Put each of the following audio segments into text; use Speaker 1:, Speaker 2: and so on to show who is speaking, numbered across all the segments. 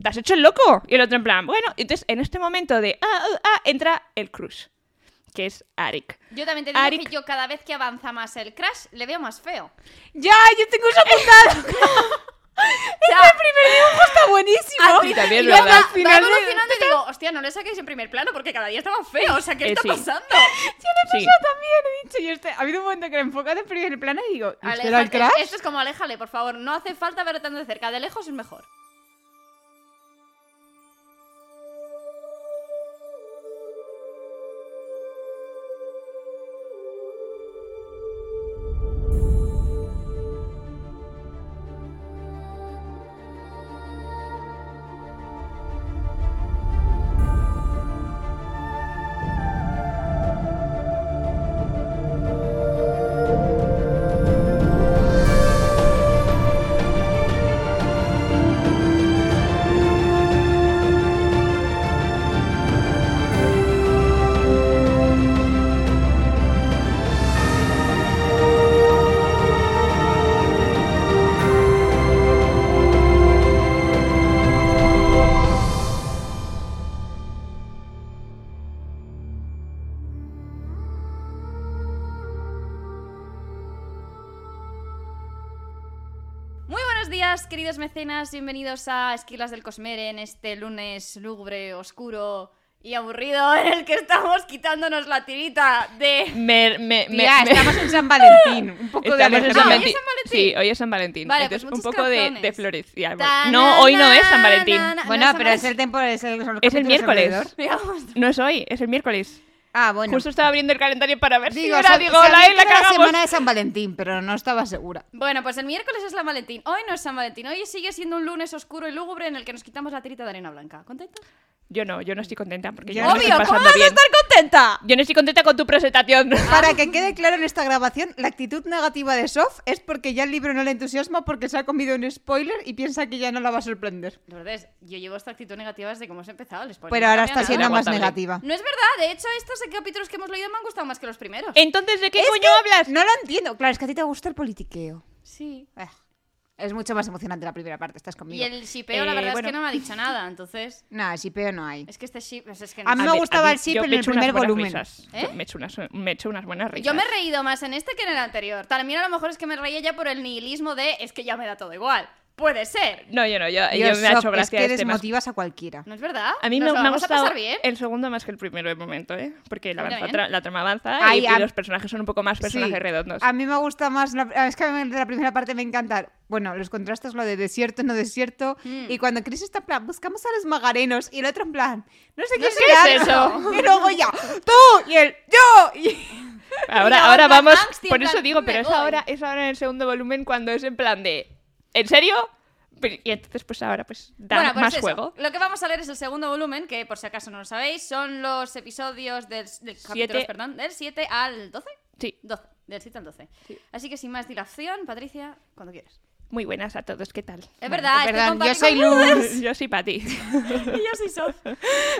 Speaker 1: ¿te has hecho el loco? Y el otro en plan, bueno, entonces en este momento de, ah, ah, ah, entra el crush, que es Arik.
Speaker 2: Yo también te digo
Speaker 1: Arik-
Speaker 2: que yo cada vez que avanza más el Crash le veo más feo.
Speaker 1: Ya, yo tengo eso apuntado. el primer dibujo está buenísimo.
Speaker 2: Al-
Speaker 1: también
Speaker 2: y luego va, va evolucionando y digo, hostia, no le saquéis en primer plano porque cada día está más feo. O sea, ¿qué
Speaker 1: Eh,
Speaker 2: está
Speaker 1: sí.
Speaker 2: pasando?
Speaker 1: Yo también he dicho, yo este, ha habido un momento que le enfocas en primer plano y digo, ¿y este era el
Speaker 2: Aléjate.
Speaker 1: crash?
Speaker 2: Esto es como aléjale, por favor. No hace falta verlo tan de cerca. De lejos es mejor. Muy buenos días, queridos mecenas. Bienvenidos a Esquilas del Cosmere en este lunes lúgubre, oscuro y aburrido en el que estamos quitándonos la tirita de...
Speaker 1: Me, me, me-
Speaker 3: Tía,
Speaker 1: me-
Speaker 3: estamos en San Valentín. Un poco de
Speaker 1: Estamos en
Speaker 3: alergia.
Speaker 1: San
Speaker 2: Ah, hoy
Speaker 1: Valentín.
Speaker 2: es San Valentín.
Speaker 1: Sí, hoy es San Valentín.
Speaker 2: Vale, pues
Speaker 1: Entonces, un
Speaker 2: muchos
Speaker 1: poco de,
Speaker 2: corazones.
Speaker 1: de flores y árbol. No, hoy no es San Valentín.
Speaker 2: Ta-na-na-na-na.
Speaker 3: Bueno,
Speaker 2: No, San
Speaker 3: pero es
Speaker 2: Valentín.
Speaker 3: el temporal. Es el,
Speaker 1: Es
Speaker 3: los
Speaker 1: el
Speaker 3: capítulos
Speaker 1: miércoles.
Speaker 3: alrededor.
Speaker 2: Digamos,
Speaker 1: No es hoy, es el miércoles.
Speaker 3: Ah, bueno.
Speaker 1: Justo estaba abriendo el calendario para ver si
Speaker 3: digo,
Speaker 1: era,
Speaker 3: sab-
Speaker 1: digo,
Speaker 3: sabía
Speaker 1: la y la
Speaker 3: que era la
Speaker 1: cagamos.
Speaker 3: semana de San Valentín, pero no estaba segura.
Speaker 2: Bueno, pues el miércoles es San Valentín. Hoy no es San Valentín. Hoy sigue siendo un lunes oscuro y lúgubre en el que nos quitamos la tirita de arena blanca. ¿Contentos?
Speaker 1: Yo no, yo no estoy contenta porque yo
Speaker 3: Obvio,
Speaker 1: no estoy
Speaker 2: Obvio, ¿cómo
Speaker 1: pasando
Speaker 2: vas a
Speaker 1: bien.
Speaker 2: estar contenta?
Speaker 1: Yo no estoy contenta con tu presentación.
Speaker 3: Para que quede claro en esta grabación, la actitud negativa de Sof es porque ya el libro no le entusiasma porque se ha comido un spoiler y piensa que ya no la va a sorprender.
Speaker 2: Lourdes, yo llevo esta actitud negativa desde cómo hemos empezado. Les
Speaker 3: Pero ahora está
Speaker 1: siendo
Speaker 3: siendo más
Speaker 1: Aguantable.
Speaker 3: negativa.
Speaker 2: No es verdad, de hecho, estos capítulos que hemos leído me han gustado más que los primeros.
Speaker 1: Entonces, ¿de qué
Speaker 3: Es
Speaker 1: coño
Speaker 3: que
Speaker 1: hablas?
Speaker 3: No lo entiendo. Claro, es que a ti te gusta el politiqueo.
Speaker 2: Sí.
Speaker 3: Eh, Es mucho más emocionante la primera parte, estás conmigo.
Speaker 2: Y el shipeo, la
Speaker 1: Eh,
Speaker 2: verdad
Speaker 1: bueno.
Speaker 2: es que no me ha dicho nada, entonces.
Speaker 3: No, shipeo no hay.
Speaker 2: Es que este ship. pues es que
Speaker 3: A mí
Speaker 2: no-
Speaker 3: me
Speaker 1: ver,
Speaker 3: gustaba
Speaker 1: a mí-
Speaker 3: el ship
Speaker 1: yo
Speaker 3: en
Speaker 1: me he
Speaker 3: el
Speaker 1: hecho unas
Speaker 3: primer
Speaker 1: buenas
Speaker 3: volumen.
Speaker 1: risas.
Speaker 2: ¿Eh?
Speaker 1: Me he hecho unas- me he hecho unas buenas risas.
Speaker 2: Yo me he reído más en este que en el anterior. También a lo mejor es que me reía ya por el nihilismo de es que ya me da todo igual. Puede ser.
Speaker 1: No, yo no, yo, yo
Speaker 3: Dios,
Speaker 1: me ha
Speaker 3: Sof,
Speaker 1: hecho
Speaker 3: es
Speaker 1: gracia
Speaker 3: que
Speaker 1: este más.
Speaker 3: desmotivas a cualquiera.
Speaker 2: ¿No es verdad?
Speaker 1: A mí me,
Speaker 2: ¿Nos lo
Speaker 1: me ha
Speaker 2: vamos a
Speaker 1: gustado
Speaker 2: pasar bien?
Speaker 1: el segundo más que el primero de momento, ¿eh? Porque la,
Speaker 2: Yo
Speaker 1: avanza-
Speaker 2: también.
Speaker 1: tra- la trama avanza
Speaker 3: Ay,
Speaker 1: y, y
Speaker 3: a-
Speaker 1: los personajes son un poco más personajes
Speaker 3: Sí.
Speaker 1: redondos.
Speaker 3: A mí me gusta más. La, es que a mí de la primera parte me encanta. Bueno, los contrastes, lo de desierto, no desierto.
Speaker 1: Hmm.
Speaker 2: Mm.
Speaker 3: Y cuando Chris está en plan, buscamos a los magarenos. Y el otro en plan, no sé
Speaker 2: No
Speaker 3: qué
Speaker 2: sé
Speaker 1: qué es eso.
Speaker 3: Y luego ya, tú y el yo. Y-
Speaker 1: Ahora,
Speaker 2: Y la
Speaker 1: ahora
Speaker 2: otra
Speaker 1: vamos.
Speaker 2: Banksy en
Speaker 1: Por
Speaker 2: plan,
Speaker 1: eso digo,
Speaker 2: me
Speaker 1: pero es
Speaker 2: voy.
Speaker 1: ahora, es ahora en el segundo volumen cuando es en plan de. ¿En serio? Pero- y entonces, pues ahora, pues da
Speaker 2: Bueno, pues
Speaker 1: más
Speaker 2: eso.
Speaker 1: juego.
Speaker 2: Lo que vamos a leer es el segundo volumen, que por si acaso no lo sabéis, son los episodios del, del capítulos, perdón, del 7 al 12.
Speaker 1: Sí.
Speaker 2: 12, del 7 al 12.
Speaker 1: Sí.
Speaker 2: Así que sin más dilación, Patricia, cuando quieras.
Speaker 1: Muy buenas a todos, ¿qué tal?
Speaker 2: Es verdad, estoy
Speaker 3: Perdón,
Speaker 2: con
Speaker 3: yo
Speaker 2: Patrick
Speaker 3: soy Luz.
Speaker 1: Yo soy Pati.
Speaker 2: y yo soy Sof.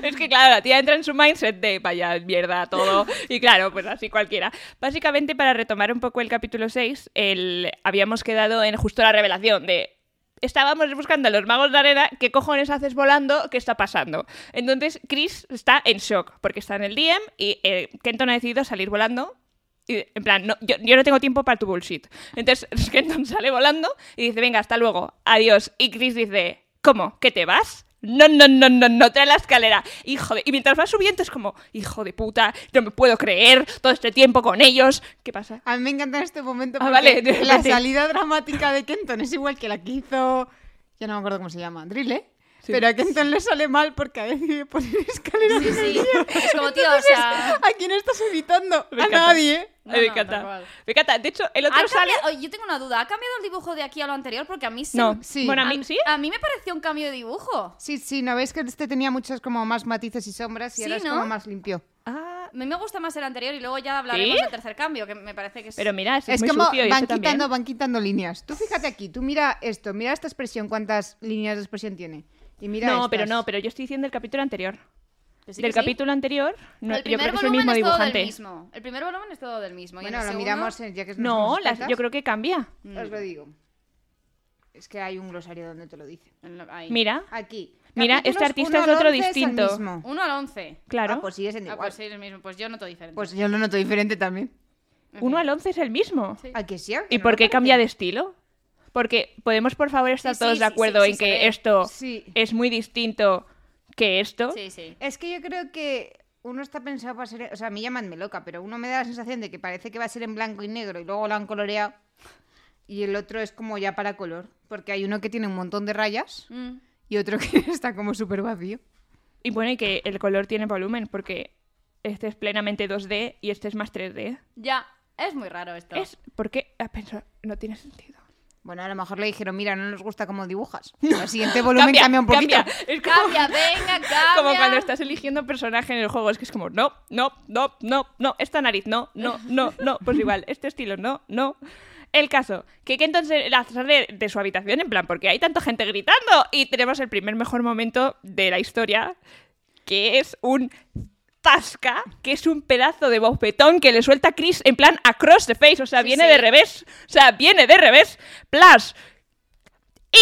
Speaker 1: Es que claro, la tía entra en su mindset de vaya mierda todo y claro, pues así cualquiera. Básicamente para retomar un poco el capítulo 6, el... habíamos quedado en justo la revelación de estábamos buscando a los magos de arena, ¿qué cojones haces volando? ¿Qué está pasando? Entonces Chris está en shock porque está en el DM y eh, Kenton ha decidido salir volando. y, en plan, no, yo, yo no tengo tiempo para tu bullshit. Entonces Kenton sale volando y dice, venga, hasta luego, adiós. Y Chris dice, ¿cómo? ¿Que te vas? No, no, no, no, no, trae la escalera. Hijo de... Y mientras vas subiendo es como, hijo de puta, no me puedo creer todo este tiempo con ellos. ¿Qué pasa?
Speaker 3: A mí me encanta este momento.
Speaker 1: Ah,
Speaker 3: porque
Speaker 1: vale, de
Speaker 3: La
Speaker 1: repente.
Speaker 3: salida dramática de Kenton es igual que la que hizo. Ya no me acuerdo cómo se llama, Drill, ¿eh?
Speaker 1: Sí.
Speaker 3: Pero a Kenton le sale mal porque ha decidido poner escaleras
Speaker 2: Sí,
Speaker 3: en el
Speaker 2: sí.
Speaker 3: guión.
Speaker 2: Es como tío, o sea.
Speaker 3: ¿A quién estás evitando?
Speaker 1: Me
Speaker 3: a
Speaker 1: encanta.
Speaker 3: nadie.
Speaker 2: No,
Speaker 1: Ay, Eh, me
Speaker 2: no,
Speaker 1: encanta.
Speaker 2: tal cual.
Speaker 1: me encanta. De hecho, el
Speaker 2: ¿Ha
Speaker 1: otro sale...
Speaker 2: cambiado- Oye, Yo tengo una duda. ¿Ha cambiado el dibujo de aquí a lo anterior? Porque a mí se-
Speaker 1: No,
Speaker 3: Sí.
Speaker 1: Bueno, a mí sí.
Speaker 2: A mí me pareció un cambio de dibujo.
Speaker 3: Sí, sí, ¿no veis que este tenía muchos como más matices y sombras
Speaker 2: Sí,
Speaker 3: y ahora es
Speaker 2: ¿no?
Speaker 3: como más limpio?
Speaker 1: Ah,
Speaker 2: A mí me gusta más el anterior y luego ya hablaremos
Speaker 1: ¿Sí?
Speaker 2: del tercer cambio, que me parece que es.
Speaker 1: pero mira, este es,
Speaker 3: es
Speaker 1: muy
Speaker 3: como
Speaker 1: sucio y
Speaker 3: van
Speaker 1: este también.
Speaker 3: quitando, van quitando líneas. Tú fíjate aquí, tú mira esto, mira esta expresión, cuántas líneas de expresión tiene. Y mira
Speaker 1: No,
Speaker 3: estas.
Speaker 1: pero no, pero yo estoy diciendo el capítulo anterior.
Speaker 2: Que sí,
Speaker 1: del
Speaker 2: que sí.
Speaker 1: capítulo anterior, no,
Speaker 2: el
Speaker 1: yo
Speaker 2: primer
Speaker 1: creo que es el
Speaker 2: volumen
Speaker 1: mismo
Speaker 2: es todo del
Speaker 1: dibujante.
Speaker 2: mismo. El primer volumen es todo del mismo. y en
Speaker 3: Bueno,
Speaker 2: el
Speaker 3: lo
Speaker 2: segundo-
Speaker 3: miramos eh, ya que
Speaker 1: No, las- yo creo que cambia.
Speaker 2: Mm,
Speaker 3: Os lo digo. Es que hay un glosario donde te lo dice.
Speaker 2: en lo- ahí.
Speaker 1: Mira,
Speaker 3: Aquí.
Speaker 1: Mira,
Speaker 3: Capítulos
Speaker 1: este artista
Speaker 3: uno
Speaker 1: es
Speaker 3: al
Speaker 1: otro
Speaker 3: once el
Speaker 1: distinto.
Speaker 3: mismo.
Speaker 2: Uno al 11.
Speaker 1: Claro.
Speaker 3: Ah, pues sí, es en
Speaker 2: Ah,
Speaker 3: igual.
Speaker 2: pues
Speaker 3: pues,
Speaker 2: sí, es el mismo. Pues yo noto diferente.
Speaker 3: yo lo noto diferente también.
Speaker 2: En fin.
Speaker 1: Uno al 11 es el mismo.
Speaker 2: Sí.
Speaker 3: ¿A que sí?
Speaker 1: ¿Y por qué cambia de estilo? Porque podemos, por favor, estar
Speaker 2: Sí, sí,
Speaker 1: todos de
Speaker 2: sí, sí,
Speaker 1: acuerdo
Speaker 2: sí,
Speaker 1: en
Speaker 2: se
Speaker 1: que
Speaker 2: ve.
Speaker 1: esto
Speaker 3: Sí.
Speaker 1: es muy distinto que esto.
Speaker 2: Sí, sí.
Speaker 3: Es que yo creo que uno está pensado para ser. O sea, a mí llamadme loca, pero uno me da la sensación de que parece que va a ser en blanco y negro y luego lo han coloreado. Y el otro es como ya para color. Porque hay uno que tiene un montón de rayas
Speaker 2: Mm.
Speaker 3: y otro que está como súper vacío.
Speaker 1: Y bueno, y que el color tiene volumen, porque este es plenamente 2D y este es más 3D.
Speaker 2: Ya, es muy raro esto.
Speaker 1: Es porque, a pensar, no tiene sentido.
Speaker 3: Bueno, a lo mejor le dijeron, mira, no nos gusta cómo dibujas. El siguiente volumen cambia, un poquito.
Speaker 1: cambia. Es como,
Speaker 2: Cambia, venga, cambia.
Speaker 1: como cuando estás eligiendo personaje en el juego, es que es como, no, no, no, no, no, esta nariz, no, no, no, no, pues igual, este estilo, no, no. El caso, que, que entonces la sale de su habitación, en plan, porque hay tanta gente gritando y tenemos el primer mejor momento de la historia, que es un tasca, que es un pedazo de bofetón que le suelta Chris en plan across the face, o sea,
Speaker 2: Sí,
Speaker 1: viene
Speaker 2: sí.
Speaker 1: de revés, o sea, viene de revés, plus,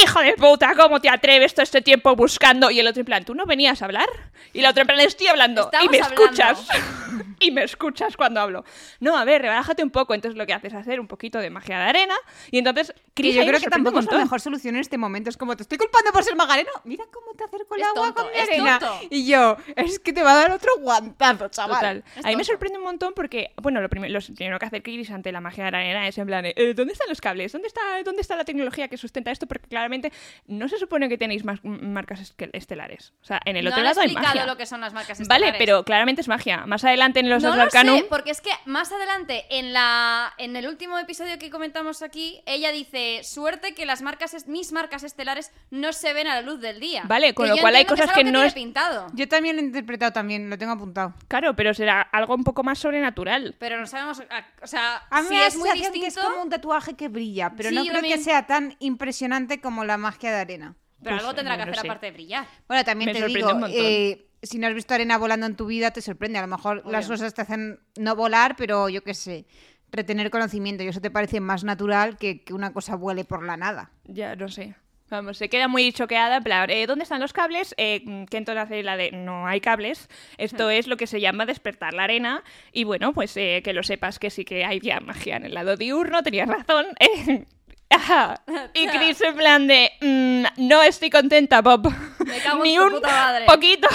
Speaker 1: hijo de puta, ¿cómo te atreves todo este tiempo buscando? Y el otro en plan, ¿tú no venías a hablar? Y la otra en plan, estoy hablando y
Speaker 2: Estamos
Speaker 1: me
Speaker 2: hablando.
Speaker 1: escuchas. y me escuchas cuando hablo. No, a ver, relájate un poco. Entonces lo que haces es hacer un poquito de magia de arena y entonces
Speaker 3: Que
Speaker 1: Chris
Speaker 3: yo
Speaker 1: ahí le
Speaker 3: creo que
Speaker 1: sorprende un
Speaker 3: tampoco es la
Speaker 1: montón.
Speaker 3: mejor solución en este momento. Es como, te estoy culpando por ser magareno. Mira cómo te acerco el
Speaker 2: Es
Speaker 3: agua
Speaker 2: tonto,
Speaker 3: con mi
Speaker 2: es
Speaker 3: arena.
Speaker 2: tonto.
Speaker 3: Y yo, es que te va a dar otro guantazo, chaval.
Speaker 1: Total.
Speaker 2: es
Speaker 1: A mí me
Speaker 2: tonto.
Speaker 1: sorprende un montón porque, bueno, lo, prim- lo primero que hace Chris ante la magia de la arena es en plan, eh, ¿dónde están los cables? ¿Dónde está, ¿Dónde está la tecnología que sustenta esto? Porque claramente no se supone que tenéis más marcas esque- estelares. O sea, en el
Speaker 2: no
Speaker 1: otro
Speaker 2: han
Speaker 1: lado hay
Speaker 2: explicado
Speaker 1: magia.
Speaker 2: lo que son las marcas
Speaker 1: Vale,
Speaker 2: estelares.
Speaker 1: pero claramente es magia. Más adelante en los
Speaker 2: no
Speaker 1: dos
Speaker 2: lo
Speaker 1: Arcanum.
Speaker 2: sé, porque es que más adelante, en, la, en el último episodio que comentamos aquí, ella dice, suerte que las marcas, est- mis marcas estelares no se ven a la luz del día.
Speaker 1: Vale, con
Speaker 2: Que
Speaker 1: lo
Speaker 2: yo
Speaker 1: cual hay
Speaker 2: entiendo
Speaker 1: cosas
Speaker 2: es algo
Speaker 1: que no
Speaker 2: tiene
Speaker 1: es-
Speaker 2: pintado,
Speaker 3: Yo también lo he interpretado también, lo tengo apuntado.
Speaker 1: Claro, pero será algo un poco más sobrenatural.
Speaker 2: pero no sabemos, a- o sea,
Speaker 3: A mí
Speaker 2: si
Speaker 3: me da
Speaker 2: es muy
Speaker 3: la sensación
Speaker 2: distinto,
Speaker 3: que es como un tatuaje que brilla, pero
Speaker 2: Sí,
Speaker 3: no
Speaker 2: yo
Speaker 3: creo
Speaker 2: también.
Speaker 3: que sea tan impresionante como la magia de arena.
Speaker 2: pero
Speaker 1: Pues,
Speaker 2: algo tendrá que
Speaker 1: no lo
Speaker 2: hacer
Speaker 1: sé.
Speaker 2: aparte de brillar.
Speaker 3: Bueno, también
Speaker 1: Me
Speaker 3: te
Speaker 1: sorprende
Speaker 3: digo,
Speaker 1: un montón.
Speaker 3: eh, si no has visto arena volando en tu vida, te sorprende. A lo mejor las
Speaker 2: Obvio.
Speaker 3: cosas te hacen no volar, pero yo qué sé, retener conocimiento. Y eso te parece más natural que, que una cosa vuele por la nada.
Speaker 1: Ya, no sé. Vamos, se queda muy choqueada. en plan, eh, ¿Dónde están los cables? Eh, mm, Kenton hace la de no hay cables. Esto es lo que se llama despertar la arena. Y bueno, pues eh, que lo sepas que sí que hay ya magia en el lado diurno. Tenías razón. Eh, ajá. y Chris en plan de mm, no estoy contenta, Bob.
Speaker 2: Me cago en
Speaker 1: Ni
Speaker 2: tu
Speaker 1: un
Speaker 2: puta madre.
Speaker 1: poquito.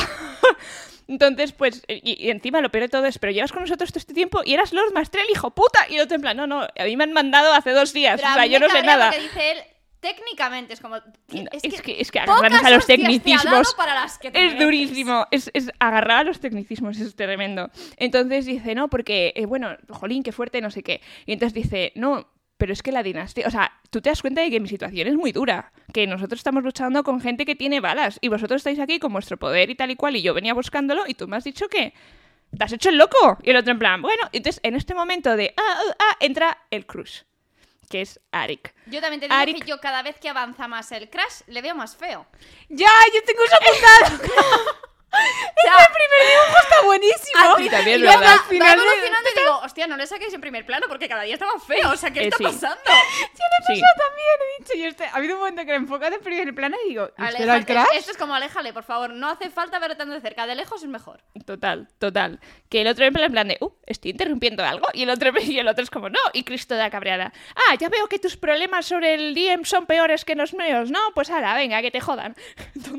Speaker 1: Entonces, pues, y, y encima lo peor de todo es, pero llevas con nosotros todo este tiempo y eras Lord Mastrel, hijo puta. Y el otro en plan, no, no, a mí me han mandado hace dos días.
Speaker 2: Pero a
Speaker 1: o sea,
Speaker 2: mí
Speaker 1: yo
Speaker 2: me
Speaker 1: no sé
Speaker 2: cabrea
Speaker 1: nada.
Speaker 2: porque dice él, técnicamente es como...
Speaker 1: No,
Speaker 2: Es,
Speaker 1: es
Speaker 2: que,
Speaker 1: que, es que
Speaker 2: pocas
Speaker 1: agarrarnos a los
Speaker 2: hostias te ha dado
Speaker 1: tecnicismos
Speaker 2: para las que te
Speaker 1: es
Speaker 2: mereces.
Speaker 1: durísimo. Es, es agarrar a los tecnicismos es tremendo. Entonces dice, no, porque, eh, bueno, jolín, qué fuerte, no sé qué. Y entonces dice, no, pero es que la dinastía, o sea, tú te das cuenta de que mi situación es muy dura, que nosotros estamos luchando con gente que tiene balas y vosotros estáis aquí con vuestro poder y tal y cual y yo venía buscándolo y tú me has dicho que... ¿Te has hecho el loco? Y el otro en plan, bueno, entonces en este momento de ah, ah, ah, entra el crush, que es Arik.
Speaker 2: Yo también te digo
Speaker 1: Arik-
Speaker 2: que yo cada vez que avanza más el Crash, le veo más feo.
Speaker 3: ¡Ya! ¡Yo tengo eso apuntado!
Speaker 2: sea,
Speaker 3: ¡Está buenísimo!
Speaker 2: Al
Speaker 1: Y
Speaker 2: pri-
Speaker 1: Ah, también
Speaker 2: y
Speaker 1: lo
Speaker 2: luego
Speaker 1: da.
Speaker 2: va,
Speaker 1: Al
Speaker 2: va
Speaker 1: final de-
Speaker 2: evolucionando y digo, hostia, no le saquéis en primer plano porque cada día está más feo. O sea, ¿qué
Speaker 1: Eh,
Speaker 2: está
Speaker 1: sí.
Speaker 2: pasando?
Speaker 1: Sí.
Speaker 3: también he dicho, yo este- ha habido un momento que me enfocas en primer plano y digo, ¿y ¿esto era el
Speaker 2: Aléjate-
Speaker 3: crash?
Speaker 2: Esto es como aléjale, por favor. No hace falta verlo tan de cerca. De lejos es mejor.
Speaker 1: Total, total. Que el otro en plan, en plan de, uh, estoy interrumpiendo algo. Y el otro, y el otro es como, no. Y Cristo da cabreada. Ah, ya veo que tus problemas sobre el DM son peores que los míos, ¿no? Pues ahora, venga, que te jodan.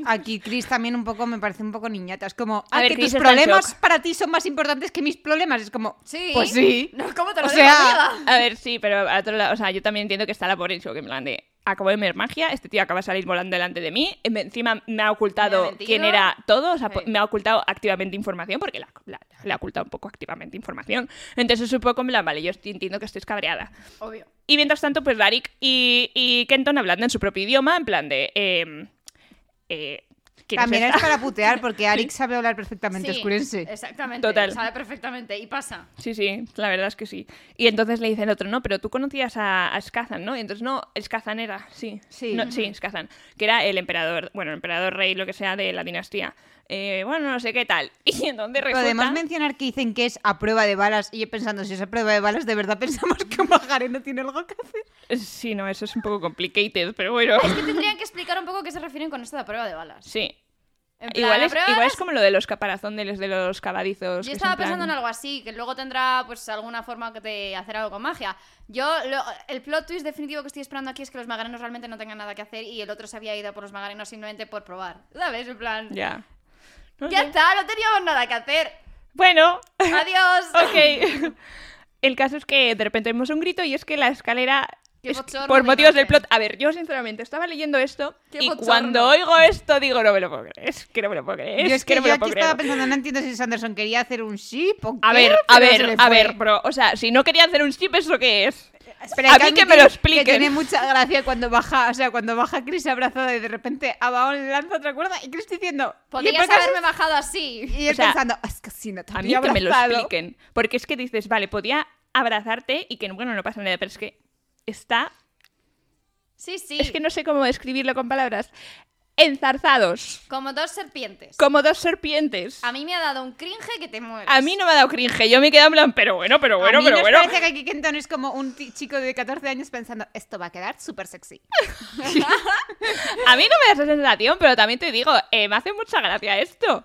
Speaker 3: Aquí Chris también un poco me parece un poco niñata. Es como, ah,
Speaker 1: ver,
Speaker 3: que
Speaker 1: Chris
Speaker 3: tus
Speaker 1: está en
Speaker 3: problemas
Speaker 1: shock.
Speaker 3: para ti son más importantes que mis problemas. Es como,
Speaker 2: Sí.
Speaker 3: pues sí.
Speaker 2: No, ¿Cómo te lo
Speaker 3: O
Speaker 2: digo,
Speaker 3: sea,
Speaker 2: amiga?
Speaker 1: A ver, sí, pero a otro lado, o sea, yo también entiendo que está la por hecho, que en plan de, acabo de ver magia, este tío acaba de salir volando delante de mí, em- encima me ha
Speaker 2: Me ha
Speaker 1: ocultado
Speaker 2: mentido.
Speaker 1: quién era todo, o sea, po-
Speaker 2: Sí.
Speaker 1: me ha ocultado activamente información, porque la- la- le ha ocultado un poco activamente información. Entonces es un poco en plan, vale, yo estoy- entiendo que estés cabreada.
Speaker 2: Obvio.
Speaker 1: Y mientras tanto, pues Darik y, y Kenton hablando en su propio idioma, en plan de... Eh, eh, ¿quién es
Speaker 3: También
Speaker 1: esta?
Speaker 3: es para putear porque Arik sabe hablar perfectamente oscurense.
Speaker 2: Exactamente.
Speaker 1: Total.
Speaker 2: Sabe perfectamente. Y pasa.
Speaker 1: Sí, sí, la verdad es que sí. Y entonces le dice el otro, no, pero tú conocías a, a Skazan, ¿no? Y entonces, no, Skazan era, sí.
Speaker 3: Sí.
Speaker 1: No, sí, Skazan. Que era el emperador, bueno, el emperador rey, lo que sea, de la dinastía. Eh, bueno, no sé qué tal. Y entonces resulta...
Speaker 3: Podemos mencionar que dicen que es a prueba de balas. Y yo pensando, si es a prueba de balas, de verdad pensamos que un magareno tiene algo que hacer.
Speaker 1: Eh, Sí, no, eso es un poco complicated, pero bueno.
Speaker 2: Es que tendrían que explicar un poco qué se refieren con esto de prueba de balas.
Speaker 1: Sí.
Speaker 2: En plan,
Speaker 1: Igual es,
Speaker 2: aprueba
Speaker 1: igual
Speaker 2: las-
Speaker 1: es como lo de los caparazones, de los cabadizos.
Speaker 2: Yo
Speaker 1: que es
Speaker 2: estaba
Speaker 1: en plan-
Speaker 2: pensando en algo así, que luego tendrá pues alguna forma que de hacer algo con magia. Yo, lo- el plot twist definitivo que estoy esperando aquí es que los magarenos realmente no tengan nada que hacer y el otro se había ido por los magarenos simplemente por probar. ¿Sabes? En plan,
Speaker 1: Ya. No
Speaker 2: ya
Speaker 1: sé.
Speaker 2: está, no teníamos nada que hacer.
Speaker 1: Bueno,
Speaker 2: Adiós.
Speaker 1: ok. El caso es que de repente vemos un grito y es que la escalera.
Speaker 2: Qué
Speaker 1: es-
Speaker 2: bochorno
Speaker 1: por
Speaker 2: de
Speaker 1: motivos del
Speaker 2: imagen.
Speaker 1: plot. A ver, yo sinceramente estaba leyendo esto
Speaker 2: Qué
Speaker 1: y
Speaker 2: bochorno.
Speaker 1: cuando oigo esto digo, no me lo puedo creer, es que no me lo puedo creer.
Speaker 3: yo es que,
Speaker 1: no me
Speaker 3: yo
Speaker 1: lo puedo
Speaker 3: aquí
Speaker 1: creer.
Speaker 3: estaba pensando, no entiendo si Sanderson quería hacer un ship o qué.
Speaker 1: A ver, a
Speaker 3: pero se le
Speaker 1: ver, a
Speaker 3: fue.
Speaker 1: ver, bro. O sea, si no quería hacer un chip, ¿eso qué es?
Speaker 3: Espera, hay
Speaker 1: a mí que me lo
Speaker 3: admitir
Speaker 1: expliquen.
Speaker 3: Que tiene mucha gracia cuando baja, o sea, cuando baja Chris abrazada y de repente Abaon le lanza otra cuerda y Chris diciendo... ¿y por
Speaker 2: Podrías
Speaker 3: qué haces
Speaker 2: haberme bajado así.
Speaker 3: Y él
Speaker 1: O sea,
Speaker 3: pensando, es que si no te
Speaker 1: A mí que
Speaker 3: habría
Speaker 1: me lo
Speaker 3: abrazado".
Speaker 1: expliquen. Porque es que dices, vale, podía abrazarte y que, bueno, no pasa nada, pero es que está...
Speaker 2: Sí, sí.
Speaker 1: Es que no sé cómo describirlo con palabras. Enzarzados.
Speaker 2: Como dos serpientes.
Speaker 1: Como dos serpientes.
Speaker 2: A mí me ha dado un cringe que te mueres.
Speaker 1: A mí no me ha dado cringe. Yo me he quedado en plan, pero bueno, pero bueno,
Speaker 3: a mí
Speaker 1: pero
Speaker 3: nos
Speaker 1: bueno.
Speaker 3: parece que aquí Kenton es como un ti- chico de 14 años pensando, esto va a quedar súper sexy.
Speaker 1: A mí no me da esa sensación, pero también te digo, eh, me hace mucha gracia esto.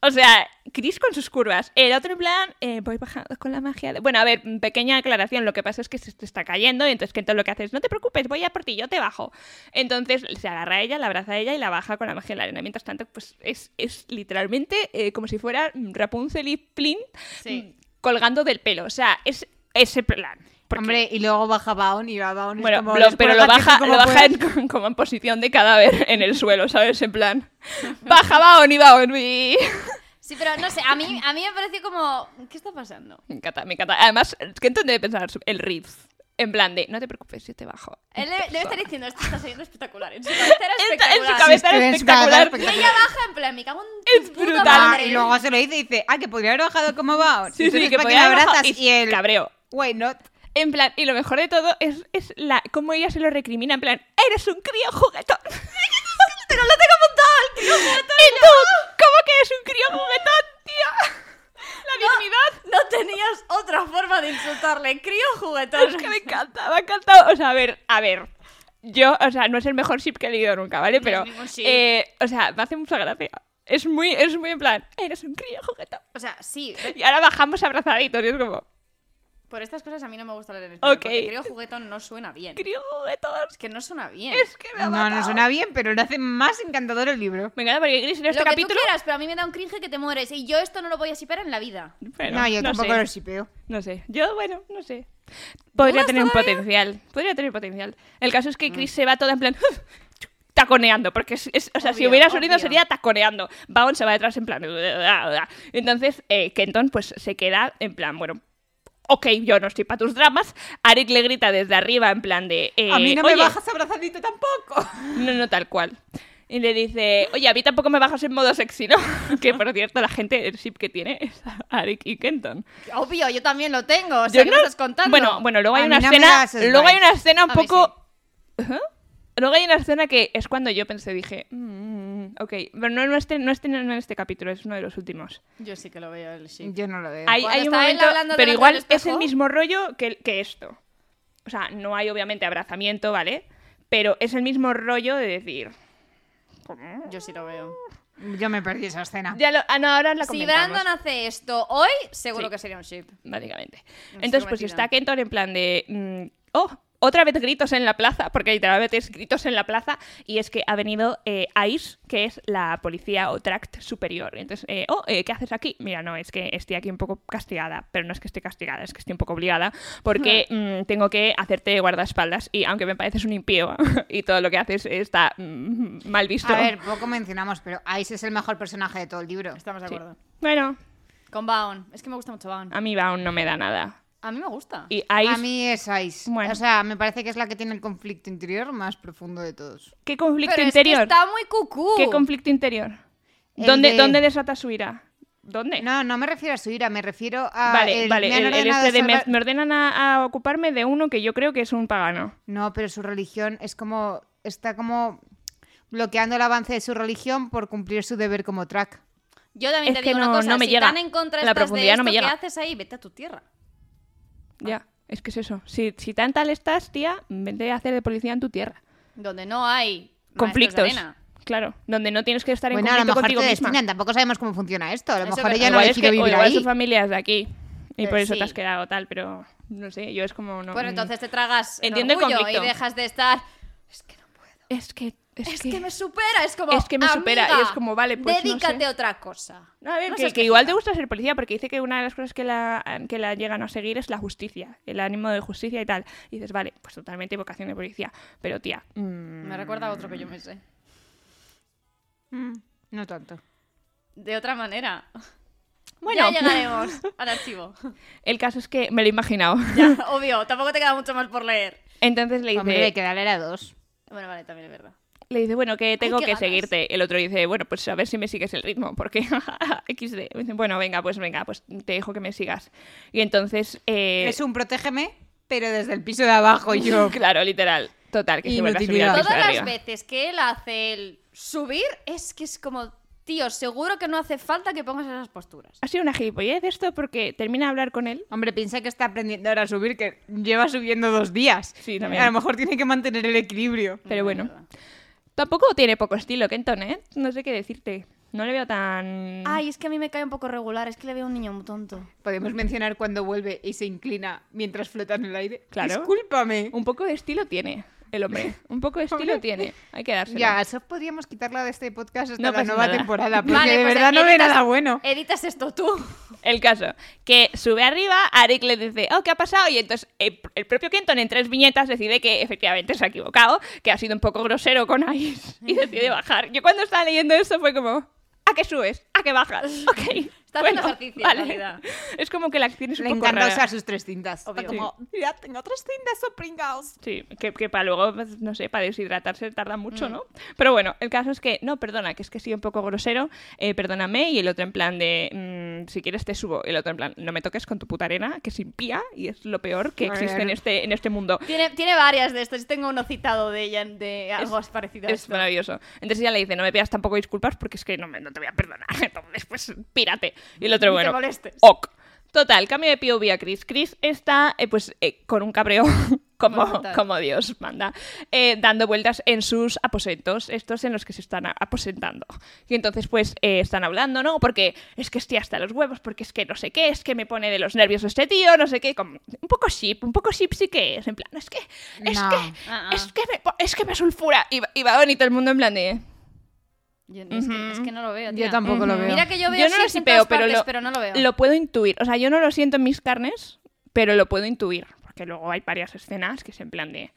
Speaker 1: O sea, Chris con sus curvas. El otro en plan, eh, voy bajando con la magia. de- Bueno, a ver, mm, pequeña aclaración. Lo que pasa es que se te está cayendo y entonces Kenton lo que hace es, no te preocupes, voy a por ti, yo te bajo. Entonces se agarra a ella, la abraza a ella y la baja con la magia en la arena. Mientras tanto, pues es, es literalmente eh, como si fuera mm, Rapunzel y Plin
Speaker 2: Sí.
Speaker 1: mm, colgando del pelo. O sea, es ese plan. Porque-
Speaker 3: Hombre, y luego baja Baon y Baon
Speaker 1: bueno,
Speaker 3: es como...
Speaker 1: lo-
Speaker 3: "Les
Speaker 1: pero
Speaker 3: cuelga
Speaker 1: lo
Speaker 3: el
Speaker 1: baja,
Speaker 3: chico como
Speaker 1: lo baja
Speaker 3: pueda".
Speaker 1: en, con- como en posición de cadáver en el suelo, ¿sabes? En plan, baja, va, y va, y...
Speaker 2: Sí, pero no sé, a mí, a mí me pareció como... ¿Qué está pasando?
Speaker 1: Me encanta, me encanta. Además, Kenton debe pensar el riff. En plan de, no te preocupes, yo te bajo.
Speaker 2: Él debe, debe estar
Speaker 1: Persona.
Speaker 2: diciendo, esto está saliendo espectacular. En su cabeza era
Speaker 1: En-
Speaker 2: espectacular.
Speaker 1: en su cabeza
Speaker 3: Sí,
Speaker 1: era
Speaker 3: en su cabeza
Speaker 1: espectacular.
Speaker 3: era
Speaker 2: Y
Speaker 3: espectacular.
Speaker 2: ella baja en plan, me cago en tu
Speaker 1: Es
Speaker 2: puta
Speaker 1: brutal.
Speaker 3: Ah,
Speaker 2: madre.
Speaker 3: y luego se lo dice y dice, ah, que podría haber bajado como Baon.
Speaker 1: Sí, sí, que podía
Speaker 3: podría
Speaker 1: haber bajado
Speaker 3: abrazas
Speaker 1: y,
Speaker 3: y él,
Speaker 1: cabreo.
Speaker 3: why not?
Speaker 1: En plan, y lo mejor de todo es, es la, cómo ella se lo recrimina, en plan, eres un crío juguetón. Pero lo tengo montado, el crío juguetón. ¿Y tú? ¿Cómo que eres un crío juguetón, tía? La dignidad.
Speaker 2: No tenías otra forma de insultarle, crío juguetón.
Speaker 1: Es que me encanta, me ha encantado. O sea, a ver, a ver. Yo, o sea, no es el mejor ship que he leído nunca, ¿vale?
Speaker 2: No
Speaker 1: Pero,
Speaker 2: es ningún ship.
Speaker 1: eh, o sea, me hace mucha gracia. Es muy, es muy en plan, eres un crío juguetón.
Speaker 2: O sea, sí,
Speaker 1: Y ahora bajamos abrazaditos y es como,
Speaker 2: por estas cosas a mí no me gusta leer en español,
Speaker 1: Ok.
Speaker 2: porque crío juguetón no suena bien.
Speaker 1: crío juguetón.
Speaker 2: Es que no suena bien.
Speaker 1: Es que me ha
Speaker 3: No, no
Speaker 1: matado.
Speaker 3: suena bien, pero lo hace más encantador el libro.
Speaker 1: Me encanta porque Gris en
Speaker 2: Lo
Speaker 1: este
Speaker 2: que
Speaker 1: capítulo...
Speaker 2: tú quieras, pero a mí me da un cringe que te mueres. Y yo esto no lo voy a sipar en la vida.
Speaker 1: Bueno,
Speaker 3: no, yo tampoco
Speaker 1: sé.
Speaker 3: lo shipeo.
Speaker 1: No sé. Yo, bueno, no sé. Podría
Speaker 2: ¿Dudas
Speaker 1: tener un
Speaker 2: todavía?
Speaker 1: potencial. Podría tener potencial. El caso
Speaker 3: Ah.
Speaker 1: es que Chris se va toda en plan. "Uf", taconeando. Porque, es, es- o sea, si
Speaker 2: Obvio,
Speaker 1: hubiera sonido
Speaker 2: obvio.
Speaker 1: sería taconeando. Baon se va detrás en plan. Entonces, eh, Kenton, pues se queda en plan, bueno. Ok, yo no estoy para tus dramas. Arik le grita desde arriba en plan de. eh,
Speaker 3: a mí no me
Speaker 1: "Oye,
Speaker 3: bajas abrazadito tampoco.
Speaker 1: no, no, tal cual. Y le dice, oye, a mí tampoco me bajas en modo sexy, ¿no? que por cierto, la gente, el ship que tiene es Arik y Kenton.
Speaker 2: Obvio, yo también lo tengo. O sea,
Speaker 1: Yo
Speaker 2: ¿qué
Speaker 1: no-
Speaker 2: me estás contando?
Speaker 1: Bueno, bueno, luego
Speaker 3: A
Speaker 1: hay
Speaker 3: mí
Speaker 1: una
Speaker 3: no me
Speaker 1: escena.
Speaker 3: das esos
Speaker 1: Luego hay
Speaker 3: vibes.
Speaker 1: una escena un
Speaker 2: A mí
Speaker 1: poco. Ajá. Luego hay una escena que es cuando yo pensé, dije, "Mm, ok, pero no, no, este, no, este, no en este capítulo, es uno de los últimos.
Speaker 2: Yo sí que lo veo el ship.
Speaker 3: Yo no lo veo.
Speaker 1: Hay,
Speaker 2: Cuando
Speaker 1: hay un
Speaker 2: está él
Speaker 1: momento,
Speaker 2: hablando delante
Speaker 1: pero
Speaker 2: del
Speaker 1: igual es el
Speaker 2: espejo.
Speaker 1: mismo rollo que, que esto. O sea, no hay obviamente abrazamiento, ¿vale? Pero es el mismo rollo de decir.
Speaker 2: Yo sí lo veo.
Speaker 3: Yo me perdí esa escena.
Speaker 1: Ya lo, ah, no, ahora la
Speaker 2: Si
Speaker 1: comentamos.
Speaker 2: Brandon hace esto hoy, seguro
Speaker 1: Sí.
Speaker 2: que sería un ship.
Speaker 1: básicamente.
Speaker 2: Estoy
Speaker 1: Entonces, pues
Speaker 2: metida.
Speaker 1: está Kenton en plan de. mm, ¡Oh! Otra vez gritos en la plaza, porque literalmente es gritos en la plaza, y es que ha venido eh, ICE, que es la policía o tract superior. Entonces, eh, oh, eh, ¿qué haces aquí? Mira, no, es que estoy aquí un poco castigada, pero no es que esté castigada, es que estoy un poco obligada, porque mm, tengo que hacerte guardaespaldas, y aunque me pareces un impío y todo lo que haces está mm, mal visto.
Speaker 3: A ver, poco mencionamos, pero Ice es el mejor personaje de todo el libro.
Speaker 2: Estamos de
Speaker 1: Sí.
Speaker 2: acuerdo.
Speaker 1: Bueno,
Speaker 2: Con Baon. Es que me gusta mucho Baon.
Speaker 1: a mí Baon no me da nada.
Speaker 2: A mí me gusta.
Speaker 1: Y
Speaker 3: A
Speaker 1: ICE,
Speaker 3: mí es Ice.
Speaker 1: Bueno.
Speaker 3: O sea, me parece que es la que tiene el conflicto interior más profundo de todos.
Speaker 1: ¿qué conflicto
Speaker 2: Pero
Speaker 1: interior?
Speaker 2: es que está muy cucú.
Speaker 1: ¿Qué conflicto interior?
Speaker 3: El
Speaker 1: ¿Dónde,
Speaker 3: de-
Speaker 1: ¿Dónde desata su ira? ¿Dónde?
Speaker 3: No, no me refiero a su ira, me refiero a.
Speaker 1: vale,
Speaker 3: el-
Speaker 1: vale.
Speaker 3: me han
Speaker 1: el- el
Speaker 3: ordenado
Speaker 1: este de me,
Speaker 3: salvar-
Speaker 1: me ordenan a, a ocuparme de uno que yo creo que es un pagano.
Speaker 3: No, pero su religión es como. Está como bloqueando el avance de su religión por cumplir su deber como track.
Speaker 2: Yo también
Speaker 1: Es
Speaker 2: te
Speaker 1: que
Speaker 2: digo
Speaker 1: no-
Speaker 2: una cosa,
Speaker 1: no me
Speaker 2: si
Speaker 1: llega.
Speaker 2: tan en contra
Speaker 1: La
Speaker 2: estás
Speaker 1: profundidad
Speaker 2: de esto,
Speaker 1: no me llega.
Speaker 2: ¿qué haces ahí? Vete a tu tierra.
Speaker 1: Ya, es que es eso. Si, si tan tal estás, tía, vente a hacer de policía en tu tierra.
Speaker 2: Donde no hay maestros de
Speaker 1: Conflictos.
Speaker 2: arena.
Speaker 1: claro, donde no tienes que estar en
Speaker 3: Bueno, Pues a lo
Speaker 1: conflicto
Speaker 3: mejor te
Speaker 1: contigo misma.
Speaker 3: destinan, tampoco sabemos cómo funciona esto. A lo
Speaker 2: Eso es
Speaker 3: mejor
Speaker 2: verdad.
Speaker 3: ella no
Speaker 1: igual es que,
Speaker 3: decidió
Speaker 1: o
Speaker 3: vivir
Speaker 1: igual su
Speaker 3: ahí.
Speaker 1: familia es de aquí y
Speaker 2: Eh,
Speaker 1: por eso
Speaker 2: sí.
Speaker 1: te has quedado tal, pero no sé, yo es como no.
Speaker 2: Pues entonces te tragas el
Speaker 1: Entiendo el
Speaker 2: orgullo
Speaker 1: conflicto.
Speaker 2: y dejas de estar. Es que no puedo.
Speaker 1: mm. es que es,
Speaker 2: Es,
Speaker 1: que,
Speaker 2: que... me supera. Es como.
Speaker 1: Es que me supera,
Speaker 2: "Amiga,
Speaker 1: y es como, vale, pues, no
Speaker 2: Dedícate
Speaker 1: sé".
Speaker 2: a otra cosa.
Speaker 1: No, a ver,
Speaker 2: No
Speaker 1: que,
Speaker 2: seas
Speaker 1: que igual
Speaker 2: quejida.
Speaker 1: te gusta ser policía, porque dice que una de las cosas que la, que la llegan a seguir es la justicia, el ánimo de justicia y tal. Y dices, vale, pues totalmente vocación de policía. Pero tía, mm,
Speaker 2: Me recuerda a otro que yo me sé.
Speaker 3: Mm, No tanto.
Speaker 2: De otra manera.
Speaker 1: Bueno.
Speaker 2: Ya llegaremos al archivo.
Speaker 1: el caso es que me lo he imaginado.
Speaker 2: Ya, obvio, tampoco te queda mucho más por leer.
Speaker 1: Entonces le dice,
Speaker 3: Hombre, hay que darle a dos.
Speaker 2: Bueno, vale, también es verdad.
Speaker 1: le dice, bueno, que tengo
Speaker 2: qué
Speaker 1: que
Speaker 2: ganas.
Speaker 1: seguirte. El otro dice, bueno, pues a ver si me sigues el ritmo, porque XD. Me dice, bueno, venga, pues venga, pues te dejo que me sigas. Y entonces... eh,
Speaker 3: Es un protégeme, pero desde el piso de abajo yo.
Speaker 1: Claro, literal. Total, que se vuelve a subir
Speaker 3: Inutilidad.
Speaker 1: al piso
Speaker 2: Todas
Speaker 1: de
Speaker 2: las
Speaker 1: arriba.
Speaker 2: veces que él hace el subir, es que es como, tío, seguro que no hace falta que pongas esas posturas.
Speaker 1: Ha sido una gilipollez esto porque termina de hablar con él
Speaker 3: Hombre, piensa que está aprendiendo ahora a subir, que lleva subiendo dos días.
Speaker 1: Sí, también.
Speaker 3: A lo mejor tiene que mantener el equilibrio.
Speaker 1: Pero bueno.
Speaker 2: Bueno, es verdad.
Speaker 1: Tampoco tiene poco estilo, Kenton, ¿eh? No sé qué decirte. No le veo tan...
Speaker 2: Ay, es que a mí me cae un poco regular, es que le veo un niño muy tonto.
Speaker 3: Podemos mencionar cuando vuelve y se inclina mientras flota en el aire.
Speaker 1: Claro.
Speaker 3: Discúlpame.
Speaker 1: Un poco de estilo tiene el hombre. Un poco de estilo tiene. Hay que dárselo.
Speaker 3: Ya, eso podríamos quitarla de este podcast hasta
Speaker 1: No
Speaker 3: la
Speaker 1: pasa
Speaker 3: nueva
Speaker 1: nada.
Speaker 3: temporada, porque
Speaker 2: Vale,
Speaker 3: de
Speaker 2: pues
Speaker 3: verdad no ve
Speaker 2: editas-
Speaker 3: nada bueno.
Speaker 2: Editas esto tú.
Speaker 1: El caso, que sube arriba, Arik le dice, oh, ¿qué ha pasado? Y entonces eh, el propio Kenton en tres viñetas decide que efectivamente se ha equivocado, que ha sido un poco grosero con Ais y decide bajar. Yo cuando estaba leyendo esto fue como, ¿a qué subes? ¿A qué bajas? Ok.
Speaker 2: Está haciendo ejercicio, en realidad.
Speaker 1: Es como que la acción es un
Speaker 3: Le
Speaker 1: poco
Speaker 3: encanta
Speaker 1: rara.
Speaker 3: usar sus tres cintas. Está
Speaker 2: Obvio.
Speaker 3: como, mira, tengo tres cintas, oh, son pringados.
Speaker 1: Sí, que, que para luego, pues, no sé, para deshidratarse tarda
Speaker 3: Mm.
Speaker 1: mucho, ¿no? Pero bueno, el caso es que, no, perdona, que es que he sido un poco grosero, eh, perdóname, y el otro en plan de, mm, si quieres te subo, el otro en plan, no me toques con tu puta arena, que es impía, y es lo peor que
Speaker 3: A
Speaker 1: existe
Speaker 3: ver.
Speaker 1: en este, en este mundo.
Speaker 2: Tiene, tiene varias de estas, tengo uno citado de ella, de algo parecido a
Speaker 1: Es
Speaker 2: esto.
Speaker 1: maravilloso. Entonces ella le dice, no me pidas tampoco disculpas porque es que no, me, no te voy a perdonar. Entonces, pues, pírate. Y el otro,
Speaker 2: Ni te
Speaker 1: bueno, Oh.
Speaker 2: molestes.
Speaker 1: ok. Total, cambio de POV a Chris. Chris está, eh, pues, eh, con un cabreo como,
Speaker 2: Monumental.
Speaker 1: como Dios manda, eh, dando vueltas en sus aposentos, estos en los que se están a- aposentando. Y entonces, pues, eh, están hablando, ¿no? Porque es que estoy hasta los huevos, porque es que no sé qué, es que me pone de los nervios este tío, no sé qué. como- un poco ship, un poco ship sí que es, en plan, es que, es
Speaker 3: No.
Speaker 1: que,
Speaker 2: Ah, ah.
Speaker 1: es que me, es que me sulfura. Y, va- y va bonito el mundo en plan de...
Speaker 2: Yo- es, que, es que no lo veo,
Speaker 3: Yo
Speaker 2: tía.
Speaker 3: tampoco lo veo.
Speaker 2: Mira que yo veo
Speaker 1: Yo no lo
Speaker 2: shifts en
Speaker 1: sipeo,
Speaker 2: todas
Speaker 1: pero
Speaker 2: partes,
Speaker 1: lo-
Speaker 2: pero no lo veo.
Speaker 1: Lo puedo intuir. O sea, yo no lo siento en mis carnes, pero lo puedo intuir. Porque luego hay varias escenas que es en plan de...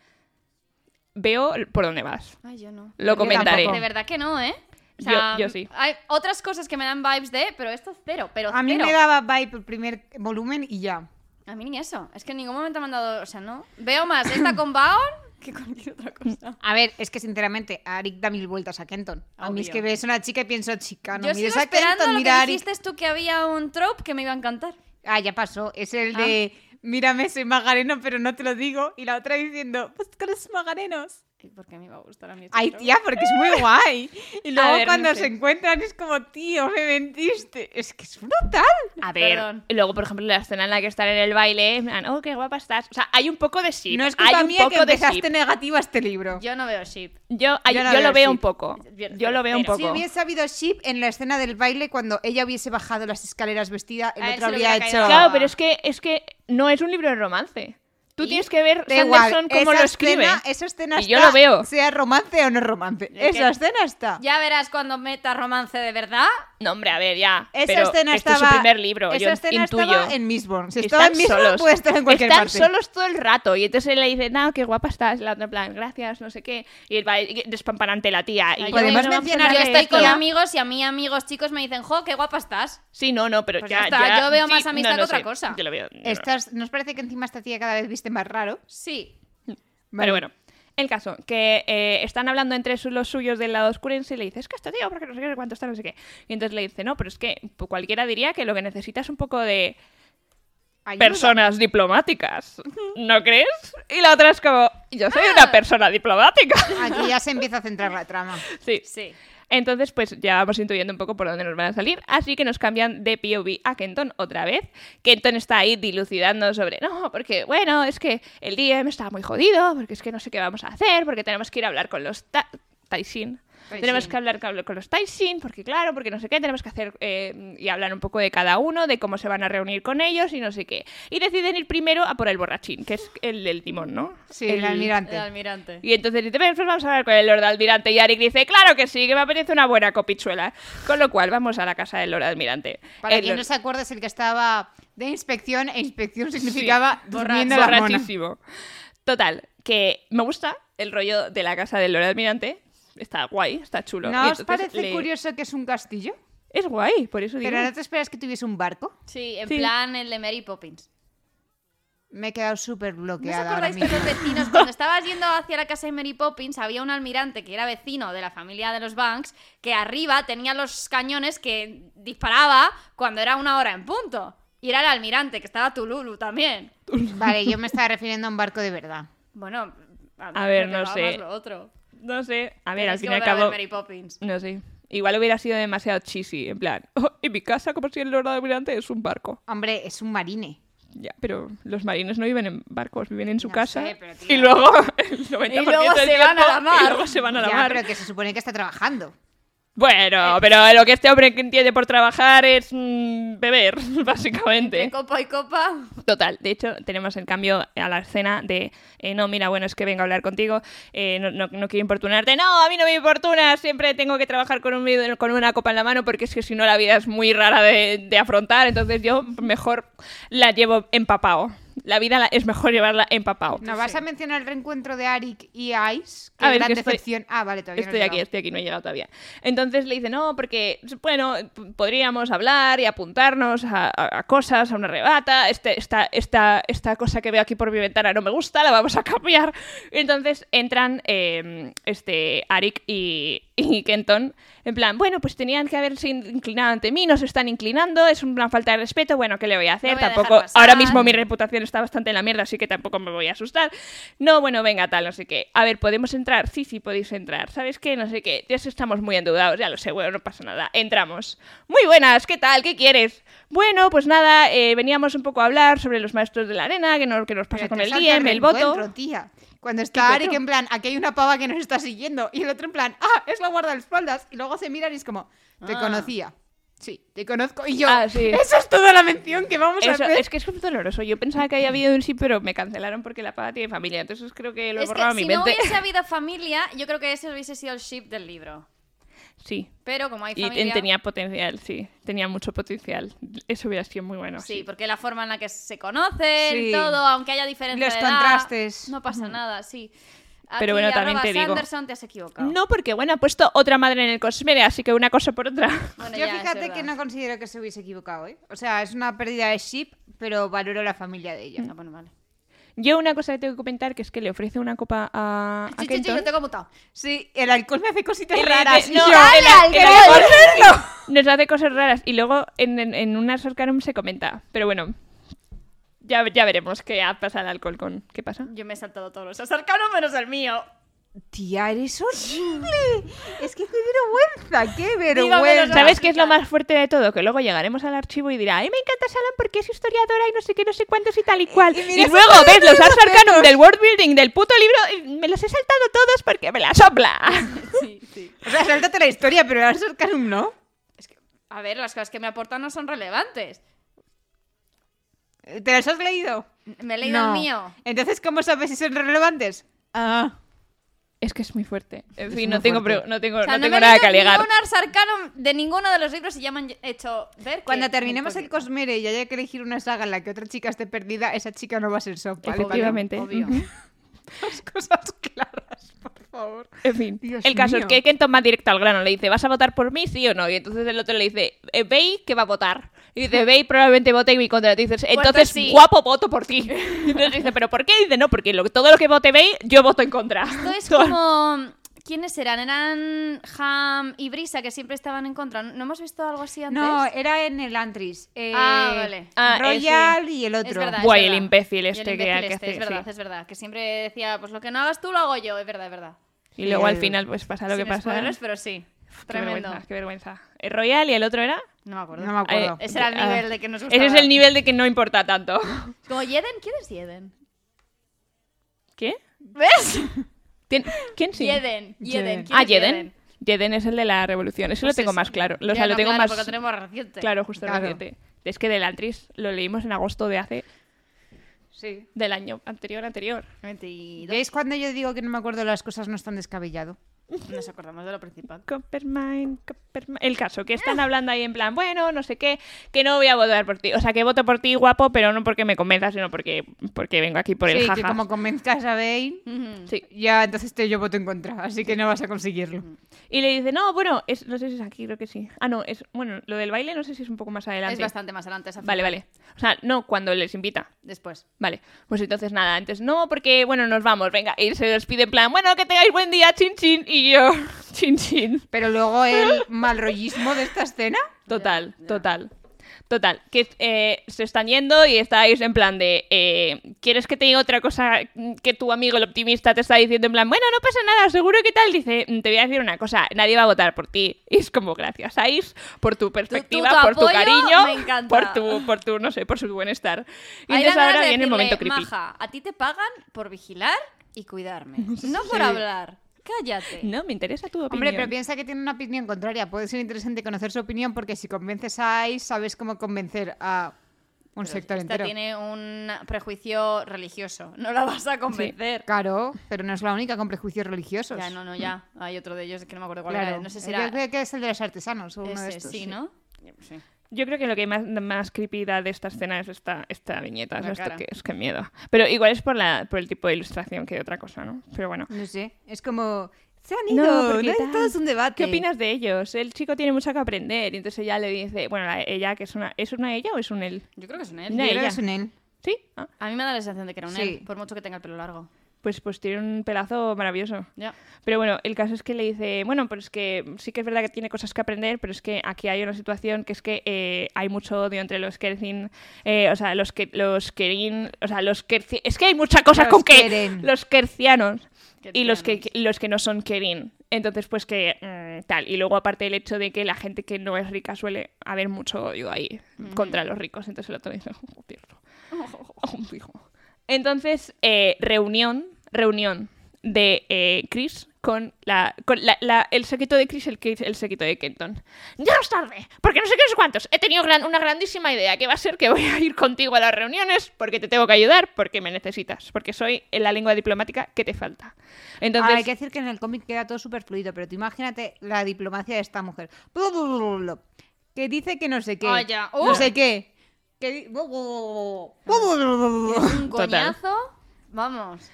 Speaker 1: Veo por dónnde vas.
Speaker 2: Ay, yo no.
Speaker 1: Lo
Speaker 3: Yo
Speaker 1: comentaré.
Speaker 3: tampoco.
Speaker 2: De verdad que no, ¿eh?
Speaker 1: Yo- yo sí.
Speaker 2: Hay otras cosas que me dan vibes de, pero esto cero, pero
Speaker 3: A mí
Speaker 2: cero.
Speaker 3: me daba vibe el primer volumen y ya.
Speaker 2: A mí ni eso. Es que en ningún momento me han dado... O sea, no. Veo más esta con Baon que cualquier otra cosa.
Speaker 3: A ver, es que sinceramente, a Arik da mil vueltas a Kenton. A mí es
Speaker 2: Obvio.
Speaker 3: que ves una chica y pienso, chica, Ah, no
Speaker 2: yo sigo
Speaker 3: mires a
Speaker 2: esperando
Speaker 3: Kenton,
Speaker 2: lo
Speaker 3: mira a
Speaker 2: que
Speaker 3: Arik.
Speaker 2: dijiste tú que había un trope que me iba a encantar.
Speaker 3: Ah, ya pasó. Es el
Speaker 2: Ah.
Speaker 3: de, mírame, soy magareno, pero no te lo digo. Y la otra diciendo, pues con los magarenos.
Speaker 2: ¿Y por qué me iba a gustar a mí este
Speaker 3: Ay,
Speaker 2: trope?
Speaker 3: tía, porque es muy guay. Y luego
Speaker 1: ver, no
Speaker 3: cuando
Speaker 1: sé.
Speaker 3: se encuentran es como, tío, me mentiste. Es que es brutal.
Speaker 1: A ver,
Speaker 2: Perdón.
Speaker 1: y luego, por ejemplo, la escena en la que están en el baile, en plan, oh, qué guapa estás. O sea, hay un poco de sí.
Speaker 3: no es
Speaker 1: hay
Speaker 3: culpa
Speaker 1: un
Speaker 3: mía que
Speaker 1: poco de
Speaker 3: empezaste
Speaker 1: ship.
Speaker 3: negativa este libro.
Speaker 2: Yo no veo ship.
Speaker 1: Yo, ay, yo,
Speaker 3: Yo no
Speaker 1: lo
Speaker 3: veo
Speaker 1: veo
Speaker 3: ship.
Speaker 1: un poco.
Speaker 2: Bien,
Speaker 1: Yo lo veo un
Speaker 2: pero-
Speaker 1: poco.
Speaker 3: Si hubiese habido ship en la escena del baile cuando ella hubiese bajado las escaleras vestida, el
Speaker 2: A él
Speaker 3: otro
Speaker 2: se le
Speaker 3: habría
Speaker 2: hubiera
Speaker 3: hecho.
Speaker 2: caído la
Speaker 1: Claro,
Speaker 2: Ah.
Speaker 1: pero es que, es que no es un libro de romance. Tú
Speaker 2: ¿Y?
Speaker 1: tienes que ver
Speaker 3: Da
Speaker 1: Sanderson cómo
Speaker 3: esa
Speaker 1: lo escribe.
Speaker 3: escena- esa escena
Speaker 1: Y yo
Speaker 3: está,
Speaker 1: lo veo.
Speaker 3: Sea romance o no romance.
Speaker 2: Es
Speaker 3: Esa
Speaker 2: que-
Speaker 3: escena está.
Speaker 2: Ya verás cuando meta romance de verdad.
Speaker 1: No, hombre, a ver, ya.
Speaker 3: Esa
Speaker 1: pero
Speaker 3: escena
Speaker 1: esto
Speaker 3: estaba.
Speaker 1: es su primer libro.
Speaker 3: Esa
Speaker 1: yo
Speaker 3: escena
Speaker 1: intuyo.
Speaker 3: estaba en Misborn. Si estaba en Misborn,
Speaker 1: solos.
Speaker 3: puede estar en cualquier
Speaker 1: están
Speaker 3: parte.
Speaker 1: solos todo el rato. Y entonces él le dice, no, qué guapa estás. Y La otra, en plan, gracias, no sé qué. Y él va y- despamparante la tía. Y yo,
Speaker 2: Ay,
Speaker 3: Podemos
Speaker 1: "Bueno, vamos a
Speaker 3: mencionar
Speaker 2: Yo
Speaker 1: hablar
Speaker 3: que
Speaker 1: de
Speaker 2: estoy con
Speaker 1: ella".
Speaker 2: amigos y a mí amigos chicos me dicen, jo, qué guapa estás.
Speaker 1: Sí, no, no, pero
Speaker 2: Pues
Speaker 1: ya,
Speaker 2: ya está,
Speaker 1: ya-
Speaker 2: yo veo
Speaker 1: sí,
Speaker 2: más amistad
Speaker 1: no, no
Speaker 2: que otra
Speaker 1: sé,
Speaker 2: cosa.
Speaker 1: Yo lo veo. no, no.
Speaker 3: Estas, ¿Nos parece que encima esta tía cada vez viste más raro?
Speaker 2: Sí.
Speaker 1: Pero bueno, el caso, que eh, están hablando entre su- los suyos del lado oscurense y le dice, es que este tío, porque no sé qué, no sé cuánto está, no sé qué. Y entonces le dice, no, pero es que pues cualquiera diría que lo que necesita es un poco de
Speaker 3: Ayuda.
Speaker 1: personas diplomáticas, ¿no crees? Y la otra es como, yo soy
Speaker 2: Ah.
Speaker 1: una persona diplomática.
Speaker 3: Aquí ya se empieza a centrar la trama.
Speaker 1: Sí.
Speaker 2: Sí.
Speaker 1: Entonces, pues ya vamos intuyendo un poco por dónde nos van a salir. Así que nos cambian de POV a Kenton otra vez. Kenton está ahí dilucidando sobre, no, porque bueno, es que el DM está muy jodido, porque es que no sé qué vamos a hacer, porque tenemos que ir a hablar con los ta- Taishin. tenemos
Speaker 3: sí.
Speaker 1: que hablar con con los Taishin, porque claro, porque no sé qué, tenemos que hacer eh, y hablar un poco de cada uno, de cómo se van a reunir con ellos y no sé qué. Y deciden ir primero a por el borrachín, que es el del timón, ¿no?
Speaker 3: Sí, el almirante.
Speaker 2: El almirante.
Speaker 1: Y entonces dice, "Ven, pues vamos a hablar con el Lord Almirante. Y Arik dice, claro que sí, que me apetece una buena copichuela. Con lo cual, vamos a la casa del Lord Almirante.
Speaker 3: Para
Speaker 1: El
Speaker 3: quien no
Speaker 1: Lord-
Speaker 3: se acuerde, es el que estaba de inspección e inspección significaba durmiendo la mona.
Speaker 1: borrachísimo. Total, que me gusta el rollo de la casa del Lord Almirante. Está guay, está chulo.
Speaker 3: ¿No
Speaker 1: Y
Speaker 3: os
Speaker 1: entonces
Speaker 3: parece
Speaker 1: le-
Speaker 3: curioso que es un castillo?
Speaker 1: Es guay, por eso digo.
Speaker 3: Pero no te esperas que tuviese un barco.
Speaker 2: Sí, en
Speaker 1: Sí.
Speaker 2: plan el de Mary Poppins.
Speaker 3: Me he quedado súper
Speaker 2: ¿No os
Speaker 3: bloqueada. ahora
Speaker 2: acordáis que
Speaker 3: mismo.
Speaker 2: los vecinos, cuando estabas yendo hacia la casa de Mary Poppins, había un almirante que era vecino de la familia de los Banks, que arriba tenía los cañones que disparaba cuando era una hora en punto? Y era el almirante, que estaba Tululu también.
Speaker 3: Vale, yo me estaba refiriendo a un barco de verdad.
Speaker 2: Bueno, a,
Speaker 1: A ver,
Speaker 2: me
Speaker 1: no
Speaker 2: pegaba
Speaker 1: sé.
Speaker 2: más lo otro.
Speaker 1: No sé. A ver,
Speaker 2: Tenéis
Speaker 1: al
Speaker 2: que
Speaker 1: fin y al
Speaker 2: volver a ver
Speaker 1: cabo.
Speaker 2: Mary Poppins.
Speaker 1: No sé. Igual hubiera sido demasiado cheesy, en plan. "Oh, en mi casa, como si el Lord Almirante es un barco.
Speaker 3: Hombre, es un marine.
Speaker 1: Ya, pero los marines no viven en barcos, viven en su
Speaker 3: No
Speaker 1: casa.
Speaker 3: sé, pero, tío.
Speaker 1: y luego el 90%
Speaker 2: luego
Speaker 1: del
Speaker 2: se van a
Speaker 1: tiempo,
Speaker 2: la mar.
Speaker 1: Y luego se van a la
Speaker 3: ya,
Speaker 1: mar.
Speaker 3: pero que se supone que está trabajando.
Speaker 1: Bueno,
Speaker 2: eh,
Speaker 1: pero lo que este hombre que entiende por trabajar es mm, beber, básicamente.
Speaker 2: De copa y copa.
Speaker 1: Total, de hecho, tenemos el cambio a la escena de, eh, no, mira, bueno, es que vengo a hablar contigo, eh, no, no- no quiero importunarte, no, a mí no me importuna, siempre tengo que trabajar con, un, con una copa en la mano porque es que si no la vida es muy rara de, de afrontar, entonces yo mejor la llevo empapado. La vida la- es mejor llevarla empapado.
Speaker 3: ¿No vas a mencionar el reencuentro de Arik y Ice?
Speaker 1: A ver,
Speaker 3: gran
Speaker 1: que estoy-
Speaker 3: decepción. Ah, vale, todavía no
Speaker 1: Estoy
Speaker 3: he
Speaker 1: aquí,
Speaker 3: llegado.
Speaker 1: estoy aquí, no he llegado todavía. Entonces le dice, no, porque, bueno, p- podríamos hablar y apuntarnos a, a- a cosas, a una rebata, este, esta, esta, esta cosa que veo aquí por mi ventana no me gusta, la vamos a cambiar. Entonces entran eh, este, Arik y, y Kenton, en plan, bueno, pues tenían que haberse in- inclinado ante mí, no se están inclinando, es una falta de respeto, bueno, ¿qué le voy a hacer?
Speaker 2: No voy a dejar
Speaker 1: tampoco,
Speaker 2: pasar.
Speaker 1: ahora mismo mi reputación está bastante en la mierda, así que tampoco me voy a asustar. No, bueno, venga, tal, no sé qué. A ver, ¿podemos entrar? Sí, sí, podéis entrar. ¿Sabes qué? No sé qué. Ya estamos muy endeudados, ya lo sé, bueno, no pasa nada. Entramos. Muy buenas, ¿qué tal? ¿Qué quieres? Bueno, pues nada, eh, veníamos un poco a hablar sobre los maestros de la arena, que, no, que nos pasa
Speaker 3: Pero
Speaker 1: con
Speaker 3: te
Speaker 1: el
Speaker 3: salta
Speaker 1: DM, el voto.
Speaker 3: reencuentro, tía. Cuando está Arik
Speaker 1: encuentro?
Speaker 3: en plan, aquí hay una pava que nos está siguiendo. Y el otro en plan, ah, es la guardaespaldas. Y luego se miran y es como, te
Speaker 2: Ah.
Speaker 3: conocía. Sí, te conozco. Y yo,
Speaker 1: Ah, sí.
Speaker 3: eso es toda la mención que vamos
Speaker 1: Eso-
Speaker 3: a hacer.
Speaker 1: es que es muy doloroso. Yo pensaba que había habido un sí, pero me cancelaron porque la paga tiene familia. Entonces creo que lo he
Speaker 2: Es
Speaker 1: borrado
Speaker 2: que
Speaker 1: a mi
Speaker 2: si no
Speaker 1: mente.
Speaker 2: hubiese habido familia, yo creo que ese hubiese sido el ship del libro.
Speaker 1: Sí.
Speaker 2: Pero como hay
Speaker 1: Y
Speaker 2: familia...
Speaker 1: ten- tenía potencial, sí. Tenía mucho potencial. Eso hubiera sido muy bueno.
Speaker 2: Sí, porque la forma en la que se conocen,
Speaker 3: Ah, Sí.
Speaker 2: todo, aunque haya diferencia
Speaker 3: Los
Speaker 2: de edad,
Speaker 3: contrastes.
Speaker 2: no pasa nada, sí. Aquí,
Speaker 1: Pero bueno, también
Speaker 2: arroba
Speaker 1: te digo-
Speaker 2: Sanderson, te has equivocado.
Speaker 1: No, porque bueno, ha puesto otra madre en el cosmere, así que una cosa por otra.
Speaker 2: Bueno,
Speaker 3: Yo
Speaker 2: ya, es
Speaker 3: fíjate que
Speaker 2: verdad. Ah,
Speaker 3: no considero que se hubiese equivocado, ¿eh? O sea, es una pérdida de ship, pero valoro la familia de
Speaker 1: Mm.
Speaker 3: ella.
Speaker 2: Ah, bueno, vale.
Speaker 1: Yo una cosa que tengo que comentar que es que le ofrece una copa a, a
Speaker 2: Sí, sí, sí,
Speaker 1: Kenton.
Speaker 2: lo tengo mutado.
Speaker 3: Sí, el alcohol me hace cositas
Speaker 1: Y le
Speaker 3: raras.
Speaker 1: dice,
Speaker 3: y
Speaker 1: "No,
Speaker 3: yo,
Speaker 1: el- el
Speaker 3: ¡Quiero
Speaker 1: alcohol".
Speaker 3: beberlo".
Speaker 1: Nos hace cosas raras y luego en, en, en una Sorcarum se comenta. Pero bueno, ya, ya veremos qué ha pasado al alcohol con... ¿Qué pasa?
Speaker 2: Yo me he saltado todos los arcanos menos el mío.
Speaker 3: Tía, eres horrible. Es que qué vergüenza, qué
Speaker 2: menos
Speaker 3: vergüenza.
Speaker 2: mal.
Speaker 1: ¿Sabes qué es lo más fuerte de todo? Que luego llegaremos al archivo y dirá, ¡ay, me encanta Salam porque es historiadora y no sé qué, no sé cuántos y tal y cual!
Speaker 3: Y- y
Speaker 1: Y,
Speaker 3: mira,
Speaker 1: luego
Speaker 3: se
Speaker 1: ves
Speaker 3: pueden
Speaker 1: los
Speaker 3: ver
Speaker 1: Ars
Speaker 3: los
Speaker 1: Arcanum
Speaker 3: petos.
Speaker 1: del World Building, del puto libro, y me los he saltado todos porque me la sopla.
Speaker 2: Sí, sí.
Speaker 3: O sea, sáltate la historia, pero ahora Sarcanum no.
Speaker 2: Es que, a ver, las cosas que me aportan no son relevantes.
Speaker 3: ¿Te las has leído?
Speaker 2: Me he leído
Speaker 3: No.
Speaker 2: el mío.
Speaker 3: Entonces, ¿cómo sabes si son relevantes? Ah.
Speaker 1: Es que es muy fuerte. En
Speaker 3: Es
Speaker 1: fin,
Speaker 3: muy
Speaker 1: no tengo,
Speaker 3: fuerte.
Speaker 1: pre- no tengo,
Speaker 2: O sea,
Speaker 1: no
Speaker 2: no
Speaker 1: tengo
Speaker 2: me he
Speaker 1: nada
Speaker 2: leído
Speaker 1: que alegar.
Speaker 2: ningún Ars Arcanum de ninguno de los libros y ya me han hecho ver
Speaker 3: Cuando
Speaker 2: que-
Speaker 3: terminemos el
Speaker 2: Poquito.
Speaker 3: Cosmere y haya que elegir una saga en la que otra chica esté perdida, esa chica no va a ser Sop. ¿vale?
Speaker 1: Efectivamente.
Speaker 2: obvio.
Speaker 3: Las cosas claras, por favor.
Speaker 1: En fin,
Speaker 3: Dios
Speaker 1: el caso
Speaker 3: mío.
Speaker 1: es que Kenton va directo al grano. Le dice, ¿vas a votar por mí, sí o no? Y entonces el otro le dice, "Eh, Bey, que va a votar. Y dice, Bey probablemente vote en mi contra. Dices, entonces,
Speaker 2: sí.
Speaker 1: guapo, voto por ti. Y entonces dice, ¿pero por qué? Y dice, no, porque lo- todo lo que vote Bey, yo voto en contra.
Speaker 2: Esto es como. ¿Quiénes eran? Eran Ham y Brisa, que siempre estaban en contra. ¿No hemos visto algo así antes?
Speaker 3: No, era en el Antris. Eh,
Speaker 2: Ah, vale.
Speaker 1: Ah, eh,
Speaker 3: Royal y el otro.
Speaker 2: es verdad. es
Speaker 1: Guay,
Speaker 2: verdad.
Speaker 1: el imbécil
Speaker 2: Y el
Speaker 1: este que-
Speaker 2: imbécil
Speaker 1: que
Speaker 2: este,
Speaker 1: hace,
Speaker 2: Es verdad,
Speaker 1: sí.
Speaker 2: es verdad. Que siempre decía, pues lo que no hagas tú lo hago yo. Es verdad, es verdad.
Speaker 1: Y luego al
Speaker 3: Sí.
Speaker 1: final, pues pasa lo
Speaker 2: Sin
Speaker 1: que pasa.
Speaker 2: spoilers, pero sí.
Speaker 1: Qué
Speaker 2: Tremendo.
Speaker 1: vergüenza, qué vergüenza. El Royal y el otro era...
Speaker 2: No me acuerdo.
Speaker 3: No me acuerdo.
Speaker 1: Eh,
Speaker 2: Ese era el
Speaker 1: Ah.
Speaker 2: nivel de que nos gustaba.
Speaker 1: Ese es el nivel de que no importa tanto.
Speaker 2: Como Jeden, ¿quién es Jeden?
Speaker 1: ¿Qué?
Speaker 2: ¿Ves?
Speaker 1: ¿Quién, quién sí?
Speaker 2: Jeden. Jeden.
Speaker 3: Jeden.
Speaker 2: ¿quién
Speaker 1: Ah,
Speaker 2: es
Speaker 1: Jeden. Jeden es el de la revolución. Eso
Speaker 2: Pues
Speaker 1: lo tengo
Speaker 2: eso.
Speaker 1: más claro. O
Speaker 2: Ya,
Speaker 1: sea,
Speaker 2: no,
Speaker 1: lo tengo
Speaker 2: claro,
Speaker 1: más.
Speaker 2: Porque lo tenemos este. reciente.
Speaker 1: Claro, justo
Speaker 3: Claro.
Speaker 1: reciente. Es que del Antris lo leímos en agosto de hace.
Speaker 3: Sí.
Speaker 1: del año anterior, anterior.
Speaker 2: 22.
Speaker 3: ¿Veis cuando yo digo que no me acuerdo de las cosas no es tan descabellado?
Speaker 2: Nos acordamos de lo principal.
Speaker 1: Coppermine, Coppermine. El caso, que
Speaker 2: Ah.
Speaker 1: están hablando ahí en plan, bueno, no sé qué, que no voy a votar por ti. O sea, que voto por ti, guapo, pero no porque me convenzas, sino porque, porque vengo aquí por el
Speaker 3: sí,
Speaker 1: jaja.
Speaker 3: que como convenzcas a Bane,
Speaker 2: Ujú.
Speaker 1: Sí.
Speaker 3: ya entonces te yo voto en contra, así que no vas a conseguirlo.
Speaker 1: Y le dice, no, bueno, es, no sé si es aquí, creo que sí. Ah, no, es, bueno, lo del baile no sé si es un poco más adelante.
Speaker 2: Es bastante más adelante. esa
Speaker 1: Vale,
Speaker 2: figura.
Speaker 1: vale. O sea, no, cuando les invita.
Speaker 2: Después.
Speaker 1: Vale, pues entonces nada, antes no, porque bueno, nos vamos, venga, y se despide en plan, bueno, que tengáis buen día, chin chin, y yo, chin chin.
Speaker 3: Pero luego el malrollismo de esta escena.
Speaker 1: Total,
Speaker 2: Ya, ya.
Speaker 1: total. Total, que eh, se están yendo y estáis en plan de, eh, ¿quieres que te diga otra cosa que tu amigo el optimista te está diciendo en plan, bueno, no pasa nada, seguro que tal? Dice, "Mm, te voy a decir una cosa, nadie va a votar por ti. Y es como, gracias, Ais, por tu perspectiva,
Speaker 2: tu
Speaker 1: por tu
Speaker 2: apoyo,
Speaker 1: cariño,
Speaker 2: me encanta.
Speaker 1: por tu, por tu, no sé, por su bienestar. Y
Speaker 2: Ahí
Speaker 1: entonces
Speaker 2: dan ganas
Speaker 1: ahora
Speaker 2: de
Speaker 1: viene el
Speaker 2: decirle,
Speaker 1: momento creepy.
Speaker 2: Maja, a ti te pagan por vigilar y cuidarme. No por hablar. Cállate.
Speaker 1: No, me interesa tu opinión.
Speaker 3: Hombre, pero piensa que tiene una opinión contraria. Puede ser interesante conocer su opinión porque si convences a Ice, sabes cómo convencer a un
Speaker 2: Pero
Speaker 3: sector
Speaker 2: esta
Speaker 3: entero.
Speaker 2: tiene un prejuicio religioso. No la vas a convencer.
Speaker 3: Claro, pero no es la única con prejuicios religiosos.
Speaker 2: Ya, no, no, ya. Hay otro de ellos que no me acuerdo cuál
Speaker 3: Claro.
Speaker 2: era. No sé si
Speaker 3: Yo
Speaker 2: era
Speaker 3: creo que es el de los artesanos o uno de
Speaker 2: ese,
Speaker 3: estos.
Speaker 2: sí, ¿no? Sí.
Speaker 1: Yo creo que lo que más, más creepy da de esta escena es esta, esta viñeta.
Speaker 2: La
Speaker 1: ¿no? Esto
Speaker 2: cara.
Speaker 1: que, es que miedo. Pero igual es por, la, por el tipo de ilustración que de otra cosa, ¿no? Pero bueno.
Speaker 3: No sé, es como... Se han
Speaker 1: No,
Speaker 3: ido, no,
Speaker 1: porque tal.
Speaker 3: todo es un debate.
Speaker 1: ¿Qué opinas de ellos? El chico tiene mucho que aprender y entonces ella le dice, bueno, la- ella que es una, ¿es una ella o es un él?
Speaker 2: Yo creo que es un él.
Speaker 3: Yo
Speaker 1: de
Speaker 3: creo que
Speaker 1: ella?
Speaker 3: es un él.
Speaker 1: Sí, ah,
Speaker 2: A mí me da la sensación de que era un
Speaker 3: Sí.
Speaker 2: él, por mucho que tenga el pelo largo.
Speaker 1: pues, pues tiene un pelazo maravilloso.
Speaker 2: Ya.
Speaker 1: Pero bueno, el caso es que le dice, bueno, pero es que sí que es verdad que tiene cosas que aprender, pero es que aquí hay una situación que es que eh, hay mucho odio entre los Kerzin, eh, o sea, los que los Kerin, o sea, los Kerzi- es que hay muchas cosas
Speaker 3: Los
Speaker 1: con que
Speaker 3: Keren.
Speaker 1: los Kercianos y los que
Speaker 2: Kercianos.
Speaker 1: los que no son Kerin. Entonces, pues que mm, tal. Y luego, aparte el hecho de que la gente que no es rica suele haber mucho odio ahí contra los ricos. Entonces el otro dice, "Oh, tierno". Oh, hijo. Entonces, eh, reunión, reunión de eh, Chris con la, con la- la- el sequito de Chris, el, que- el sequito de Kenton. Llegas tarde, porque no sé qué es cuántos. He tenido gran- una grandísima idea, que va a ser que voy a ir contigo a las reuniones porque te tengo que ayudar, porque me necesitas, porque soy la lengua diplomática que te falta. Entonces,
Speaker 3: Ah, hay que decir que en el cómic queda todo súper fluido, pero tú imagínate la diplomacia de esta mujer. Que dice que no sé qué.
Speaker 2: Ah, ya.
Speaker 3: No
Speaker 2: Uh.
Speaker 3: sé qué. Que di-
Speaker 1: Total.
Speaker 2: Un coñazo. Vamos.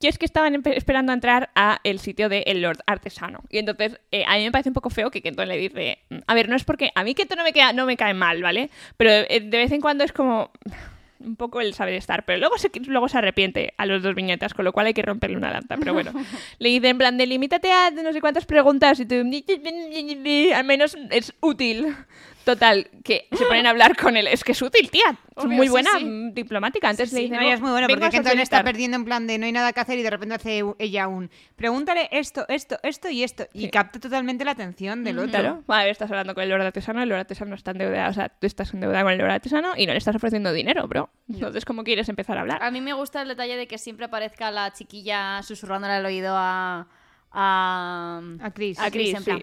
Speaker 1: Yo es que estaban empe- esperando a entrar a el sitio de el Lord Artesano. Y entonces eh, a mí me parece un poco feo que Kenton le dice... mm, A ver, no es porque... A mí Kenton no me, queda, no me cae mal, ¿vale? Pero eh, de vez en cuando es como... Un poco el saber estar. Pero luego se, luego se arrepiente a los dos viñetas, con lo cual hay que romperle una lanta. Pero bueno, le dice en plan de limítate a no sé cuántas preguntas y tú... Al menos es útil. Total, que se ponen a hablar con él. Es que es útil, tía. Es
Speaker 2: Obvio,
Speaker 1: muy
Speaker 2: sí,
Speaker 1: buena
Speaker 2: sí.
Speaker 1: mm, diplomática. Antes
Speaker 2: Sí,
Speaker 1: le
Speaker 2: sí,
Speaker 1: dice...
Speaker 3: No, ella es muy bueno
Speaker 1: "Vengo
Speaker 3: porque
Speaker 1: a
Speaker 3: Kenton está
Speaker 1: socializar".
Speaker 3: perdiendo en plan de no hay nada que hacer y de repente hace u- ella un pregúntale esto, esto, esto y esto y
Speaker 1: Sí.
Speaker 3: capta totalmente la atención del otro.
Speaker 1: Claro, a ver, estás hablando con el Lord Artesano, el Lord Artesano está endeudado, o sea, tú estás endeudada con el Lord Artesano y no le estás ofreciendo dinero, bro. Entonces, ¿cómo quieres empezar a hablar?
Speaker 2: A mí me gusta el detalle de que siempre aparezca la chiquilla susurrándole al oído a. a.
Speaker 3: A Chris.
Speaker 2: a Chris, en
Speaker 1: sí.
Speaker 2: plan.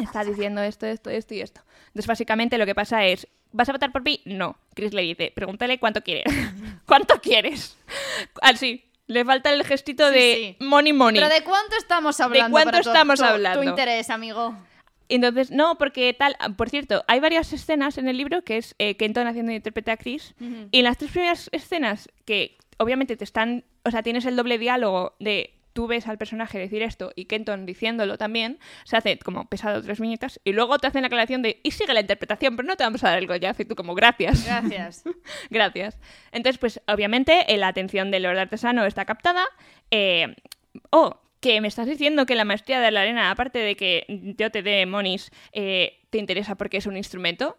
Speaker 1: Está diciendo esto, esto, esto y esto. Entonces, básicamente lo que pasa es, ¿vas a votar por mí? No. Chris le dice, pregúntale cuánto quieres. ¿Cuánto quieres? Así, le falta el gestito
Speaker 2: Sí,
Speaker 1: de
Speaker 2: sí.
Speaker 1: money money.
Speaker 2: Pero ¿de cuánto estamos hablando?
Speaker 1: cuánto
Speaker 2: para tu-
Speaker 1: estamos
Speaker 2: tu-
Speaker 1: hablando?
Speaker 2: Tu interés, amigo.
Speaker 1: Entonces, no, porque tal. ah, Por cierto, hay varias escenas en el libro que es eh, Kenton haciendo interpreta a Chris.
Speaker 2: Ujú.
Speaker 1: Y en las tres primeras escenas, que obviamente te están. O sea, tienes el doble diálogo de tú ves al personaje decir esto y Kenton diciéndolo también, se hace como pesado tres viñetas. Y luego te hacen la aclaración de. Y sigue la interpretación, pero no te vamos a dar el gollazo. Y tú, como, gracias.
Speaker 2: Gracias.
Speaker 1: Gracias. Entonces, pues obviamente eh, la atención del Lord Artesano está captada. Eh, oh, que me estás diciendo que la maestría de la arena, aparte de que yo te dé monis, eh, te interesa porque es un instrumento.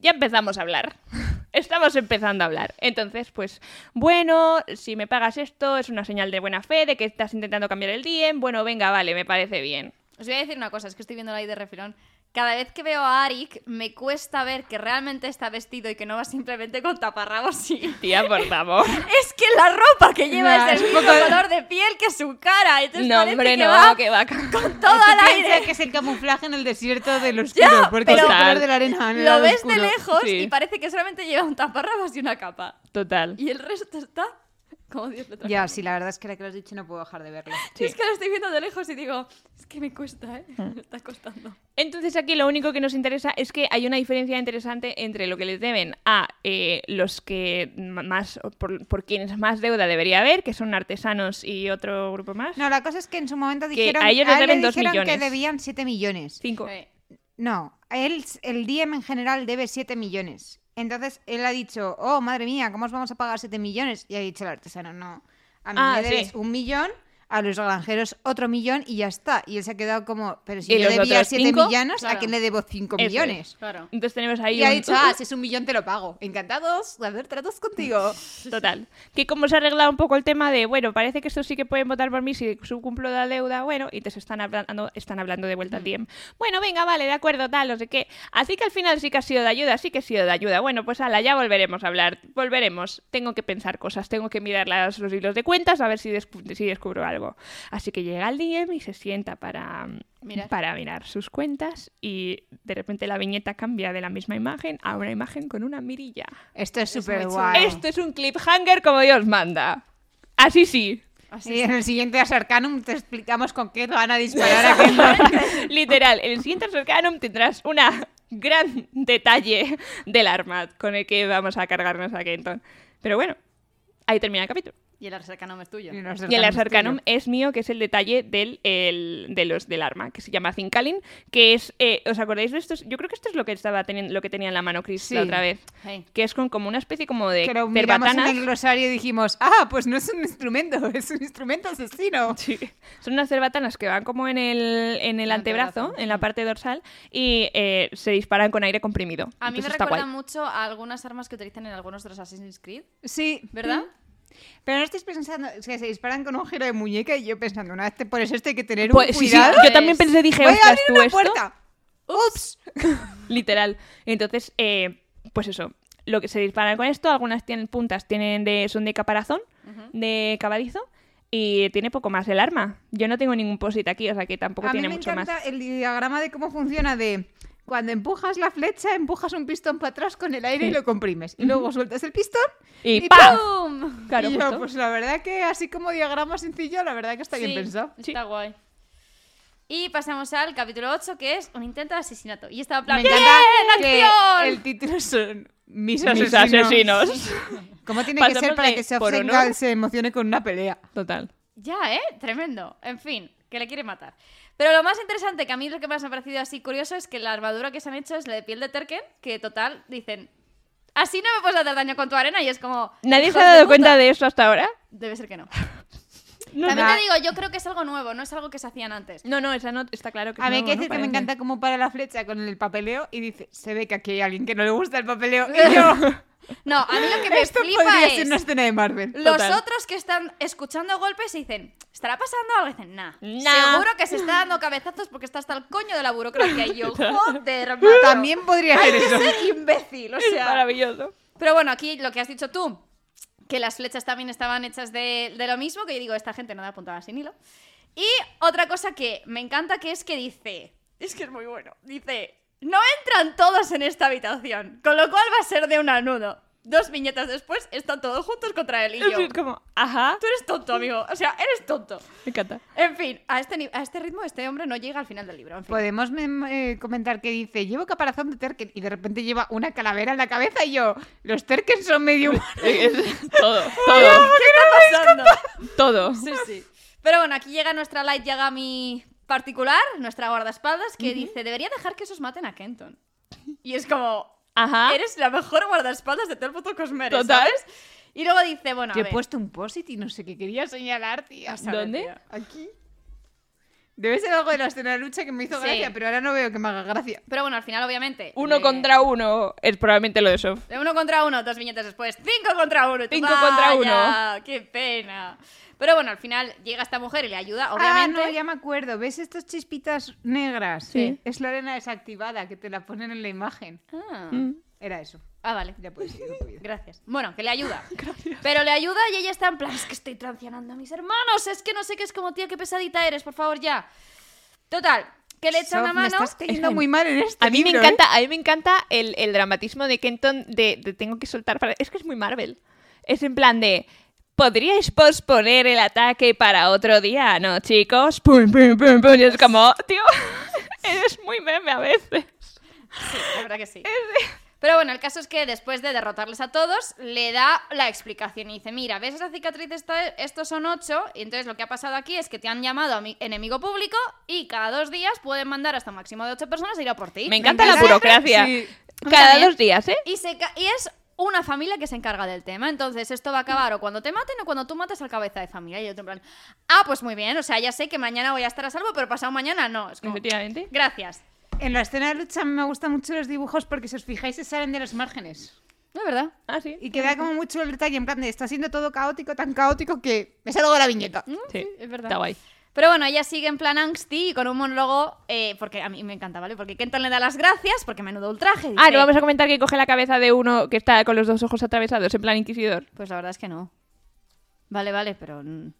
Speaker 1: Ya empezamos a hablar. Estamos empezando a hablar. Entonces, pues, bueno, si me pagas esto, es una señal de buena fe, de que estás intentando cambiar el día. Bueno, venga, vale, me parece bien.
Speaker 2: Os voy a decir una cosa, es que estoy viendo ahí de refilón Cada vez que veo a Arik, me cuesta ver que realmente está vestido y que no va simplemente con taparrabos y...
Speaker 1: Tía, por favor.
Speaker 2: Es que la ropa que lleva
Speaker 3: No,
Speaker 2: es
Speaker 3: es
Speaker 2: del
Speaker 3: un
Speaker 2: mismo
Speaker 3: poco de-
Speaker 2: color de piel que su cara. Entonces
Speaker 1: No,
Speaker 2: parece
Speaker 1: hombre,
Speaker 2: que
Speaker 1: no,
Speaker 2: va
Speaker 1: que va. ca-
Speaker 2: con todo al aire.
Speaker 3: que es el camuflaje en el desierto de los
Speaker 2: Ya,
Speaker 3: tiros, porque es el
Speaker 1: pero-
Speaker 3: color de la arena. en el
Speaker 2: Lo
Speaker 3: lado
Speaker 2: ves
Speaker 3: oscuro.
Speaker 2: de lejos
Speaker 1: sí.
Speaker 2: y parece que solamente lleva un taparrabos y una capa.
Speaker 1: Total.
Speaker 2: Y el resto está como Dios le trajo.
Speaker 3: Ya, sí, la verdad es que ahora que lo has dicho no puedo dejar de verlo.
Speaker 1: sí.
Speaker 2: Es que lo estoy viendo de lejos y digo, es que me cuesta, ¿eh?
Speaker 3: Mm.
Speaker 2: Me está costando.
Speaker 1: Entonces aquí lo único que nos interesa es que hay una diferencia interesante entre lo que les deben a eh, los que m- más, por, por quienes más deuda debería haber, que son artesanos y otro grupo más.
Speaker 3: No, la cosa es que en su momento
Speaker 1: Que
Speaker 3: dijeron,
Speaker 1: a ellos les
Speaker 3: él le
Speaker 1: deben dos
Speaker 3: dijeron que
Speaker 1: millones.
Speaker 3: debían 7 millones.
Speaker 1: Cinco.
Speaker 2: Sí.
Speaker 3: No, él, el Diem en general debe 7 millones. Entonces él ha dicho, oh, madre mía, ¿cómo os vamos a pagar 7 millones? Y ha dicho el artesano, no, a mí
Speaker 1: Ah,
Speaker 3: me debes
Speaker 1: sí.
Speaker 3: un millón, a los granjeros otro millón y ya está. Y él se ha quedado como, pero si
Speaker 1: ¿Y
Speaker 3: yo
Speaker 1: los
Speaker 3: debía
Speaker 1: otros
Speaker 3: 7
Speaker 1: cinco?
Speaker 3: millones,
Speaker 2: Claro.
Speaker 3: ¿a quién le debo 5
Speaker 1: Eso es.
Speaker 3: millones?
Speaker 2: Claro.
Speaker 1: Entonces tenemos ahí
Speaker 3: Y ha
Speaker 1: un-
Speaker 3: dicho, ah, si es un millón te lo pago. Encantados de hacer tratos contigo.
Speaker 1: Total. Que como se ha arreglado un poco el tema de, bueno, parece que estos sí que pueden votar por mí si cumplo la deuda, bueno, y te se están hablando, están hablando de vuelta al DM. Bueno, venga, vale, de acuerdo, tal, no sé qué. Así que al final sí que ha sido de ayuda, sí que ha sido de ayuda. Bueno, pues ala, ya volveremos a hablar, volveremos. Tengo que pensar cosas, tengo que mirar las- los hilos de cuentas a ver si, descu- si descubro algo. Así que llega al DM y se sienta para
Speaker 2: Mirar.
Speaker 1: para mirar sus cuentas y de repente la viñeta cambia de la misma imagen a una imagen con una mirilla.
Speaker 3: Esto
Speaker 2: Es
Speaker 3: es
Speaker 2: muy
Speaker 3: súper
Speaker 2: chulo.
Speaker 3: guay.
Speaker 1: Esto es un cliffhanger como Dios manda. Así sí,
Speaker 2: Así
Speaker 3: Y
Speaker 2: es.
Speaker 3: en el siguiente Arcanum te explicamos con qué van a disparar a quién.
Speaker 1: literal. En el siguiente Arcanum tendrás una gran detalle del arma con el que vamos a cargarnos a Kenton. Pero bueno, ahí termina el capítulo.
Speaker 2: Y el arsacanum es tuyo.
Speaker 1: Y el Arcanum es mío, que es el detalle del, el- de los, del arma, que se llama Zincalin, que es... eh, ¿Os acordáis de estos? Yo creo que esto es lo que, estaba teniendo, lo que tenía en la mano Chris la
Speaker 3: Sí.
Speaker 1: otra vez.
Speaker 2: Hey.
Speaker 1: Que es con como una especie como de
Speaker 3: Que lo miramos en
Speaker 1: cerbatanas.
Speaker 3: el glosario y dijimos, ah, pues no es un instrumento, es un instrumento asesino.
Speaker 1: Sí. Son unas cerbatanas que van como en el, en el
Speaker 2: El
Speaker 1: antebrazo,
Speaker 2: antebrazo,
Speaker 1: en la parte dorsal, y eh, se disparan con aire comprimido.
Speaker 2: A mí
Speaker 1: Entonces
Speaker 2: me
Speaker 1: está
Speaker 2: recuerda
Speaker 1: guay.
Speaker 2: mucho a algunas armas que utilizan en algunos de los Assassin's Creed,
Speaker 3: Sí.
Speaker 2: ¿verdad?
Speaker 3: Mm. Pero no estáis pensando, o sea, se disparan con un giro de muñeca y yo pensando, este, una vez te pones esto hay que tener
Speaker 1: Pues,
Speaker 3: un
Speaker 1: sí, sí,
Speaker 3: cuidado.
Speaker 1: yo también pensé, dije,
Speaker 3: Voy a
Speaker 1: ostras,
Speaker 3: abrir
Speaker 1: tú
Speaker 3: una
Speaker 1: esto.
Speaker 3: puerta. Ups.
Speaker 1: Literal. Entonces, eh, pues eso. Lo que se disparan con esto, algunas tienen puntas, tienen de, son de caparazón, de cabadizo, y tiene poco más el arma. Yo no tengo ningún posit aquí, o sea que tampoco
Speaker 3: A mí
Speaker 1: tiene
Speaker 3: me
Speaker 1: mucho
Speaker 3: encanta
Speaker 1: más.
Speaker 3: el diagrama de cómo funciona de cuando empujas la flecha, empujas un pistón para atrás con el aire y lo comprimes. Y luego sueltas el pistón
Speaker 1: Y
Speaker 3: y
Speaker 1: ¡pam!
Speaker 2: ¡Pum!
Speaker 1: Claro,
Speaker 3: y yo,
Speaker 1: justo.
Speaker 3: pues la verdad que así como diagrama sencillo, la verdad que está bien
Speaker 2: Sí,
Speaker 3: pensado.
Speaker 2: Está guay. Y pasamos al capítulo 8, que es un intento de asesinato. Y estaba en plan,
Speaker 3: Me encanta que
Speaker 2: ¡Bien! ¡Acción!
Speaker 3: el título son mis
Speaker 1: Mis
Speaker 3: asesinos.
Speaker 1: asesinos.
Speaker 3: ¿Cómo tiene que
Speaker 1: Pasamos
Speaker 3: ser para
Speaker 1: de
Speaker 3: que se,
Speaker 1: por
Speaker 3: obceca-
Speaker 1: honor-
Speaker 3: se emocione con una pelea?
Speaker 1: Total.
Speaker 2: Ya, ¿eh? Tremendo. En fin, que le quiere matar. Pero lo más interesante, que a mí lo que más me ha parecido así curioso, es que la armadura que se han hecho es la de piel de Terken, que total, dicen, así no me puedes hacer daño con tu arena, y es como...
Speaker 1: ¿Nadie
Speaker 2: "Hijos
Speaker 1: se ha dado
Speaker 2: puta".
Speaker 1: cuenta de eso hasta ahora?
Speaker 2: Debe ser que no.
Speaker 1: No,
Speaker 2: También
Speaker 3: Nah.
Speaker 2: te digo, yo creo que es algo nuevo, no es algo que se hacían antes.
Speaker 1: No, no, esa no está claro que
Speaker 3: A
Speaker 1: es
Speaker 3: mí hay
Speaker 1: nuevo,
Speaker 3: que
Speaker 1: ¿no?
Speaker 3: decir que me
Speaker 1: Parece.
Speaker 3: encanta cómo para la flecha con el papeleo y dice, se ve que aquí hay alguien que no le gusta el papeleo. Y yo,
Speaker 2: No, a mí lo que me
Speaker 3: esto
Speaker 2: flipa
Speaker 3: podría
Speaker 2: es...
Speaker 3: ser una escena de Marvel.
Speaker 2: Los
Speaker 1: Total.
Speaker 2: otros que están escuchando golpes y dicen, ¿estará pasando algo? Y dicen, nah.
Speaker 1: Nah.
Speaker 2: Seguro que se está dando cabezazos porque está hasta el coño de la burocracia. Y yo, joder, macho".
Speaker 3: También podría ser eso.
Speaker 2: Ser imbécil, o
Speaker 1: Es
Speaker 2: sea.
Speaker 1: maravilloso.
Speaker 2: Pero bueno, aquí lo que has dicho tú, que las flechas también estaban hechas de, de lo mismo, que yo digo, esta gente no da apuntada sin hilo. Y otra cosa que me encanta que es que dice, es que es muy bueno, dice, no entran todos en esta habitación, con lo cual va a ser de un anudo. Dos viñetas después están todos juntos contra él y yo.
Speaker 1: Es como, ajá,
Speaker 2: Tú eres tonto, amigo. O sea, eres tonto.
Speaker 1: me encanta.
Speaker 2: En fin, a este, ni- a este ritmo este hombre no llega al final del libro. En fin.
Speaker 3: Podemos mem- eh, comentar que dice, llevo caparazón de Terken y de repente lleva una calavera en la cabeza y yo, los Terken son medio humanos.
Speaker 1: Es todo, todo,
Speaker 2: ¿Qué está pasando?
Speaker 1: todo.
Speaker 2: Sí, sí. Pero bueno, aquí llega nuestra Light Yagami particular, nuestra guardaespaldas, que dice, debería dejar que esos maten a Kenton. Y es como,
Speaker 1: Ajá.
Speaker 2: eres la mejor guardaespaldas de todo el puto Cosmere,
Speaker 1: Ah. Total.
Speaker 2: ¿sabes? Y luego dice, bueno, a
Speaker 3: Yo he
Speaker 2: ver,
Speaker 3: puesto un post y no sé qué quería señalar, tía.
Speaker 1: ¿Dónde?
Speaker 3: Aquí. Debe ser algo de la escena de lucha que me hizo
Speaker 2: Sí.
Speaker 3: gracia, pero ahora no veo que me haga gracia.
Speaker 2: Pero bueno, al final, obviamente.
Speaker 1: Uno
Speaker 2: le-
Speaker 1: contra uno es probablemente lo de Sof.
Speaker 2: De uno contra uno, dos viñetas después. Cinco contra uno. y tú,
Speaker 1: Cinco contra
Speaker 2: "Vaya, ¡Qué pena! Pero bueno, al final llega esta mujer y le ayuda, obviamente.
Speaker 3: Ah, no, ya me acuerdo. ¿Ves estas chispitas negras? Eh,
Speaker 1: Sí.
Speaker 3: Es la arena desactivada que te la ponen en la imagen.
Speaker 2: Ah.
Speaker 3: Era eso.
Speaker 2: Ah, vale.
Speaker 3: Ya puedes seguir con tu vida.
Speaker 2: Gracias. Bueno, que le ayuda. Pero le ayuda y ella está en plan, es que estoy trancionando a mis hermanos, es que no sé qué es como tía, qué pesadita eres, por favor, ya. Total, que le echa
Speaker 3: Sof,
Speaker 2: una
Speaker 3: Me
Speaker 2: mano.
Speaker 3: estás cayendo
Speaker 1: Ejen.
Speaker 3: muy mal en este
Speaker 1: A mí, me
Speaker 3: libro, ¿eh?
Speaker 1: encanta, a mí me encanta el, el dramatismo de Kenton de, de tengo que soltar para... Es que es muy Marvel. Es en plan de... ¿Podríais posponer el ataque para otro día? ¿No, chicos? Pum, pum, pum, pum. Y es como, tío, eres muy meme a veces.
Speaker 2: Sí, la verdad que sí. Pero bueno, el caso es que después de derrotarles a todos, le da la explicación y dice, mira, ¿ves esa cicatriz? Esta- estos son ocho, y entonces lo que ha pasado aquí es que te han llamado a mi enemigo público y cada dos días pueden mandar hasta un máximo de ocho personas a ir a por ti.
Speaker 1: Me encanta la
Speaker 3: encanta.
Speaker 1: burocracia.
Speaker 3: Sí.
Speaker 1: Cada
Speaker 2: También.
Speaker 1: dos días, ¿eh?
Speaker 2: Y, se ca- y es una familia que se encarga del tema. Entonces, esto va a acabar o cuando te maten o cuando tú matas al cabeza de familia. Y yo en plan, ah, pues muy bien. O sea, ya sé que mañana voy a estar a salvo, pero pasado mañana no. Es como,
Speaker 1: Efectivamente.
Speaker 2: gracias.
Speaker 3: ¿eh? En la escena de lucha me gustan mucho los dibujos porque si os fijáis se salen de los márgenes.
Speaker 2: No es verdad.
Speaker 1: Ah, sí.
Speaker 3: Y queda como mucho el detalle en plan de está siendo todo caótico, tan caótico que me salgo de la viñeta.
Speaker 1: Sí,
Speaker 2: es verdad.
Speaker 1: Está guay.
Speaker 2: Pero bueno, ella sigue en plan angsty y con un monólogo, eh, porque a mí me encanta, ¿vale? Porque Kenton le da las gracias, porque menudo ultraje.
Speaker 1: Ah,
Speaker 2: dice.
Speaker 1: no vamos a comentar que coge la cabeza de uno que está con los dos ojos atravesados, en plan inquisidor.
Speaker 2: Pues la verdad es que no. Vale, vale, pero... mm,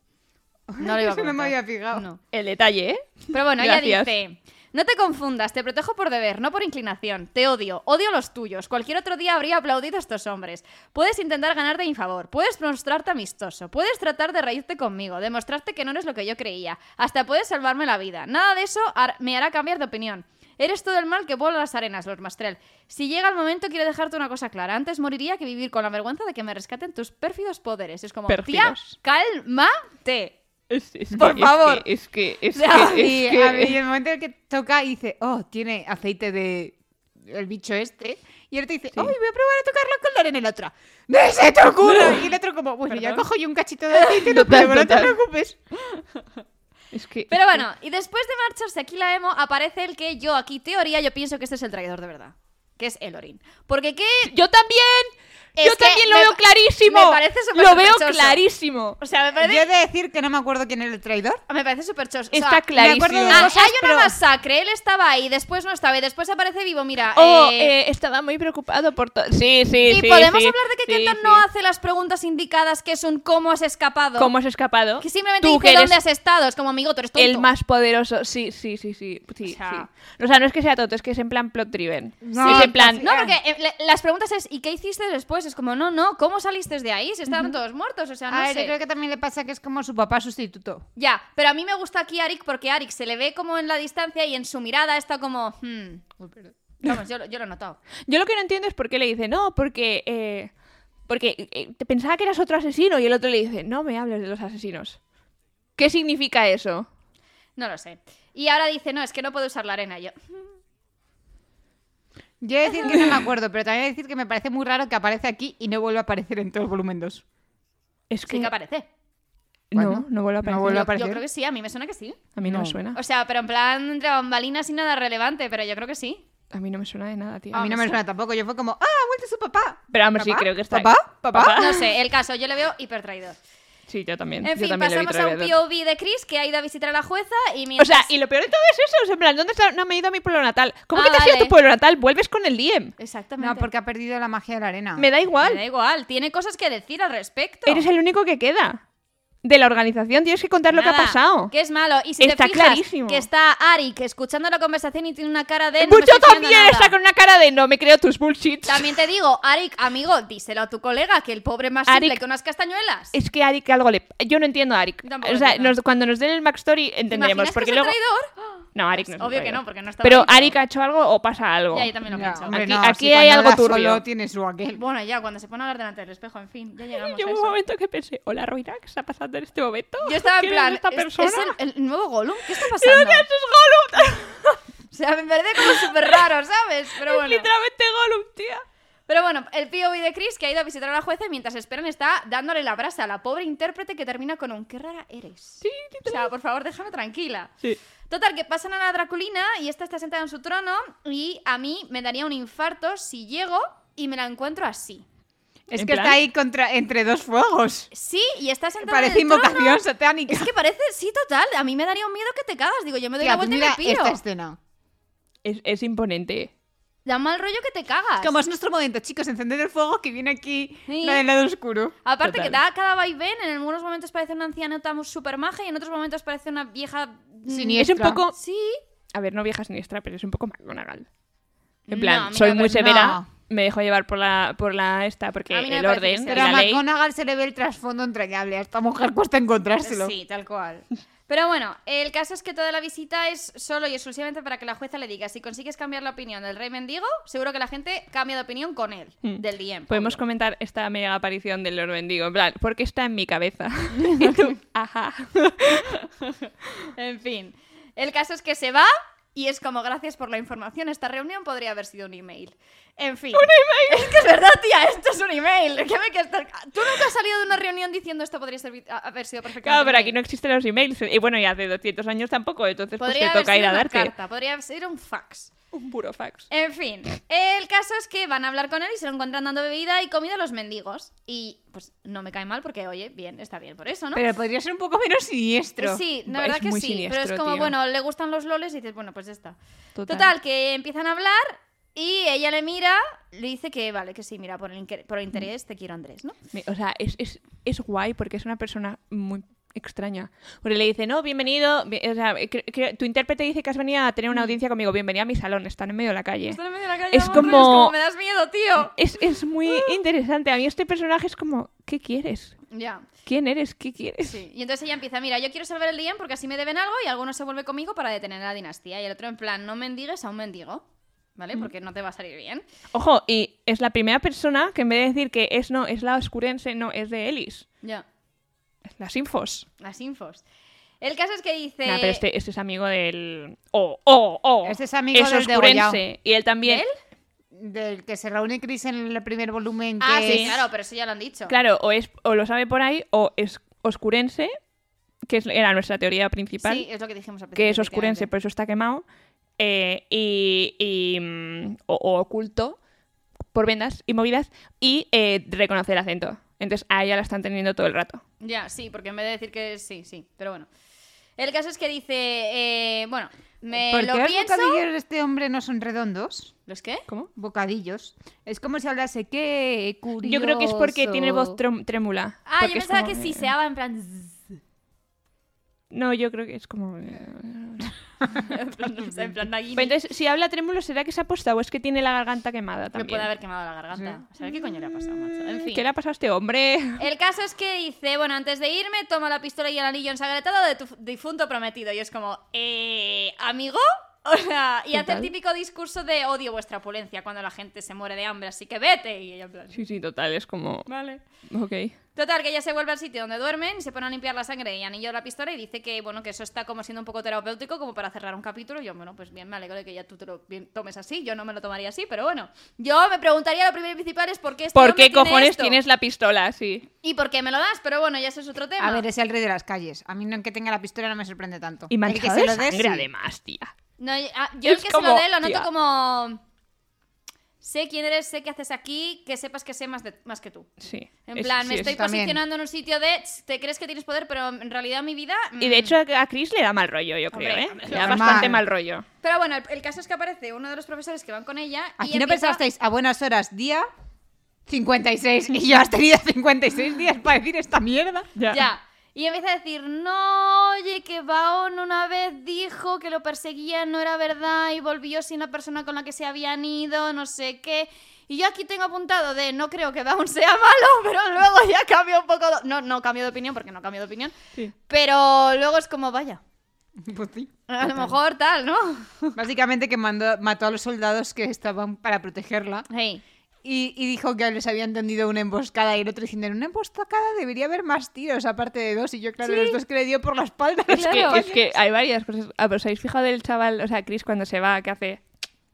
Speaker 2: No lo iba a
Speaker 3: Eso no me
Speaker 2: comentar.
Speaker 3: había fijado.
Speaker 2: No.
Speaker 1: El detalle, ¿eh?
Speaker 2: Pero bueno, ella
Speaker 1: Gracias.
Speaker 2: dice, no te confundas, te protejo por deber, no por inclinación, te odio, odio los tuyos, cualquier otro día habría aplaudido a estos hombres. Puedes intentar ganarte mi favor, puedes mostrarte amistoso, puedes tratar de reírte conmigo, demostrarte que no eres lo que yo creía, hasta puedes salvarme la vida, nada de eso har- me hará cambiar de opinión. Eres todo el mal que vuela las arenas, Lord Mastrel. Si llega el momento, quiero dejarte una cosa clara. Antes moriría que vivir con la vergüenza de que me rescaten tus pérfidos poderes. Es como,
Speaker 1: Pérfidos.
Speaker 2: tía, cálmate.
Speaker 1: Es- es que-
Speaker 3: Por
Speaker 1: es que-
Speaker 3: favor.
Speaker 1: Es que, es que,
Speaker 2: Ya,
Speaker 1: es
Speaker 3: Y
Speaker 1: que-
Speaker 3: a ver, y el momento en el que toca y dice, oh, tiene aceite de el bicho este. Y él te dice, oh, voy a probar a tocarlo con la arena y la otra. ¡De se te ocurre! Y el otro como, bueno, ya
Speaker 1: Perdón.
Speaker 3: cojo yo un cachito de aceite y lo
Speaker 1: Total,
Speaker 3: pruebo, no te
Speaker 1: total.
Speaker 3: preocupes.
Speaker 1: es que-
Speaker 2: Pero bueno, y después de marcharse aquí la emo, aparece el que yo aquí, teoría, yo pienso que este es el traidor de verdad. Que es Elorin. Porque qué...
Speaker 1: Yo también.
Speaker 2: Es
Speaker 1: yo
Speaker 2: que
Speaker 1: también lo
Speaker 2: me
Speaker 1: veo
Speaker 2: pa-
Speaker 1: clarísimo.
Speaker 2: me parece súper
Speaker 1: Lo veo
Speaker 2: sospechoso.
Speaker 1: clarísimo.
Speaker 2: O sea, me
Speaker 3: Yo he
Speaker 2: parece...
Speaker 3: de decir que no me acuerdo quién era el traidor.
Speaker 2: Me parece súper chos. o sea,
Speaker 1: Está clarísimo.
Speaker 3: me acuerdo de
Speaker 2: ah,
Speaker 3: cosas,
Speaker 2: hay una
Speaker 3: pero-
Speaker 2: masacre, él estaba ahí, después no estaba, y después aparece vivo, mira.
Speaker 1: Oh,
Speaker 2: eh,
Speaker 1: eh, estaba muy preocupado por todo. Sí, sí,
Speaker 2: y
Speaker 1: sí,
Speaker 2: podemos
Speaker 1: sí.
Speaker 2: hablar de que
Speaker 1: Sí,
Speaker 2: Kenton
Speaker 1: sí.
Speaker 2: no hace las preguntas indicadas, que es un cómo has escapado.
Speaker 1: ¿Cómo has escapado?
Speaker 2: Que simplemente
Speaker 1: Tú
Speaker 2: dice
Speaker 1: que
Speaker 2: dónde
Speaker 1: eres
Speaker 2: has estado. Es como, amigo, tú eres tonto.
Speaker 1: El más poderoso. Sí, sí, sí, sí. sí,
Speaker 2: O sea-
Speaker 1: sí. O sea, no es que sea tonto, es que es en plan plot driven.
Speaker 3: No,
Speaker 1: es en plan.
Speaker 2: No, porque eh, le- las preguntas es, ¿y qué hiciste después? Es como, no, no, ¿cómo saliste de ahí? Si estaban todos muertos, o sea, no
Speaker 3: a ver,
Speaker 2: sé.
Speaker 3: yo creo que también le pasa que es como su papá sustituto.
Speaker 2: Ya, pero a mí me gusta aquí Arik porque Arik se le ve como en la distancia y en su mirada está como... hmm. Vamos, yo, lo- yo lo he notado.
Speaker 1: Yo lo que no entiendo es por qué le dice, no, porque. eh, porque eh, te pensaba que eras otro asesino y el otro le dice, no me hables de los asesinos. ¿Qué significa eso?
Speaker 2: No lo sé. Y ahora dice, no, es que no puedo usar la arena. Yo, "Mm,
Speaker 3: Yo he de decir que no me acuerdo, pero también he de decir que me parece muy raro que aparece aquí y no vuelva a aparecer en todo el volumen 2.
Speaker 1: Es
Speaker 2: sí que aparece.
Speaker 1: No,
Speaker 3: ¿Cuándo?
Speaker 1: no vuelve a aparecer. Ah.
Speaker 3: No
Speaker 2: Yo,
Speaker 3: vuelve a
Speaker 2: yo
Speaker 3: aparecer.
Speaker 2: creo que sí, a mí me suena que sí.
Speaker 1: A mí no, me
Speaker 3: No.
Speaker 1: suena.
Speaker 2: O sea, pero en plan entre bambalinas y nada relevante, pero yo creo que sí.
Speaker 1: A mí no me suena de nada, tío.
Speaker 3: A mí no me suena tampoco. Yo fue como, ah, ha vuelto su papá.
Speaker 1: Pero vamos, sí,
Speaker 3: ¿Papá?
Speaker 1: creo que está.
Speaker 3: ¿Papá? ¿Papá?
Speaker 2: No sé, el caso, yo le veo hipertraidor.
Speaker 1: Sí, Ah. yo también.
Speaker 2: En
Speaker 1: yo
Speaker 2: fin,
Speaker 1: también lo vi
Speaker 2: pasamos a un
Speaker 1: traidor.
Speaker 2: POV de Chris que ha ido a visitar a la jueza y
Speaker 1: O
Speaker 2: mientras...
Speaker 1: sea, y lo peor de todo es eso. es en plan, ¿dónde está? No me he ido a mi pueblo natal. ¿Cómo
Speaker 2: Ah,
Speaker 1: que te has ido a
Speaker 2: vale.
Speaker 1: tu pueblo natal? Vuelves con el Diem.
Speaker 2: Exactamente.
Speaker 3: No, porque ha perdido la magia de la arena.
Speaker 1: Ah, Me da igual.
Speaker 2: Me da igual, tiene cosas que decir al respecto.
Speaker 1: Eres el único que queda de la organización. Tienes que contar lo que ha
Speaker 2: Nada,
Speaker 1: pasado.
Speaker 2: Que es malo. Y si
Speaker 1: Está
Speaker 2: te fijas
Speaker 1: clarísimo.
Speaker 2: que está Ari que escuchando la conversación y tiene una cara de... no me
Speaker 1: Mucho
Speaker 2: estoy creyendo
Speaker 1: Pues también
Speaker 2: nada.
Speaker 1: está con una cara de no me creo tus bullshits.
Speaker 2: También te digo, Arik, amigo, díselo a tu colega, que el pobre es más
Speaker 1: Arik-
Speaker 2: simple que unas castañuelas.
Speaker 1: Es que Arik algo le. Yo no entiendo a Arik.
Speaker 2: Tampoco
Speaker 1: O sea,
Speaker 2: entiendo.
Speaker 1: nos- cuando nos den el backstory
Speaker 2: ¿Te
Speaker 1: entenderemos.
Speaker 2: imaginas
Speaker 1: Porque
Speaker 2: que es
Speaker 1: luego.
Speaker 2: un traidor?
Speaker 1: No, Arik no. es un
Speaker 2: Obvio que
Speaker 1: traidor.
Speaker 2: no, porque no está
Speaker 1: Pero
Speaker 2: bonito.
Speaker 1: Arik ha hecho algo o pasa algo.
Speaker 2: Ya, yo también lo
Speaker 3: Ya,
Speaker 2: pienso.
Speaker 3: hombre,
Speaker 1: Aquí-
Speaker 3: no,
Speaker 1: aquí
Speaker 3: si
Speaker 1: hay
Speaker 3: cuando
Speaker 1: algo
Speaker 3: habla
Speaker 1: turbio.
Speaker 3: Solo tiene su aquel.
Speaker 2: Bueno, ya, cuando se pone a hablar delante del espejo, en fin, ya llegamos
Speaker 1: Yo
Speaker 2: a
Speaker 1: hubo un
Speaker 2: eso.
Speaker 1: momento que pensé, hola Roira, ¿qué está pasando en este momento?
Speaker 2: Yo estaba en
Speaker 1: ¿Quién
Speaker 2: plan,
Speaker 1: es esta
Speaker 2: ¿es-
Speaker 1: persona?
Speaker 2: ¿es, el, el nuevo Gollum? ¿Qué está pasando?
Speaker 1: ¡Ese es Gollum!
Speaker 2: O sea, me parece como súper raro, ¿sabes? Pero
Speaker 1: Es
Speaker 2: bueno.
Speaker 1: literalmente Gollum, tía.
Speaker 2: Pero bueno, el POV de Chris que ha ido a visitar a la jueza y mientras esperan está dándole la brasa a la pobre intérprete que termina con un qué rara eres. Sí, O sea, por favor, déjame tranquila.
Speaker 1: Sí.
Speaker 2: Total, que pasan a la Draculina y esta está sentada en su trono y a mí me daría un infarto si llego y me la encuentro así.
Speaker 3: Es
Speaker 1: En
Speaker 3: que
Speaker 1: plan-
Speaker 3: está ahí contra, entre dos fuegos.
Speaker 2: Sí, y está sentada en
Speaker 3: Parece
Speaker 2: el trono.
Speaker 3: invocación satánica.
Speaker 2: Es que parece, sí, total. A mí me daría un miedo que te cagas. Digo, yo me doy
Speaker 3: Tía,
Speaker 2: la
Speaker 1: pues
Speaker 3: tú
Speaker 2: vuelta y
Speaker 3: mira
Speaker 2: me piro.
Speaker 3: esta escena.
Speaker 1: Es, es imponente.
Speaker 2: Da mal rollo que te cagas.
Speaker 3: Como es nuestro momento, chicos, encender el fuego que viene aquí
Speaker 2: Sí.
Speaker 3: la del lado oscuro.
Speaker 2: Aparte que
Speaker 1: Total.
Speaker 2: da cada vaivén, en algunos momentos parece una ancianota súper maja y en otros momentos parece una vieja... mm,
Speaker 3: Siniestra.
Speaker 1: Es un poco.
Speaker 2: Sí.
Speaker 1: A ver, no vieja siniestra, pero es un poco McGonagall.
Speaker 2: No,
Speaker 1: En plan,
Speaker 2: a mí
Speaker 1: soy
Speaker 2: no,
Speaker 1: muy
Speaker 2: pero-
Speaker 1: severa.
Speaker 3: no.
Speaker 1: Me dejo llevar por la, por la esta, porque
Speaker 2: A mí no me
Speaker 1: el
Speaker 2: parece que
Speaker 1: orden,
Speaker 2: sea.
Speaker 3: Pero a
Speaker 1: la ley.
Speaker 3: McGonagall se le ve el trasfondo entrañable. A esta mujer cuesta encontrárselo.
Speaker 2: Sí, tal cual. Pero bueno, el caso es que toda la visita es solo y exclusivamente para que la jueza le diga si consigues cambiar la opinión del rey mendigo, seguro que la gente cambia de opinión con él,
Speaker 1: Hmm.
Speaker 2: del DM.
Speaker 1: Podemos
Speaker 2: obvio.
Speaker 1: comentar esta mega aparición del Lord Bendigo. En plan, porque está en mi cabeza. Y tú, Ajá.
Speaker 2: En fin, el caso es que se va y es como gracias por la información, esta reunión podría haber sido un email. En fin. ¡Un email! Es que es verdad, tía, esto es un email. ¿Qué me quieres estar- Tú nunca has salido de una reunión diciendo esto podría ser- a- haber sido perfectamente.
Speaker 1: Claro,
Speaker 2: un
Speaker 1: pero aquí
Speaker 2: email.
Speaker 1: no existen los emails. Y bueno, y hace 200 años tampoco, entonces pues
Speaker 2: Podría
Speaker 1: te
Speaker 2: haber
Speaker 1: toca ir
Speaker 2: sido
Speaker 1: a
Speaker 2: una
Speaker 1: darte.
Speaker 2: carta, podría haber sido un fax.
Speaker 1: Un puro fax.
Speaker 2: En fin, el caso es que van a hablar con él y se lo encuentran dando bebida y comida a los mendigos. Y pues no me cae mal porque, oye, bien, está bien por eso, ¿no? Eh,
Speaker 3: Pero podría ser un poco menos siniestro.
Speaker 2: Sí, la
Speaker 1: Es
Speaker 2: verdad que
Speaker 1: muy
Speaker 2: sí. Pero es
Speaker 1: siniestro,
Speaker 2: como,
Speaker 1: tío.
Speaker 2: bueno, le gustan los loles y dices, bueno, pues ya está.
Speaker 1: Total.
Speaker 2: Total. que empiezan a hablar y ella le mira, le dice que vale, que sí, mira, por el, inque- por el interés te quiero Andrés, ¿no?
Speaker 1: Me- O sea, es, es, es guay porque es una persona muy extraña. Porque le dice, no, bienvenido. bi- o sea, cre- cre- tu intérprete dice que has venido a
Speaker 3: Mm.
Speaker 1: tener una audiencia conmigo. Bienvenido a mi salón, están en medio de la calle.
Speaker 2: Están en medio de la calle,
Speaker 1: Es
Speaker 2: amor, pero
Speaker 1: como-
Speaker 2: me das miedo, tío.
Speaker 1: Es, es muy
Speaker 3: Ah.
Speaker 1: interesante. A mí este personaje es como, ¿qué quieres?
Speaker 2: Ya,
Speaker 1: ¿Quién eres? ¿Qué quieres?
Speaker 2: sí. Y entonces ella empieza, mira, yo quiero salvar el día porque así me deben algo y alguno se vuelve conmigo para detener la dinastía. Y el otro en plan, no mendigues a un mendigo, ¿vale? Porque no te va a salir bien.
Speaker 1: Ojo, y es la primera persona que en vez de decir que es no, es la oscurense, no, es de Elis.
Speaker 2: Ya,
Speaker 1: Las infos.
Speaker 2: las infos. El caso es que dice...
Speaker 1: Nah, pero este, este es amigo del. Oh, oh, oh.
Speaker 3: Este es amigo del degollado.
Speaker 1: oscurense. Y él también.
Speaker 2: ¿Él?
Speaker 3: Del que se reúne Chris en el primer volumen. Que
Speaker 2: Ah, sí,
Speaker 3: es-
Speaker 2: claro, pero eso ya lo han dicho.
Speaker 1: Claro, o, es, o lo sabe por ahí, o es oscurense, que es- era nuestra teoría principal,
Speaker 2: Sí, es lo que dijimos al principio.
Speaker 1: que es oscurense,
Speaker 2: efectivamente.
Speaker 1: por eso está quemado, eh, y, y, mm, o, o oculto por vendas y movidas, y eh, reconoce el acento. Entonces a ella la están teniendo todo el rato.
Speaker 2: Ya, sí, porque en vez de decir que sí, sí, pero bueno. El caso es que dice, eh, bueno, me
Speaker 3: ¿Por
Speaker 2: lo
Speaker 3: qué los
Speaker 2: pienso.
Speaker 3: bocadillos de este hombre no son redondos?
Speaker 2: ¿Los qué?
Speaker 1: ¿Cómo?
Speaker 3: Bocadillos. Es como si hablase que curioso.
Speaker 1: Yo creo que es porque tiene voz trem- trémula.
Speaker 2: Ah,
Speaker 1: porque
Speaker 2: yo
Speaker 1: es
Speaker 2: pensaba
Speaker 1: como,
Speaker 2: que sí
Speaker 1: eh,
Speaker 2: se daba en plan. zzz.
Speaker 1: No, yo creo que es como... eh,
Speaker 2: en plan, no sé, en plan Nagini.
Speaker 1: Pero Pues entonces, si habla trémulo, ¿será que se ha apostado o es que tiene la garganta quemada
Speaker 2: Me
Speaker 1: también?
Speaker 2: puede haber quemado la garganta. O sea, ¿qué coño le ha pasado, macho? En fin.
Speaker 1: ¿Qué le ha pasado a este hombre?
Speaker 2: El caso es que dice, bueno, antes de irme, toma la pistola y el anillo ensagretado de tu f- difunto prometido. Y es como, eh, amigo. O sea, y hace el
Speaker 1: Total.
Speaker 2: típico discurso de odio vuestra opulencia cuando la gente se muere de hambre, así que vete. Y ella en plan,
Speaker 1: Sí, sí, total, es como...
Speaker 2: vale.
Speaker 1: Ok.
Speaker 2: Total, que ella se vuelve al sitio donde duermen y se pone a limpiar la sangre y anillo la pistola y dice que, bueno, que eso está como siendo un poco terapéutico como para cerrar un capítulo. Y yo, bueno, pues bien, me alegro de que ya tú te lo bien- tomes así. Yo no me lo tomaría así, pero bueno. Yo me preguntaría lo primero y principal es por qué este
Speaker 1: ¿Por
Speaker 2: hombre
Speaker 1: qué
Speaker 2: tiene
Speaker 1: cojones
Speaker 2: esto?
Speaker 1: tienes la pistola? Sí.
Speaker 2: Y por qué me lo das, pero bueno, ya eso es otro tema.
Speaker 3: A ver, es el rey de las calles. A mí no en que tenga la pistola no me sorprende tanto.
Speaker 1: Y
Speaker 3: el que
Speaker 1: manchado
Speaker 3: se
Speaker 1: de
Speaker 3: lo dé,
Speaker 1: sangre,
Speaker 3: sí.
Speaker 1: además, tía.
Speaker 2: No, yo ah, yo el
Speaker 1: Es
Speaker 2: que se
Speaker 1: como,
Speaker 2: lo dé lo noto
Speaker 1: tía.
Speaker 2: como... Sé quién eres, sé qué haces aquí, que sepas que sé más, de- más que tú.
Speaker 1: Sí.
Speaker 2: En
Speaker 1: Es-
Speaker 2: plan,
Speaker 1: sí,
Speaker 2: me
Speaker 1: es-
Speaker 2: estoy
Speaker 3: también.
Speaker 2: posicionando en un sitio de... "Ch, Te crees que tienes poder, pero en realidad mi vida...
Speaker 1: Y de
Speaker 2: mm,
Speaker 1: hecho a a Chris le da mal rollo, yo creo,
Speaker 2: Hombre,
Speaker 1: ¿eh?
Speaker 2: hombre,
Speaker 1: Le da
Speaker 3: normal.
Speaker 1: bastante mal rollo.
Speaker 2: Pero bueno, el, el caso es que aparece uno de los profesores que van con ella.
Speaker 3: Aquí
Speaker 2: y
Speaker 3: no
Speaker 2: empieza-
Speaker 3: pensasteis a buenas horas, día 56. Y yo has tenido 56 días para decir esta mierda.
Speaker 2: Ya. Y empieza a decir, no, oye, que Baon una vez dijo que lo perseguía, no era verdad, y volvió sin la persona con la que se habían ido, no sé qué. Y yo aquí tengo apuntado de, no creo que Baon sea malo, pero luego ya cambió un poco... de- No, no cambió de opinión, porque no cambió de opinión.
Speaker 1: Sí.
Speaker 2: Pero luego es como, vaya,
Speaker 3: Pues sí.
Speaker 2: a lo mejor tal, ¿no?
Speaker 3: Básicamente que mandó, mató a los soldados que estaban para protegerla.
Speaker 2: Hey.
Speaker 3: Y, y dijo que les habían tendido una emboscada y el otro diciendo, en una emboscada debería haber más tiros aparte de dos. Y yo, claro, los dos que le dio por la espalda.
Speaker 1: Es,
Speaker 2: Claro.
Speaker 1: que, es que hay varias cosas. Ah, pero ¿Os habéis fijado el chaval? O sea, Chris cuando se va, ¿qué hace?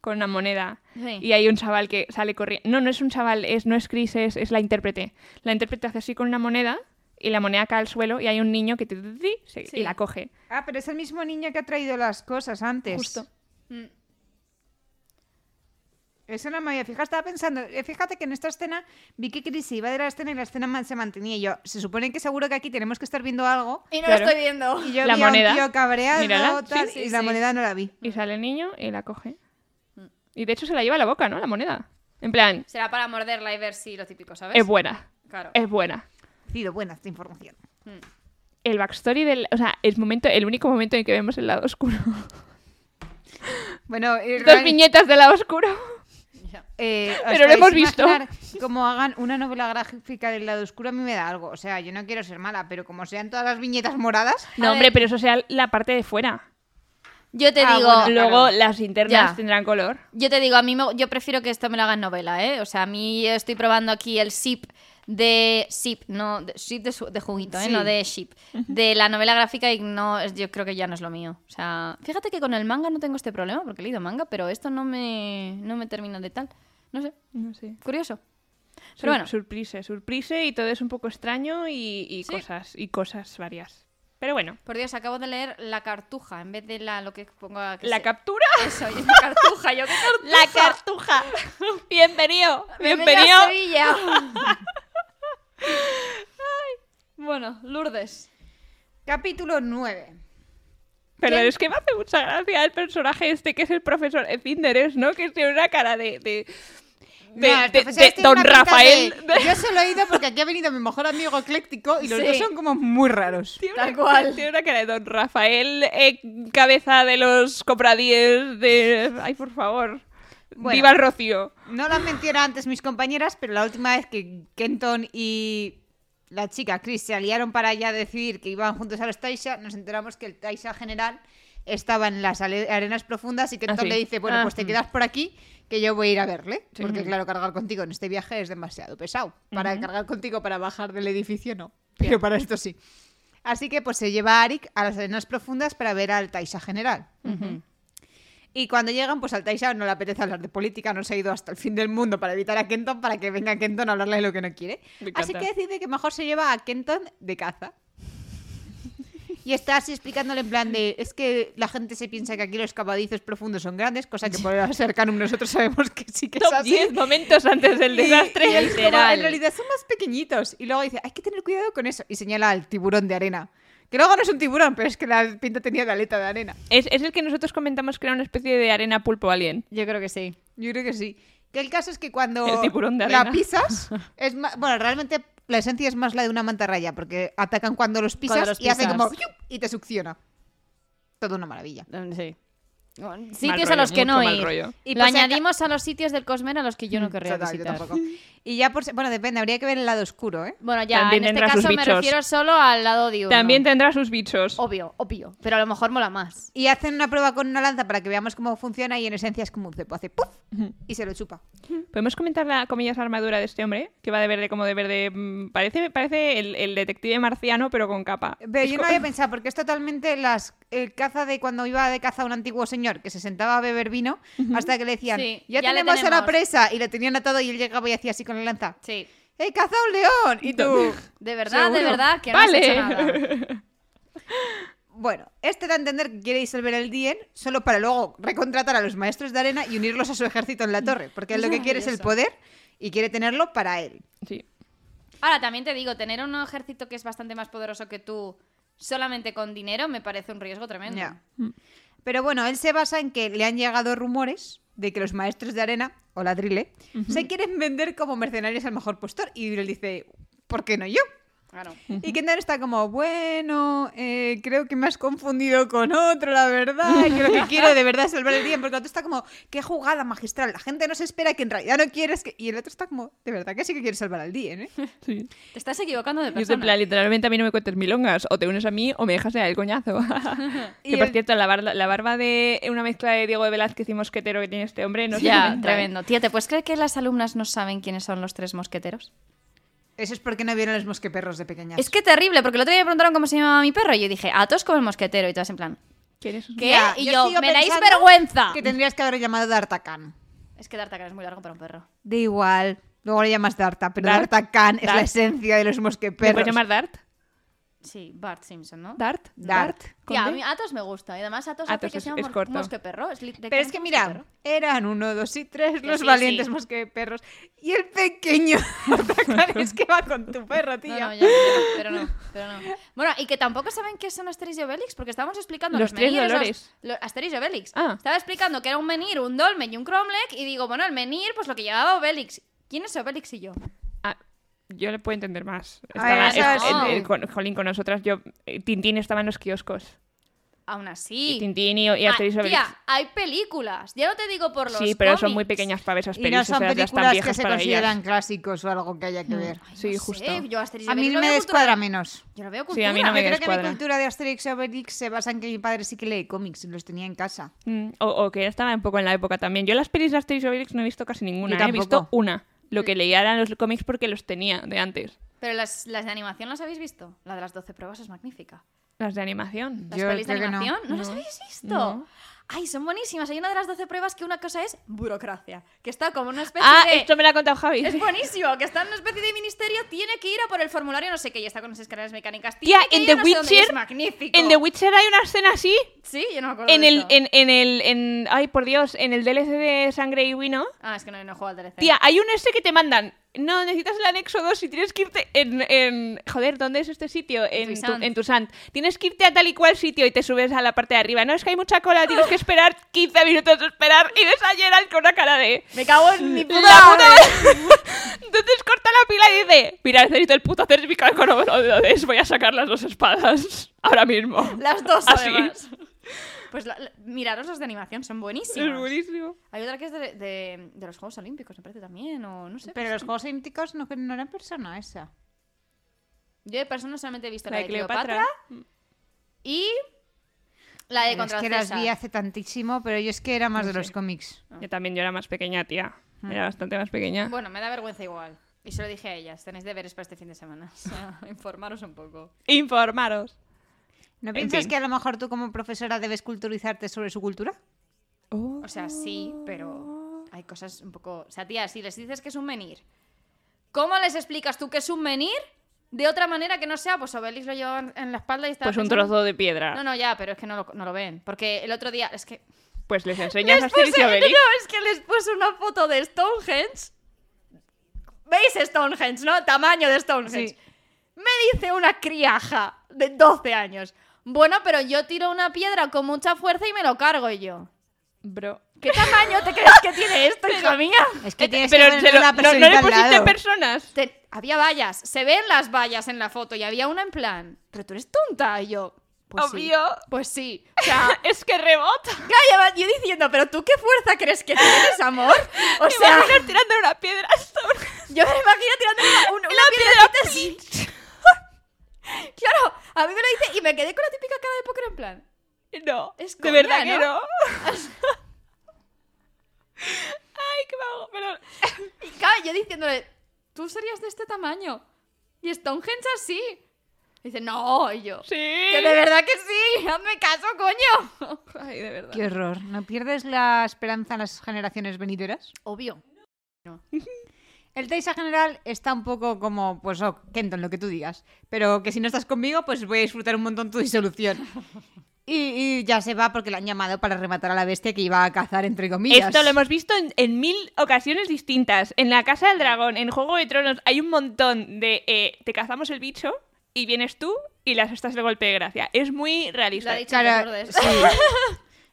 Speaker 1: con una moneda.
Speaker 2: Sí.
Speaker 1: Y hay un chaval que sale corriendo. No, no es un chaval, es, no es Chris, es, es la intérprete. La intérprete hace así con una moneda y la moneda cae al suelo y hay un niño que te- te- te- se-
Speaker 2: Sí.
Speaker 1: y la coge.
Speaker 3: Ah, pero es el mismo niño que ha traído las cosas antes.
Speaker 1: Justo.
Speaker 2: Mm.
Speaker 3: Eso no me había fijado. Estaba pensando, eh, fíjate que en esta escena vi que Chris se iba de la escena y la escena man- se mantenía. Y yo, se supone que seguro que aquí tenemos que estar viendo algo.
Speaker 2: Y no
Speaker 1: Claro.
Speaker 2: lo estoy viendo.
Speaker 3: Y yo
Speaker 1: La
Speaker 3: vi a un
Speaker 1: moneda.
Speaker 3: tío cabreado,
Speaker 1: Mírala.
Speaker 3: tal,
Speaker 2: Sí, sí,
Speaker 3: y la
Speaker 2: sí.
Speaker 3: moneda no la vi.
Speaker 1: Y sale el niño y la coge.
Speaker 2: Mm.
Speaker 1: Y de hecho se la lleva a la boca, ¿no? La moneda. En plan,
Speaker 2: Será para morderla y ver si lo típico, ¿sabes?
Speaker 1: es buena,
Speaker 2: Claro.
Speaker 1: es buena.
Speaker 3: Cido, buena esta información.
Speaker 1: El backstory del... O sea, el momento, el único momento en que vemos el lado oscuro.
Speaker 3: Bueno, eh,
Speaker 1: Dos
Speaker 3: real-
Speaker 1: viñetas del lado oscuro.
Speaker 2: Ya.
Speaker 3: eh, os
Speaker 1: pero lo
Speaker 3: podéis
Speaker 1: hemos visto.
Speaker 3: imaginar Como hagan una novela gráfica del lado oscuro, a mí me da algo. O sea, yo no quiero ser mala, pero como sean todas las viñetas moradas.
Speaker 1: No,
Speaker 2: A
Speaker 1: hombre,
Speaker 2: ver.
Speaker 1: pero eso sea la parte de fuera.
Speaker 2: Yo te
Speaker 3: Ah,
Speaker 2: digo,
Speaker 3: bueno, claro.
Speaker 1: Luego las internas
Speaker 2: Ya.
Speaker 1: tendrán color.
Speaker 2: yo te digo, a mí me- yo prefiero que esto me lo hagan novela, ¿eh? O sea, a mí yo estoy probando aquí el sip de sip, no de, sip de, su- de juguito, ¿eh?
Speaker 3: Sí.
Speaker 2: No de ship, de la novela gráfica y no, es- yo creo que ya no es lo mío. O sea, fíjate que con el manga no tengo este problema porque he leído manga, pero esto no me no me termina de tal. No sé,
Speaker 1: No sé.
Speaker 2: curioso.
Speaker 1: Pero
Speaker 2: Pero
Speaker 1: bueno.
Speaker 2: bueno.
Speaker 1: Surprise, surprise y todo es un poco extraño y, y
Speaker 2: Sí.
Speaker 1: cosas y cosas varias. Pero bueno,
Speaker 2: Por Dios, acabo de leer la cartuja en vez de la lo que pongo que
Speaker 1: la
Speaker 2: se-
Speaker 1: captura.
Speaker 2: eso, y es la cartuja, yo qué cartuja.
Speaker 1: La cartuja. Bienvenido.
Speaker 2: Bienvenido
Speaker 1: Bienvenido.
Speaker 2: a Sevilla. Bueno, Lourdes.
Speaker 3: Capítulo 9.
Speaker 1: Pero
Speaker 2: ¿Quién?
Speaker 1: es que me hace mucha gracia el personaje este que es el profesor Efinderes, ¿no? Que tiene una cara de. de, de-
Speaker 3: No, el
Speaker 1: de-
Speaker 3: profesor este
Speaker 1: de
Speaker 3: tiene
Speaker 1: Don
Speaker 3: una pinta
Speaker 1: Rafael.
Speaker 3: de- Yo solo he ido porque aquí ha venido mi mejor amigo ecléctico y los
Speaker 2: Sí.
Speaker 3: dos son como muy raros.
Speaker 1: Tiene
Speaker 2: Tal
Speaker 1: una-
Speaker 2: cual.
Speaker 1: Tiene una cara de Don Rafael, eh, cabeza de los copradíes de. Ay, por favor.
Speaker 3: Bueno.
Speaker 1: Viva el Rocío.
Speaker 3: No lo han mencionado antes mis compañeras, pero la última vez que Kenton y la chica Chris se aliaron para ya decidir que iban juntos a los Taisha, nos enteramos que el Taisha general estaba en las ale- arenas profundas y Kenton
Speaker 1: Ah, sí.
Speaker 3: le dice, bueno,
Speaker 2: Ah,
Speaker 3: pues te quedas por aquí, que yo voy a ir a verle. Porque claro, cargar contigo en este viaje es demasiado pesado. Para cargar contigo para bajar del edificio no, pero para esto sí. Así que pues se lleva a Arik a las arenas profundas para ver al Taisha general. Y cuando llegan, pues al Taisha no le apetece hablar de política, no se ha ido hasta el fin del mundo para evitar a Kenton, para que venga Kenton a hablarle de lo que no quiere.
Speaker 1: Me encanta.
Speaker 3: Así que decide que mejor se lleva a Kenton de caza. Y está así explicándole en plan de, es que la gente se piensa que aquí los capadizos profundos son grandes, cosa que por ser Arcanum nosotros sabemos que sí que es
Speaker 1: Top
Speaker 3: así.
Speaker 1: 10 momentos antes del
Speaker 3: Y-
Speaker 1: desastre.
Speaker 3: y él es como,
Speaker 2: Literal.
Speaker 3: en realidad son más pequeñitos. Y luego dice, hay que tener cuidado con eso. Y señala al tiburón de arena. Que luego no es un tiburón, pero es que la pinta tenía de aleta de arena.
Speaker 1: Es, es el que nosotros comentamos que era una especie de arena pulpo alien.
Speaker 2: Yo creo que sí.
Speaker 3: Yo creo que sí. Que el caso es que cuando
Speaker 1: El tiburón de
Speaker 3: la
Speaker 1: arena.
Speaker 3: pisas, es ma- bueno, realmente la esencia es más la de una mantarraya, porque atacan cuando los pisas
Speaker 2: Cuando los
Speaker 3: y hace
Speaker 2: pisas.
Speaker 3: como ¡fiup! y te succiona. Todo una maravilla.
Speaker 2: em, Sí.
Speaker 1: Mal
Speaker 2: Sitios
Speaker 1: rollo,
Speaker 2: a los que
Speaker 1: mucho
Speaker 2: no
Speaker 1: mal
Speaker 2: ir.
Speaker 1: rollo.
Speaker 3: Y
Speaker 2: Lo
Speaker 3: pues acá-
Speaker 2: añadimos a los sitios del Cosmer a los que yo no querría
Speaker 3: Total, yo
Speaker 2: visitar.
Speaker 3: tampoco. Y ya por si- bueno, depende, habría que ver el lado oscuro, ¿eh?
Speaker 2: Bueno, ya,
Speaker 1: También
Speaker 2: en este
Speaker 1: tendrá sus
Speaker 2: caso me
Speaker 1: bichos.
Speaker 2: refiero solo al lado diurno.
Speaker 1: También tendrá sus bichos.
Speaker 2: Obvio, obvio. Pero a lo mejor mola más.
Speaker 3: Y hacen una prueba con una lanza para que veamos cómo funciona y en esencia es como un cepo, hace ¡puf! y se lo chupa.
Speaker 1: ¿Podemos comentar la comillas armadura de este hombre? Que va de verde como de verde. mm, Parece, parece el, el detective marciano, pero con capa.
Speaker 3: Pero
Speaker 1: Es
Speaker 3: yo
Speaker 1: co-
Speaker 3: no había pensado, porque es totalmente las el caza de cuando iba de caza un antiguo señor que se sentaba a beber vino hasta que le decían,
Speaker 2: Sí,
Speaker 3: ya,
Speaker 2: ya le
Speaker 3: tenemos, a la
Speaker 2: tenemos".
Speaker 3: presa y le tenían atado y él llegaba y hacía así con la lanza.
Speaker 2: Sí.
Speaker 3: ¡Eh, caza un león! Y tú...
Speaker 2: De verdad, Ah, de
Speaker 3: Seguro.
Speaker 2: verdad, que no has
Speaker 1: Vale.
Speaker 2: hecho nada.
Speaker 3: Bueno, este da a entender que quiere disolver el Dien solo para luego recontratar a los maestros de arena y unirlos a su ejército en la torre, porque él lo que quiere es el poder y quiere tenerlo para él.
Speaker 1: Sí.
Speaker 2: Ahora, también te digo, tener un ejército que es bastante más poderoso que tú solamente con dinero me parece un riesgo tremendo.
Speaker 3: Ya. Pero bueno, él se basa en que le han llegado rumores de que los maestros de arena, o ladrile, se quieren vender como mercenarios al mejor postor. Y él dice, ¿por qué no yo?
Speaker 2: Claro.
Speaker 3: Y Kendall está como, bueno, eh, creo que me has confundido con otro, la verdad. y Creo que quiero de verdad salvar el día. Porque el otro está como, qué jugada magistral. La gente no se espera que en realidad no quieres que... Y el otro está como, de verdad que sí que quieres salvar al día, ¿eh?
Speaker 1: sí.
Speaker 2: Te estás equivocando de
Speaker 1: Y es en
Speaker 2: persona.
Speaker 1: plan, literalmente a mí no me cuentes milongas. O te unes a mí o me dejas el coñazo.
Speaker 3: Y
Speaker 1: que por
Speaker 3: el-
Speaker 1: cierto, la, barba- la barba de una mezcla de Diego de Velázquez y Mosquetero que tiene este hombre no se
Speaker 2: ya,
Speaker 1: comenta, ¿eh?
Speaker 2: tremendo. Tía, ¿te puedes creer que las alumnas no saben quiénes son los tres mosqueteros?
Speaker 3: Eso es porque no vieron los mosqueperros de pequeñas.
Speaker 2: Es que terrible, porque el otro día me preguntaron cómo se llamaba mi perro y yo dije, Atos como el mosquetero y todas en plan,
Speaker 1: ¿Quién es?
Speaker 2: ¿Qué?
Speaker 3: Tía,
Speaker 2: y
Speaker 3: yo
Speaker 2: yo,
Speaker 3: sigo
Speaker 2: me dais
Speaker 3: pensando
Speaker 2: vergüenza.
Speaker 3: Que tendrías que haber llamado D'Artacan.
Speaker 2: Es que D'Artagnan es muy largo para un perro.
Speaker 3: Da igual. Luego le llamas Darta, pero
Speaker 1: Dart.
Speaker 3: D'Artacan es
Speaker 1: Dart.
Speaker 3: la esencia de los
Speaker 1: ¿Me
Speaker 3: mosqueperros.
Speaker 1: puedes llamar Dart?
Speaker 2: Sí, Bart Simpson, ¿no?
Speaker 1: Dart.
Speaker 3: Dart.
Speaker 1: con
Speaker 2: Tía, a
Speaker 1: D.
Speaker 2: mí Atos me gusta. Y además Atos, hace
Speaker 1: Athos
Speaker 2: que
Speaker 1: es-
Speaker 2: sea un
Speaker 1: es
Speaker 2: mos-
Speaker 1: corto.
Speaker 2: mosqueperro. Es li-
Speaker 3: Pero es que
Speaker 2: literalmente
Speaker 3: mira,
Speaker 2: mosqueperro.
Speaker 3: eran uno, dos y tres
Speaker 2: Que
Speaker 3: los
Speaker 2: sí,
Speaker 3: valientes
Speaker 2: sí.
Speaker 3: mosqueperros. Y el pequeño D'Artacan es que va con tu perro,
Speaker 2: No,
Speaker 3: tía.
Speaker 2: no, ya, ya, pero no, pero no. Bueno, y que tampoco saben qué son Asterix y Obelix, porque estábamos explicando
Speaker 1: Los
Speaker 2: los,
Speaker 1: tres
Speaker 2: menires,
Speaker 1: dolores.
Speaker 2: los- lo- Asterix y Obelix.
Speaker 1: Ah.
Speaker 2: Estaba explicando que era un menir, un dolmen y un cromlech, y digo, bueno, el menir, pues lo que llevaba Obelix. ¿Quién es Obelix y yo?
Speaker 1: Ah, yo le puedo entender más.
Speaker 3: A
Speaker 1: Estaba,
Speaker 3: ver,
Speaker 1: es-
Speaker 2: ¿sabes?
Speaker 1: el- el- con, jolín, con nosotras, yo, eh, Tintín estaba en los kioscos.
Speaker 2: Aún
Speaker 1: Y
Speaker 2: así.
Speaker 1: Tintín y, y
Speaker 2: Ah,
Speaker 1: Asterix y Obelix.
Speaker 2: tía, hay películas. Ya no te digo por los
Speaker 1: Sí, pero son
Speaker 2: cómics.
Speaker 1: muy pequeñas para ver esas
Speaker 3: Y
Speaker 1: pelis.
Speaker 3: no
Speaker 1: o
Speaker 3: son
Speaker 1: sea, ya están
Speaker 3: películas que
Speaker 1: viejas
Speaker 3: se
Speaker 1: para ellas. Mm.
Speaker 3: consideran clásicos o algo que haya que ver.
Speaker 2: Ay,
Speaker 1: Sí,
Speaker 2: no
Speaker 1: justo.
Speaker 2: sé, yo Asterix y
Speaker 3: A mí
Speaker 2: Obelix lo
Speaker 3: me
Speaker 2: veo cultura-
Speaker 3: descuadra menos.
Speaker 2: Yo lo veo
Speaker 1: Sí,
Speaker 2: cultura.
Speaker 1: a mí no me
Speaker 3: Yo creo que mi
Speaker 1: descuadra.
Speaker 3: cultura de Asterix y Obelix se basa en que mi padre sí que lee cómics y los tenía en casa.
Speaker 1: Mm, O, o que estaba un poco en la época también. Yo las pelis de Asterix y Obelix no he visto casi ninguna. ¿eh?
Speaker 3: Yo
Speaker 1: He visto
Speaker 3: tampoco.
Speaker 1: una.
Speaker 2: Mm.
Speaker 1: Lo que leía eran los cómics porque los tenía de antes.
Speaker 2: Pero las, las de animación las habéis visto. La de las 12 pruebas es magnífica.
Speaker 1: Las de animación.
Speaker 2: Las
Speaker 3: Yo
Speaker 2: pelis de
Speaker 3: creo que no.
Speaker 2: animación, no. las
Speaker 1: No.
Speaker 2: habéis visto?
Speaker 1: No.
Speaker 2: Ay, son buenísimas. Hay una de las 12 pruebas que una cosa es burocracia, que está como una especie
Speaker 1: Ah,
Speaker 2: de...
Speaker 1: esto me lo ha contado Javi.
Speaker 2: Es buenísimo, que está en una especie de ministerio, tiene que ir a por el formulario no sé qué, y está con unas escaleras mecánicas.
Speaker 1: Tía,
Speaker 2: Tiene que
Speaker 1: en
Speaker 2: ir a
Speaker 1: The
Speaker 2: no sé dónde,
Speaker 1: Witcher-
Speaker 2: Es magnífico.
Speaker 1: En The Witcher hay una escena así.
Speaker 2: Sí, yo no me acuerdo
Speaker 1: En
Speaker 2: de
Speaker 1: el,
Speaker 2: esto.
Speaker 1: en, en el, en, ay por Dios, en el DLC de Sangre y Vino,
Speaker 2: Ah, es que no, no juego al DLC.
Speaker 1: tía, hay un ese que te mandan, no, necesitas el anexo 2 y tienes que irte en, en- joder, ¿dónde es este sitio? En tu,
Speaker 2: Tuisant.
Speaker 1: en Tuisant. tienes que irte a tal y cual sitio y te subes a la parte de arriba, no, es que hay mucha cola, tienes que esperar 15 minutos de esperar y ves a Geralt con una cara de...
Speaker 2: Me cago en mi puta
Speaker 1: La puta
Speaker 2: madre.
Speaker 1: Entonces corta la pila y dice, mira, necesito el puto certificado con overlodes, voy a sacar las dos espadas ahora mismo.
Speaker 2: Las dos,
Speaker 1: Así.
Speaker 2: además. Pues la- la- miraros las de animación, son buenísimas.
Speaker 1: Es buenísimo.
Speaker 2: Hay otra que es de, de- de los Juegos Olímpicos, me parece también, o no sé.
Speaker 3: Pero los Juegos Olímpicos no, no eran persona esa.
Speaker 2: Yo de persona solamente he visto la,
Speaker 1: La de
Speaker 2: de Cleopatra, Mm.
Speaker 1: Cleopatra.
Speaker 2: y la de
Speaker 3: Pero es
Speaker 2: contra
Speaker 3: que las
Speaker 2: César.
Speaker 3: vi hace tantísimo, pero yo es que era más de los cómics.
Speaker 1: Yo también, yo era más pequeña, tía.
Speaker 2: Mm.
Speaker 1: Era bastante más pequeña.
Speaker 2: Bueno, me da vergüenza igual. Y se lo dije a ellas, tenéis deberes para este fin de semana. O sea, informaros un poco.
Speaker 1: Informaros.
Speaker 3: ¿No
Speaker 1: En
Speaker 3: piensas
Speaker 1: fin.
Speaker 3: que a lo mejor tú como profesora debes culturizarte sobre su cultura?
Speaker 2: O sea, sí, pero hay cosas un poco... O sea, tía, si les dices que es un menir, ¿cómo les explicas tú que es un menir? De otra manera que no sea, pues Obelix lo llevaba en- en la espalda y estaba
Speaker 1: pues un
Speaker 2: pensando-
Speaker 1: trozo de piedra.
Speaker 2: No, no, ya, pero es que no lo, no lo ven. Porque el otro día, es que
Speaker 1: Pues les enseñas
Speaker 2: Les
Speaker 1: a Asterix y
Speaker 2: puse-
Speaker 1: Obelix.
Speaker 2: No, es que les puse una foto de Stonehenge. ¿Veis Stonehenge, no? Tamaño de Stonehenge.
Speaker 3: Sí.
Speaker 2: Me dice una criaja de 12 años. Bueno, pero yo tiro una piedra con mucha fuerza y me lo cargo y yo.
Speaker 1: Bro.
Speaker 2: ¿Qué tamaño te crees que tiene esto, hija mía?
Speaker 3: Es que tienes que
Speaker 1: Pero
Speaker 3: poner
Speaker 1: se lo-
Speaker 3: la
Speaker 1: no, no
Speaker 3: personita
Speaker 1: le
Speaker 3: al
Speaker 1: pusiste
Speaker 3: lado.
Speaker 1: personas.
Speaker 2: Te- había vallas, se ven las vallas en la foto y había una en plan, pero tú eres tonta. Y yo, pues sí.
Speaker 1: Obvio.
Speaker 2: Pues sí. O sea,
Speaker 1: Es que rebota.
Speaker 2: calla, yo diciendo, pero tú qué fuerza crees que tienes, amor. O
Speaker 1: Te
Speaker 2: sea,
Speaker 1: imaginas tirando una piedra sobre
Speaker 2: Yo me imagino tirando una, un- una
Speaker 1: la
Speaker 2: piedrecita
Speaker 1: piedra.
Speaker 2: así.
Speaker 1: pin.
Speaker 2: Claro, a mí me lo dice y me quedé con la típica cara de póker en plan.
Speaker 1: No.
Speaker 2: Es
Speaker 1: de
Speaker 2: coña,
Speaker 1: verdad que
Speaker 2: ¿no?
Speaker 1: no. Ay, qué vago. Pero
Speaker 2: Y claro, yo diciéndole, tú serías de este tamaño. Y Stonehenge así. Y dice, no, y yo. Que de
Speaker 1: sí.
Speaker 2: verdad que sí, hazme caso, coño.
Speaker 1: Ay, de verdad.
Speaker 3: Qué horror. ¿No pierdes la esperanza en las generaciones venideras?
Speaker 2: Obvio.
Speaker 3: El Taisa general está un poco como, pues, oh, Kenton, lo que tú digas. Pero que si no estás conmigo, pues voy a disfrutar un montón tu disolución. Y, y ya se va porque le han llamado para rematar a la bestia que iba a cazar, entre comillas.
Speaker 1: Esto lo hemos visto en, en mil ocasiones distintas. En la Casa del Dragón, en Juego de Tronos, hay un montón de eh, te cazamos el bicho y vienes tú y las estás de golpe de gracia. Es muy
Speaker 2: Lo ha
Speaker 1: realista.
Speaker 2: dicho
Speaker 3: Cara-
Speaker 2: Lourdes.
Speaker 3: sí.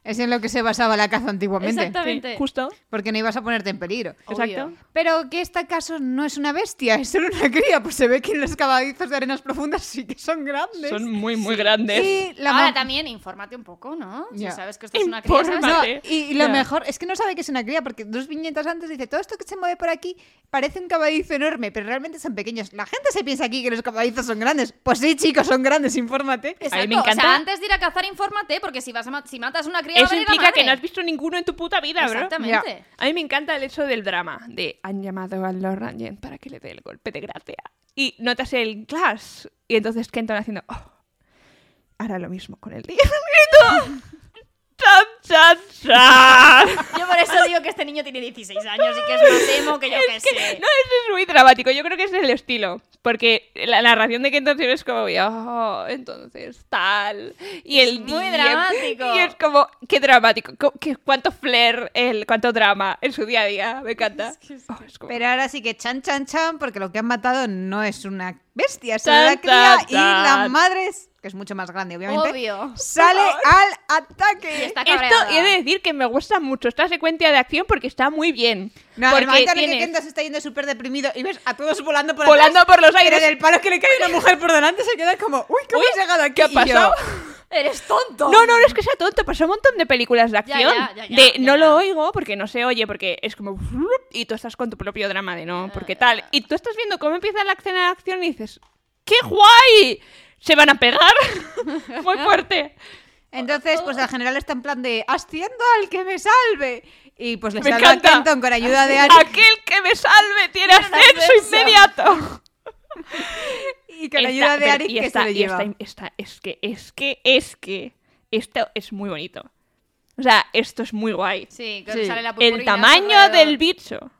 Speaker 3: Es en lo que se basaba la caza antiguamente.
Speaker 1: Sí,
Speaker 2: Exactamente.
Speaker 1: justo.
Speaker 3: Porque no ibas a ponerte en peligro.
Speaker 2: Obvio.
Speaker 1: Exacto.
Speaker 3: Pero que esta acaso no es una bestia, es solo una cría, pues se ve que los caballitos de arenas profundas sí que son grandes.
Speaker 1: Son muy, muy grandes.
Speaker 3: Y la
Speaker 2: Ahora
Speaker 3: ma-
Speaker 2: Ah, también, infórmate un poco, ¿no?
Speaker 3: Ya.
Speaker 2: Si sabes que esto es una cría, ¿sabes?
Speaker 1: Infórmate.
Speaker 3: No,
Speaker 1: Vale.
Speaker 3: y, y lo
Speaker 1: Ya.
Speaker 3: mejor es que no sabe que es una cría, porque dos viñetas antes dice, todo esto que se mueve por aquí parece un caballizo enorme, pero realmente son pequeños. La gente se piensa aquí que los caballizos son grandes. Pues sí, chicos, son grandes, infórmate.
Speaker 1: A mí me
Speaker 2: Exacto, O sea,
Speaker 1: encanta.
Speaker 2: antes de ir a cazar, infórmate, porque si, vas a ma- si matas una cría, va a
Speaker 1: Eso
Speaker 2: venir la
Speaker 1: implica que
Speaker 2: madre.
Speaker 1: no has visto ninguno en tu puta vida, bro.
Speaker 2: Exactamente.
Speaker 1: A mí me encanta el hecho del drama, de han llamado al Lord Rangen para que le dé el golpe de gracia. Y notas el clash. Y entonces Kenton haciendo, "Oh, hará lo mismo con el día. ¡Chan, chan, chan!
Speaker 2: Yo por eso digo que este niño tiene 16 años y que es más emo que yo que, sé.
Speaker 1: No, eso es muy dramático. Yo creo que ese es el estilo. Porque la narración de que entonces es como, oh, entonces tal. Y el
Speaker 2: Es muy
Speaker 1: día-
Speaker 2: dramático.
Speaker 1: Y es como, qué dramático. co- qué- cuánto flair, el, cuánto drama en su día a día. Me encanta. Oh, es como-
Speaker 3: Pero ahora sí que chan, chan, chan, porque lo que han matado no es una bestia, es
Speaker 1: Chan,
Speaker 3: una cría
Speaker 1: chan,
Speaker 3: y la
Speaker 1: chan.
Speaker 3: madre, es- que es mucho más grande, obviamente,
Speaker 2: Obvio.
Speaker 3: sale al ataque.
Speaker 2: Y está
Speaker 1: Esto,
Speaker 2: cabreada.
Speaker 1: y he de decir que me gusta mucho esta secuencia de acción porque está muy bien.
Speaker 3: No, el
Speaker 1: porque
Speaker 3: momento en el que
Speaker 1: tienes-
Speaker 3: Kendo se está yendo súper deprimido y ves a todos volando por
Speaker 1: Volando
Speaker 3: atrás,
Speaker 1: por los aires.
Speaker 3: Pero del paro que le cae una mujer por delante se queda como, uy, ¿cómo
Speaker 1: Uy,
Speaker 3: has llegado aquí?
Speaker 1: ¿qué ha
Speaker 3: Y yo,
Speaker 1: pasado?
Speaker 2: Eres tonto.
Speaker 1: No, no, no es que sea tonto, pasó un montón de películas de
Speaker 2: Ya,
Speaker 1: acción.
Speaker 2: ya, ya, ya,
Speaker 1: de
Speaker 2: ya,
Speaker 1: no
Speaker 2: ya.
Speaker 1: lo oigo porque no se oye, porque es como. flup, Y tú estás con tu propio drama de no, porque tal. Y tú estás viendo cómo empieza la escena de acción y dices: ¡Qué guay! ¡Se van a pegar! Muy fuerte.
Speaker 3: Entonces, pues el general está en plan de, asciendo al que me salve. Y pues le
Speaker 1: Me
Speaker 3: salva a
Speaker 1: encanta.
Speaker 3: Kenton con ayuda de Ari.
Speaker 1: Aquel que me salve tiene
Speaker 2: Tiene
Speaker 1: ascenso
Speaker 2: ascenso.
Speaker 1: inmediato.
Speaker 3: Y con
Speaker 1: Esta-
Speaker 3: ayuda de
Speaker 1: pero-
Speaker 3: Ari
Speaker 1: y
Speaker 3: que
Speaker 1: esta-
Speaker 3: se lo
Speaker 1: y
Speaker 3: lleva.
Speaker 1: esta- esta- es que, es que, es que. Esto es muy bonito. O sea, esto es muy guay.
Speaker 2: Sí, que
Speaker 3: Sí.
Speaker 2: sale la purpurina
Speaker 1: El
Speaker 2: a su
Speaker 1: tamaño
Speaker 2: alrededor.
Speaker 1: del bicho.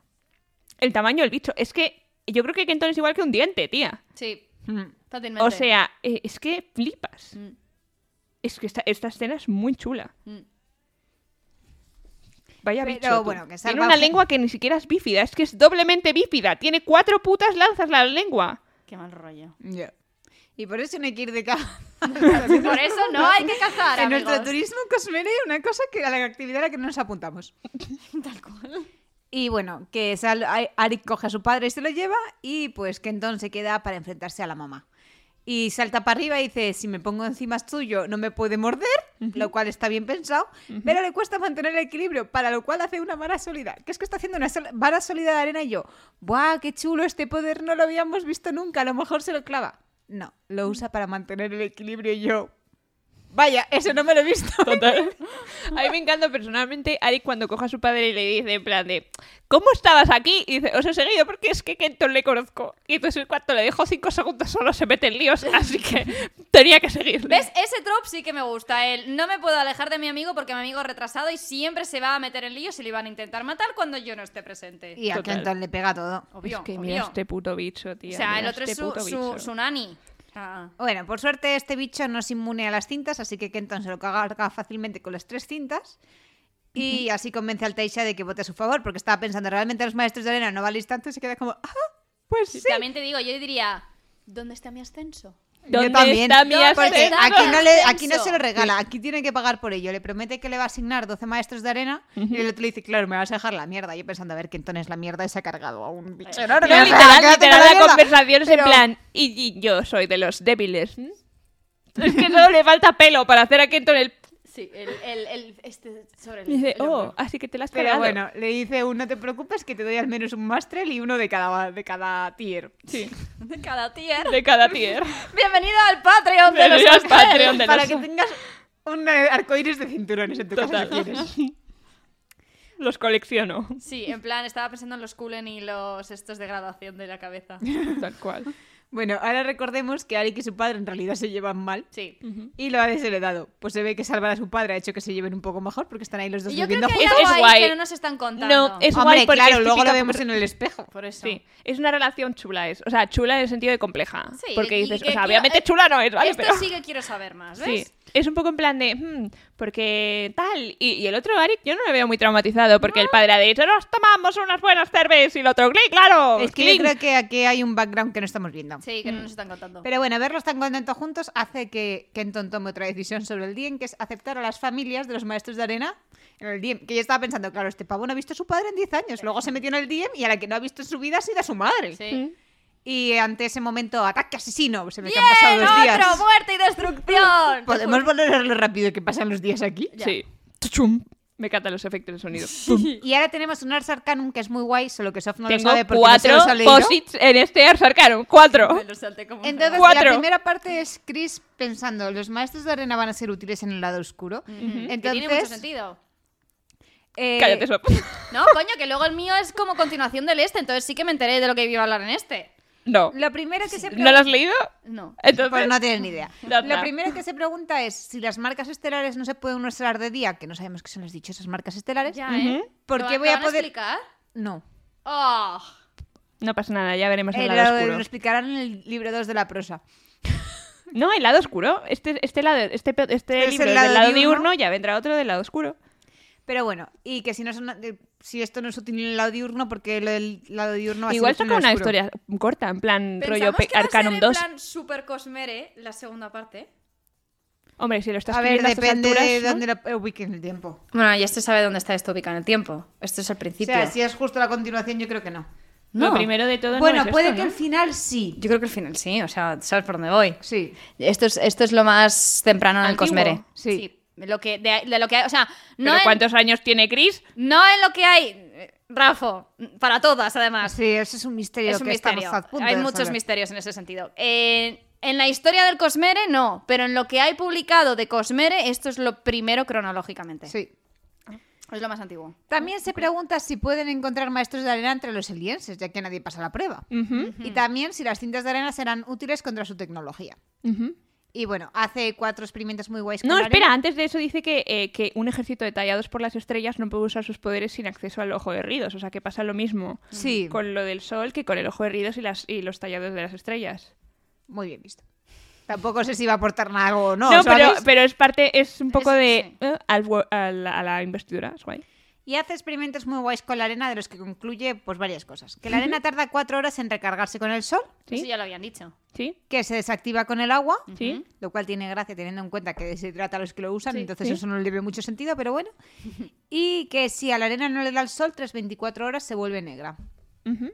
Speaker 1: El tamaño del bicho. Es que yo creo que Kenton es igual que un diente, tía.
Speaker 2: Sí,
Speaker 3: Mm.
Speaker 2: fácilmente.
Speaker 1: O sea, eh, es que flipas.
Speaker 2: Mm,
Speaker 1: Es que esta, esta escena es muy chula.
Speaker 2: mm.
Speaker 1: Vaya
Speaker 3: Pero
Speaker 1: bicho. tú.
Speaker 3: bueno, que
Speaker 1: Tiene
Speaker 3: salva
Speaker 1: una
Speaker 3: al gen-
Speaker 1: lengua que ni siquiera es bífida, es que es doblemente bífida. Tiene cuatro putas lanzas la lengua.
Speaker 2: Qué mal rollo.
Speaker 3: Ya. Y por eso no hay que ir de caza.
Speaker 2: Por eso no hay que cazar,
Speaker 3: en nuestro
Speaker 2: amigos.
Speaker 3: turismo cosmere, una cosa que a la actividad a la que no nos apuntamos.
Speaker 2: Tal cual.
Speaker 3: Y bueno, que sal- Ari- Ari coge a su padre y se lo lleva y pues Kenton se queda para enfrentarse a la mamá. Y salta para arriba y dice, si me pongo encima es tuyo, no me puede morder, lo cual está bien pensado, pero le cuesta mantener el equilibrio, para lo cual hace una vara sólida. Que es que está haciendo una sol- vara sólida de arena y yo, ¡buah, qué chulo este poder! No lo habíamos visto nunca, a lo mejor se lo clava. No, lo usa para mantener el equilibrio y yo... Vaya, eso no me lo he visto.
Speaker 1: Total. A mí me encanta personalmente Ari cuando coge a su padre y le dice en plan de ¿Cómo estabas aquí? Y dice, os he seguido porque es que Kenton le conozco. Y entonces cuando le dejo cinco segundos solo se mete en líos, así que tenía que seguirle.
Speaker 2: ¿Ves? Ese trope sí que me gusta. El no me puedo alejar de mi amigo porque mi amigo es retrasado y siempre se va a meter en líos y le van a intentar matar cuando yo no esté presente.
Speaker 3: Y a
Speaker 1: Total.
Speaker 3: Kenton le pega todo.
Speaker 2: Obvio,
Speaker 1: es que
Speaker 2: obvio.
Speaker 1: mira este puto bicho,
Speaker 2: O
Speaker 1: tío.
Speaker 2: sea,
Speaker 1: mira
Speaker 2: el otro
Speaker 1: este
Speaker 2: es su,
Speaker 1: puto
Speaker 2: su,
Speaker 1: bicho.
Speaker 2: su nani. Ah.
Speaker 3: Bueno, por suerte este bicho no es inmune a las cintas, así que Kenton se lo carga fácilmente con las tres cintas. Y así convence al Taisha de que vote a su favor, porque estaba pensando, realmente los maestros de arena no valéis tanto, y se queda como, ah, pues sí.
Speaker 2: También te digo, yo diría, ¿dónde está mi ascenso?
Speaker 3: Yo
Speaker 1: ¿Dónde
Speaker 3: también,
Speaker 1: está mi
Speaker 2: ¿Dónde
Speaker 3: Porque
Speaker 1: ascenso?
Speaker 2: está
Speaker 3: aquí no, le, aquí no
Speaker 2: ascenso?
Speaker 3: se lo regala, aquí tiene que pagar por ello. Le promete que le va a asignar 12 maestros de arena y el otro le dice, claro, me vas a dejar la mierda. Yo pensando, a ver, Kenton es la mierda y se ha cargado a un bicho enorme.
Speaker 1: No,
Speaker 3: o sea,
Speaker 1: literal,
Speaker 3: quédate con
Speaker 1: literal, la
Speaker 3: mierda.
Speaker 1: conversación es en
Speaker 3: Pero-
Speaker 1: plan, y, y yo soy de los débiles. ¿m? Es que solo le falta pelo para hacer a Kenton el...
Speaker 2: Sí, el, el, el- este sobre el,
Speaker 1: Y dice,
Speaker 2: el
Speaker 1: oh,
Speaker 2: hombro.
Speaker 1: así que te la has
Speaker 3: Pero
Speaker 1: cargado".
Speaker 3: bueno, le dice un no te preocupes que te doy al menos un máster y uno de cada, de cada tier.
Speaker 1: Sí,
Speaker 2: De cada tier.
Speaker 1: de cada tier.
Speaker 2: Bienvenido al Patreon de los
Speaker 1: Bienvenido al
Speaker 2: Ángeles.
Speaker 1: Patreon. de
Speaker 3: Para
Speaker 1: Este los-
Speaker 3: que tengas un eh, arcoíris de cinturones en tu
Speaker 1: Total.
Speaker 3: casa si quieres.
Speaker 1: Los colecciono.
Speaker 2: Sí, en plan, estaba pensando en los Cullen y los estos de graduación de la cabeza.
Speaker 1: Tal cual.
Speaker 3: Bueno, ahora recordemos que Arik y su padre en realidad se llevan mal.
Speaker 2: Sí.
Speaker 3: Y lo ha desheredado. Pues se ve que salvar a su padre ha hecho que se lleven un poco mejor porque están ahí los dos
Speaker 2: Y yo creo
Speaker 3: viviendo
Speaker 2: que hay
Speaker 1: Es-
Speaker 2: algo
Speaker 1: es
Speaker 2: ahí
Speaker 1: guay.
Speaker 2: que no nos están contando.
Speaker 1: No, es
Speaker 3: Hombre,
Speaker 1: guay porque
Speaker 3: claro,
Speaker 1: es
Speaker 3: luego lo
Speaker 1: típica-
Speaker 3: vemos en el espejo.
Speaker 2: Por eso.
Speaker 1: Sí, es una relación chula, es. O sea, chula en el sentido de compleja.
Speaker 2: Sí,
Speaker 1: porque
Speaker 2: y
Speaker 1: dices,
Speaker 2: que
Speaker 1: o sea,
Speaker 2: quiero-
Speaker 1: obviamente
Speaker 2: eh,
Speaker 1: chula no es, ¿vale?
Speaker 2: Esto
Speaker 1: Pero...
Speaker 2: sí que quiero saber más,
Speaker 1: Sí,
Speaker 2: ¿ves?
Speaker 1: es un poco en plan de, "Hmm, porque tal. Y, y el otro, Arik, yo no lo veo muy traumatizado, porque el padre ha dicho, nos tomamos unas buenas cervezas y el otro, clic, claro.
Speaker 3: Es que
Speaker 1: clink".
Speaker 3: yo creo que aquí hay un background que no estamos viendo.
Speaker 2: Sí, que
Speaker 1: Mm.
Speaker 2: no nos están contando.
Speaker 3: Pero bueno, verlos tan contentos juntos hace que Kenton tome otra decisión sobre el DIEM, que es aceptar a las familias de los maestros de arena en el DIEM. Que yo estaba pensando, claro, este pavo no ha visto a su padre en 10 años, luego se metió en el DIEM y a la que no ha visto en su vida ha sido a su madre.
Speaker 2: Sí.
Speaker 1: Mm.
Speaker 3: Y ante ese momento, ataque asesino, se me que
Speaker 2: ¡Bien!
Speaker 3: han pasado dos
Speaker 2: ¡Otro!
Speaker 3: días.
Speaker 2: ¡Muerte y
Speaker 1: pues
Speaker 2: destrucción!
Speaker 3: ¿Podemos volver a ver lo rápido que pasan los días aquí?
Speaker 2: Ya.
Speaker 1: Sí. Tuchum. Me encantan los efectos de sonido.
Speaker 3: Y ahora tenemos un Ars Arcanum que es muy guay, solo que Sof no
Speaker 1: Tengo
Speaker 3: lo sabe porque no se
Speaker 1: cuatro
Speaker 3: los ha leído.
Speaker 1: posits en este Ars Arcanum. Cuatro.
Speaker 2: Me lo salté como un
Speaker 3: Entonces,
Speaker 1: Cuatro.
Speaker 3: la primera parte es Chris pensando, los maestros de arena van a ser útiles en el lado oscuro.
Speaker 1: Mm.
Speaker 2: dragón. Que
Speaker 3: Entonces,
Speaker 2: tiene mucho sentido.
Speaker 3: eh,
Speaker 1: Cállate, Sop.
Speaker 2: No, coño, que luego el mío es como continuación del este, entonces sí que me enteré de lo que iba a hablar en este.
Speaker 1: No.
Speaker 3: Lo primero que se
Speaker 1: ¿No lo has leído?
Speaker 2: No.
Speaker 1: Entonces,
Speaker 3: Pues no tienes ni idea.
Speaker 1: Ya está.
Speaker 3: Lo primero que se pregunta es si las marcas estelares no se pueden mostrar de día, que no sabemos qué son las dichosas marcas estelares.
Speaker 2: Ya, ¿eh?
Speaker 1: Ujú.
Speaker 3: ¿Por
Speaker 2: ¿Lo-
Speaker 3: qué
Speaker 2: lo
Speaker 3: voy a
Speaker 2: van
Speaker 3: poder-
Speaker 2: explicar?
Speaker 3: No.
Speaker 2: Oh,
Speaker 1: No pasa nada, ya veremos el
Speaker 3: Eh,
Speaker 1: lado
Speaker 3: lo,
Speaker 1: oscuro.
Speaker 3: lo explicarán en el libro 2 de la prosa.
Speaker 1: No, el lado oscuro. Este, este, lado, este, pe- este
Speaker 3: es
Speaker 1: libro
Speaker 3: el
Speaker 1: es
Speaker 3: lado
Speaker 1: del lado
Speaker 3: diurno.
Speaker 1: diurno. ya vendrá otro del lado oscuro.
Speaker 3: Pero bueno, y que si no son- eh, si esto no es útil en el lado diurno, porque lo del lado diurno va a ser
Speaker 1: Igual
Speaker 3: útil en
Speaker 1: saca
Speaker 3: el
Speaker 1: una
Speaker 3: oscuro.
Speaker 1: historia corta, en plan rollo
Speaker 2: pensamos
Speaker 1: pe-
Speaker 2: que va a ser
Speaker 1: Arcanum
Speaker 2: en
Speaker 1: 2.
Speaker 2: plan super cosmere la segunda parte.
Speaker 1: Hombre, si lo estás
Speaker 3: A ver,
Speaker 1: escribiendo a estas
Speaker 3: depende de
Speaker 1: alturas, ¿no?
Speaker 3: dónde eh, lo ubiquen el tiempo.
Speaker 2: Bueno, ya se sabe dónde está esto ubicado en el tiempo. Esto es el
Speaker 3: O
Speaker 2: principio.
Speaker 3: sea, si es justo la continuación, yo creo que no.
Speaker 1: Lo
Speaker 2: No.
Speaker 1: primero de todo no
Speaker 3: bueno,
Speaker 1: es
Speaker 3: puede
Speaker 1: esto,
Speaker 3: que
Speaker 1: ¿no?
Speaker 3: el final sí.
Speaker 2: Yo creo que al final sí, o sea, sabes por dónde voy.
Speaker 3: Sí.
Speaker 2: Esto es, esto es lo más temprano en el
Speaker 1: Antiguo,
Speaker 2: Cosmere.
Speaker 3: sí.
Speaker 2: Lo que, de, de lo que hay, o sea, no
Speaker 1: ¿Pero
Speaker 2: en,
Speaker 1: cuántos años tiene Chris?
Speaker 2: no en lo que hay, eh, Rafa, para todas
Speaker 1: Ah.
Speaker 2: además.
Speaker 3: Sí, eso es un misterio
Speaker 2: es un
Speaker 3: que
Speaker 2: misterio.
Speaker 3: estamos a punto
Speaker 2: Hay
Speaker 3: de
Speaker 2: muchos
Speaker 3: saber.
Speaker 2: misterios en ese sentido. En- en la historia del Cosmere, no, pero en lo que hay publicado de Cosmere, esto es lo primero cronológicamente.
Speaker 3: Sí.
Speaker 2: Es lo más antiguo.
Speaker 3: También se pregunta si pueden encontrar maestros de arena entre los elienses, ya que nadie pasa la prueba.
Speaker 1: Ujú,
Speaker 3: Y también si las cintas de arena serán útiles contra su tecnología.
Speaker 1: ujú.
Speaker 3: Y bueno, hace cuatro experimentos muy guays. con
Speaker 1: No,
Speaker 3: arena.
Speaker 1: espera, antes de eso dice que, eh, que un ejército de tallados por las estrellas no puede usar sus poderes sin acceso al ojo de Ridos. O sea, que pasa lo mismo
Speaker 3: Sí,
Speaker 1: con lo del sol que con el ojo de Ridos y, las, y los tallados de las estrellas.
Speaker 3: muy bien visto. Tampoco sé si va a aportar nada o no.
Speaker 1: No, pero,
Speaker 3: ¿sabes?
Speaker 1: pero es parte, es un poco
Speaker 2: Es-
Speaker 1: de.
Speaker 2: sí.
Speaker 1: eh, al wo- a, la, a la investidura, es guay.
Speaker 3: Y hace experimentos muy guays con la arena, de los que concluye pues varias cosas. Que la arena tarda cuatro horas en recargarse con el sol,
Speaker 1: ¿Sí?
Speaker 2: Eso ya lo habían dicho.
Speaker 1: ¿Sí?
Speaker 3: que se desactiva con el agua,
Speaker 1: ¿Sí?
Speaker 3: lo cual tiene gracia teniendo en cuenta que deshidrata a los que lo usan,
Speaker 1: Sí,
Speaker 3: entonces
Speaker 1: sí.
Speaker 3: eso no le ve mucho sentido, pero bueno. Y que si a la arena no le da el sol, tras 24 horas se vuelve negra.
Speaker 1: Ujú.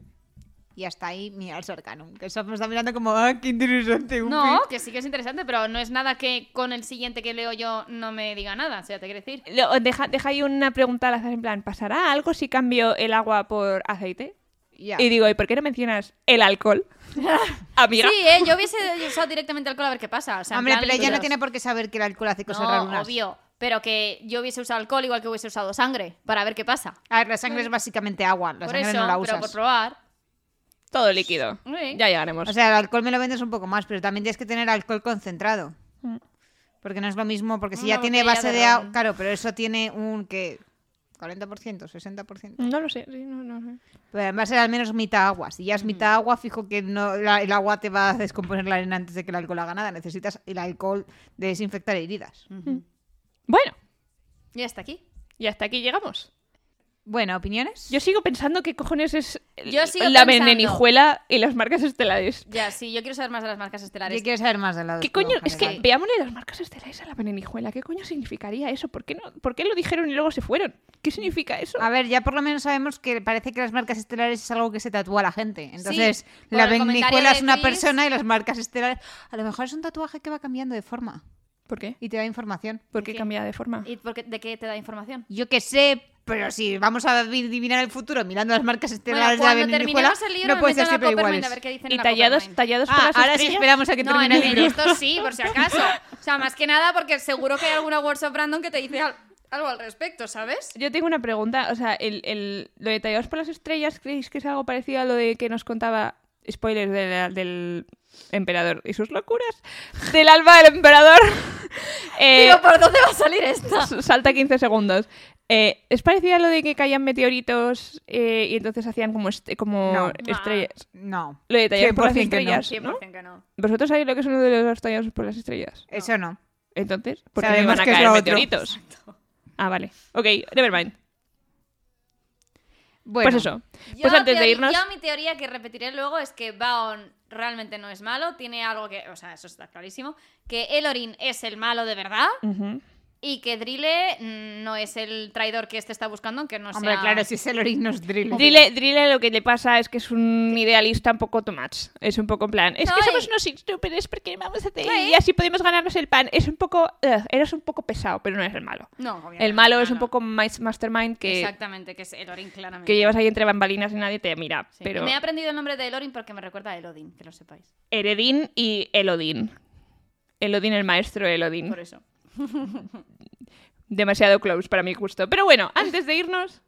Speaker 3: Y hasta ahí mira el Arcanum, que eso me está mirando como, ah, qué interesante. un
Speaker 2: No,
Speaker 3: fin".
Speaker 2: que sí que es interesante, pero no es nada que con el siguiente que leo yo no me diga nada. O sea, te quiero decir.
Speaker 1: Lo- deja, deja ahí una pregunta al azar, en plan, ¿pasará algo si cambio el agua por aceite?
Speaker 3: Ya.
Speaker 1: Y digo, ¿y por qué no mencionas el alcohol? Amiga.
Speaker 2: Sí, ¿eh? yo hubiese usado directamente alcohol a ver qué pasa. O sea, en
Speaker 3: Hombre,
Speaker 2: plan
Speaker 3: pero ella no
Speaker 2: líquidos.
Speaker 3: tiene por qué saber que el alcohol hace cosas
Speaker 2: No,
Speaker 3: raras.
Speaker 2: obvio. Pero que yo hubiese usado alcohol igual que hubiese usado sangre para ver qué pasa.
Speaker 3: A ver, la sangre es básicamente agua, la
Speaker 2: por
Speaker 3: sangre
Speaker 2: eso,
Speaker 3: no la
Speaker 2: pero por
Speaker 3: usas.
Speaker 2: probar.
Speaker 1: Todo líquido.
Speaker 2: Sí.
Speaker 1: Ya llegaremos.
Speaker 3: O sea, el alcohol me lo vendes un poco más, pero también tienes que tener alcohol concentrado.
Speaker 1: Mm.
Speaker 3: Porque no es lo mismo, porque si
Speaker 2: Una
Speaker 3: ya tiene
Speaker 2: botella
Speaker 3: base
Speaker 2: de
Speaker 3: de agua,
Speaker 2: ron.
Speaker 3: claro, pero eso tiene un que 40%, 60%.
Speaker 1: no lo sé, sí, no, no sé.
Speaker 3: Pero va a ser al menos mitad agua. Si ya es mitad agua, fijo que no la- el agua te va a descomponer la arena antes de que el alcohol haga nada. Necesitas el alcohol de desinfectar heridas.
Speaker 1: Bueno,
Speaker 2: Y hasta aquí.
Speaker 1: y hasta aquí llegamos.
Speaker 3: Bueno, ¿opiniones?
Speaker 1: Yo sigo pensando qué cojones es el-
Speaker 2: Yo sigo
Speaker 1: la
Speaker 2: pensando.
Speaker 1: venenijuela y las marcas estelares.
Speaker 2: Ya, sí, yo quiero saber más de las marcas estelares.
Speaker 3: Yo quiero saber más del lado.
Speaker 1: ¿Qué
Speaker 3: oscuro,
Speaker 1: coño? Es que
Speaker 3: general.
Speaker 1: veámosle las marcas estelares a la venenijuela. ¿Qué coño significaría eso? ¿Por qué, no, ¿Por qué lo dijeron y luego se fueron? ¿Qué significa eso?
Speaker 3: A ver, ya por lo menos sabemos que parece que las marcas estelares es algo que se tatúa a la gente. Entonces,
Speaker 2: por
Speaker 3: la
Speaker 2: el comentario
Speaker 3: Benicuela
Speaker 2: de
Speaker 3: es una
Speaker 2: Chris.
Speaker 3: persona y las marcas estelares. A lo mejor es un tatuaje que va cambiando de forma
Speaker 1: ¿Por qué?
Speaker 3: y te da información.
Speaker 1: ¿Por qué
Speaker 2: qué?
Speaker 1: cambia de forma?
Speaker 2: ¿Y por qué- de qué te da información?
Speaker 3: Yo qué sé, pero si vamos a adivinar el futuro mirando las marcas estelares
Speaker 2: bueno,
Speaker 3: de
Speaker 2: cuando
Speaker 3: la Benicuela,
Speaker 2: terminemos el libro
Speaker 3: no
Speaker 2: me
Speaker 3: puede ser
Speaker 2: meto en la
Speaker 3: siempre
Speaker 2: Coppermine
Speaker 3: iguales.
Speaker 2: a ver qué dicen
Speaker 1: Y
Speaker 2: en la
Speaker 1: tallados,
Speaker 2: Coppermine.
Speaker 1: tallados por
Speaker 3: Ah,
Speaker 1: las
Speaker 3: ahora sí
Speaker 1: estrellas.
Speaker 3: esperamos a que
Speaker 2: No, en
Speaker 3: termine el
Speaker 2: el,
Speaker 3: libro.
Speaker 2: esto sí, por si acaso. O sea, más que nada porque seguro que hay alguna workshop random que te dice al- algo al respecto, ¿sabes?
Speaker 1: Yo tengo una pregunta, o sea, el, el- lo de tallados por las estrellas, ¿creéis que es algo parecido a lo de que nos contaba, spoilers de la- del emperador y sus locuras, del alba del emperador? Eh,
Speaker 2: Digo, ¿por dónde va a salir esta?
Speaker 1: s- salta 15 segundos. Eh, ¿Es parecido a lo de que caían meteoritos eh, y entonces hacían como, est- como
Speaker 3: No.
Speaker 1: estrellas?
Speaker 3: No,
Speaker 1: Lo de tallados por las
Speaker 3: 100% que no.
Speaker 1: estrellas, ¿no?
Speaker 2: 100% que no.
Speaker 1: ¿Vosotros sabéis lo que es uno de los tallados por las estrellas?
Speaker 3: eso no.
Speaker 1: Entonces, ¿por qué no
Speaker 3: Sabemos
Speaker 1: iban a
Speaker 3: que es
Speaker 1: caer
Speaker 3: lo otro.
Speaker 1: meteoritos? Ah, vale. Ok, nevermind.
Speaker 3: Bueno,
Speaker 1: Pues eso. Pues
Speaker 2: Yo
Speaker 1: antes de
Speaker 2: teori-
Speaker 1: irnos...
Speaker 2: Yo mi teoría que repetiré luego es que Baon realmente no es malo, tiene algo que... O sea, eso está clarísimo. Que Elorin es el malo de verdad
Speaker 1: Ujú.
Speaker 2: y que Drille mm, no es el traidor que este está buscando, aunque no
Speaker 3: Hombre,
Speaker 2: sea...
Speaker 3: claro, si es el Orin nos drill.
Speaker 1: Drille, Drille lo que le pasa es que es un idealista un poco too much. Es un poco en plan, es que
Speaker 2: Ay.
Speaker 1: somos unos estúpidos porque vamos a hacer
Speaker 2: Ay.
Speaker 1: y así podemos ganarnos el pan. Es un poco, ugh, eres un poco pesado, pero no eres el malo.
Speaker 2: No, obviamente
Speaker 1: El malo
Speaker 2: no,
Speaker 1: es un
Speaker 2: no.
Speaker 1: poco más mastermind que,
Speaker 2: Exactamente, que es Elorin claramente.
Speaker 1: que llevas ahí entre bambalinas y nadie te mira.
Speaker 2: Sí,
Speaker 1: Pero
Speaker 2: Me he aprendido el nombre de Elorin porque me recuerda a Elodin, que lo sepáis.
Speaker 1: Heredín y Elodín. Elodín, el maestro Elodín.
Speaker 2: Por eso.
Speaker 1: Demasiado close para mi gusto. Pero bueno, antes de irnos,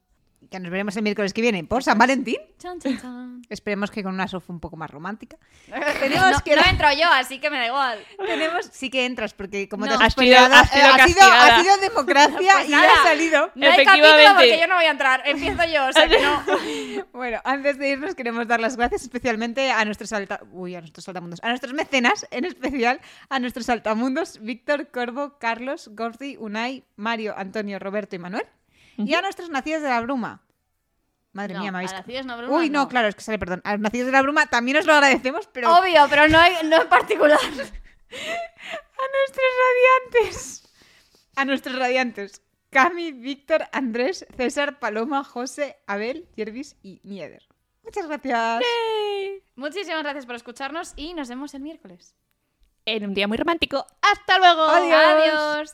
Speaker 3: que nos veremos el miércoles que viene por San Valentín.
Speaker 2: Chan, chan, chan.
Speaker 3: Esperemos que con una sofa un poco más romántica.
Speaker 2: Tenemos no,
Speaker 3: que-
Speaker 2: no entro yo, así que me da igual.
Speaker 3: Tenemos, sí que entras, porque como
Speaker 2: No.
Speaker 3: te has
Speaker 1: Has sido-
Speaker 3: spoileado,
Speaker 1: has sido
Speaker 3: eh, ha, sido,
Speaker 1: castigada.
Speaker 3: ha sido democracia
Speaker 2: Pues
Speaker 3: y
Speaker 2: nada.
Speaker 3: ha salido.
Speaker 2: No hay capítulo
Speaker 1: Efectivamente.
Speaker 2: porque yo no voy a entrar. Empiezo yo, o sea que no.
Speaker 3: Bueno, antes de irnos queremos dar las gracias especialmente a nuestros alta... Uy, a nuestros saltamundos, a nuestros mecenas, en especial a nuestros saltamundos Víctor, Corvo, Carlos, Gordi, Unai, Mario, Antonio, Roberto y Manuel. Y a nuestros nacidos de la bruma. Madre
Speaker 2: No,
Speaker 3: mía, me habéis...
Speaker 2: a nacidos de la bruma
Speaker 3: Uy, no,
Speaker 2: no. Oh,
Speaker 3: claro, es que sale, perdón. A los nacidos de la bruma también os lo agradecemos, pero a
Speaker 2: Obvio, pero no, hay- no en particular.
Speaker 3: nuestros radiantes. A nuestros radiantes. Cami, Víctor, Andrés, César, Paloma, José, Abel, Yervis y Nieder. Muchas gracias.
Speaker 2: Muchísimas gracias por escucharnos y nos vemos el miércoles.
Speaker 1: En un día muy romántico. ¡Hasta luego!
Speaker 3: Adiós.
Speaker 2: Adiós.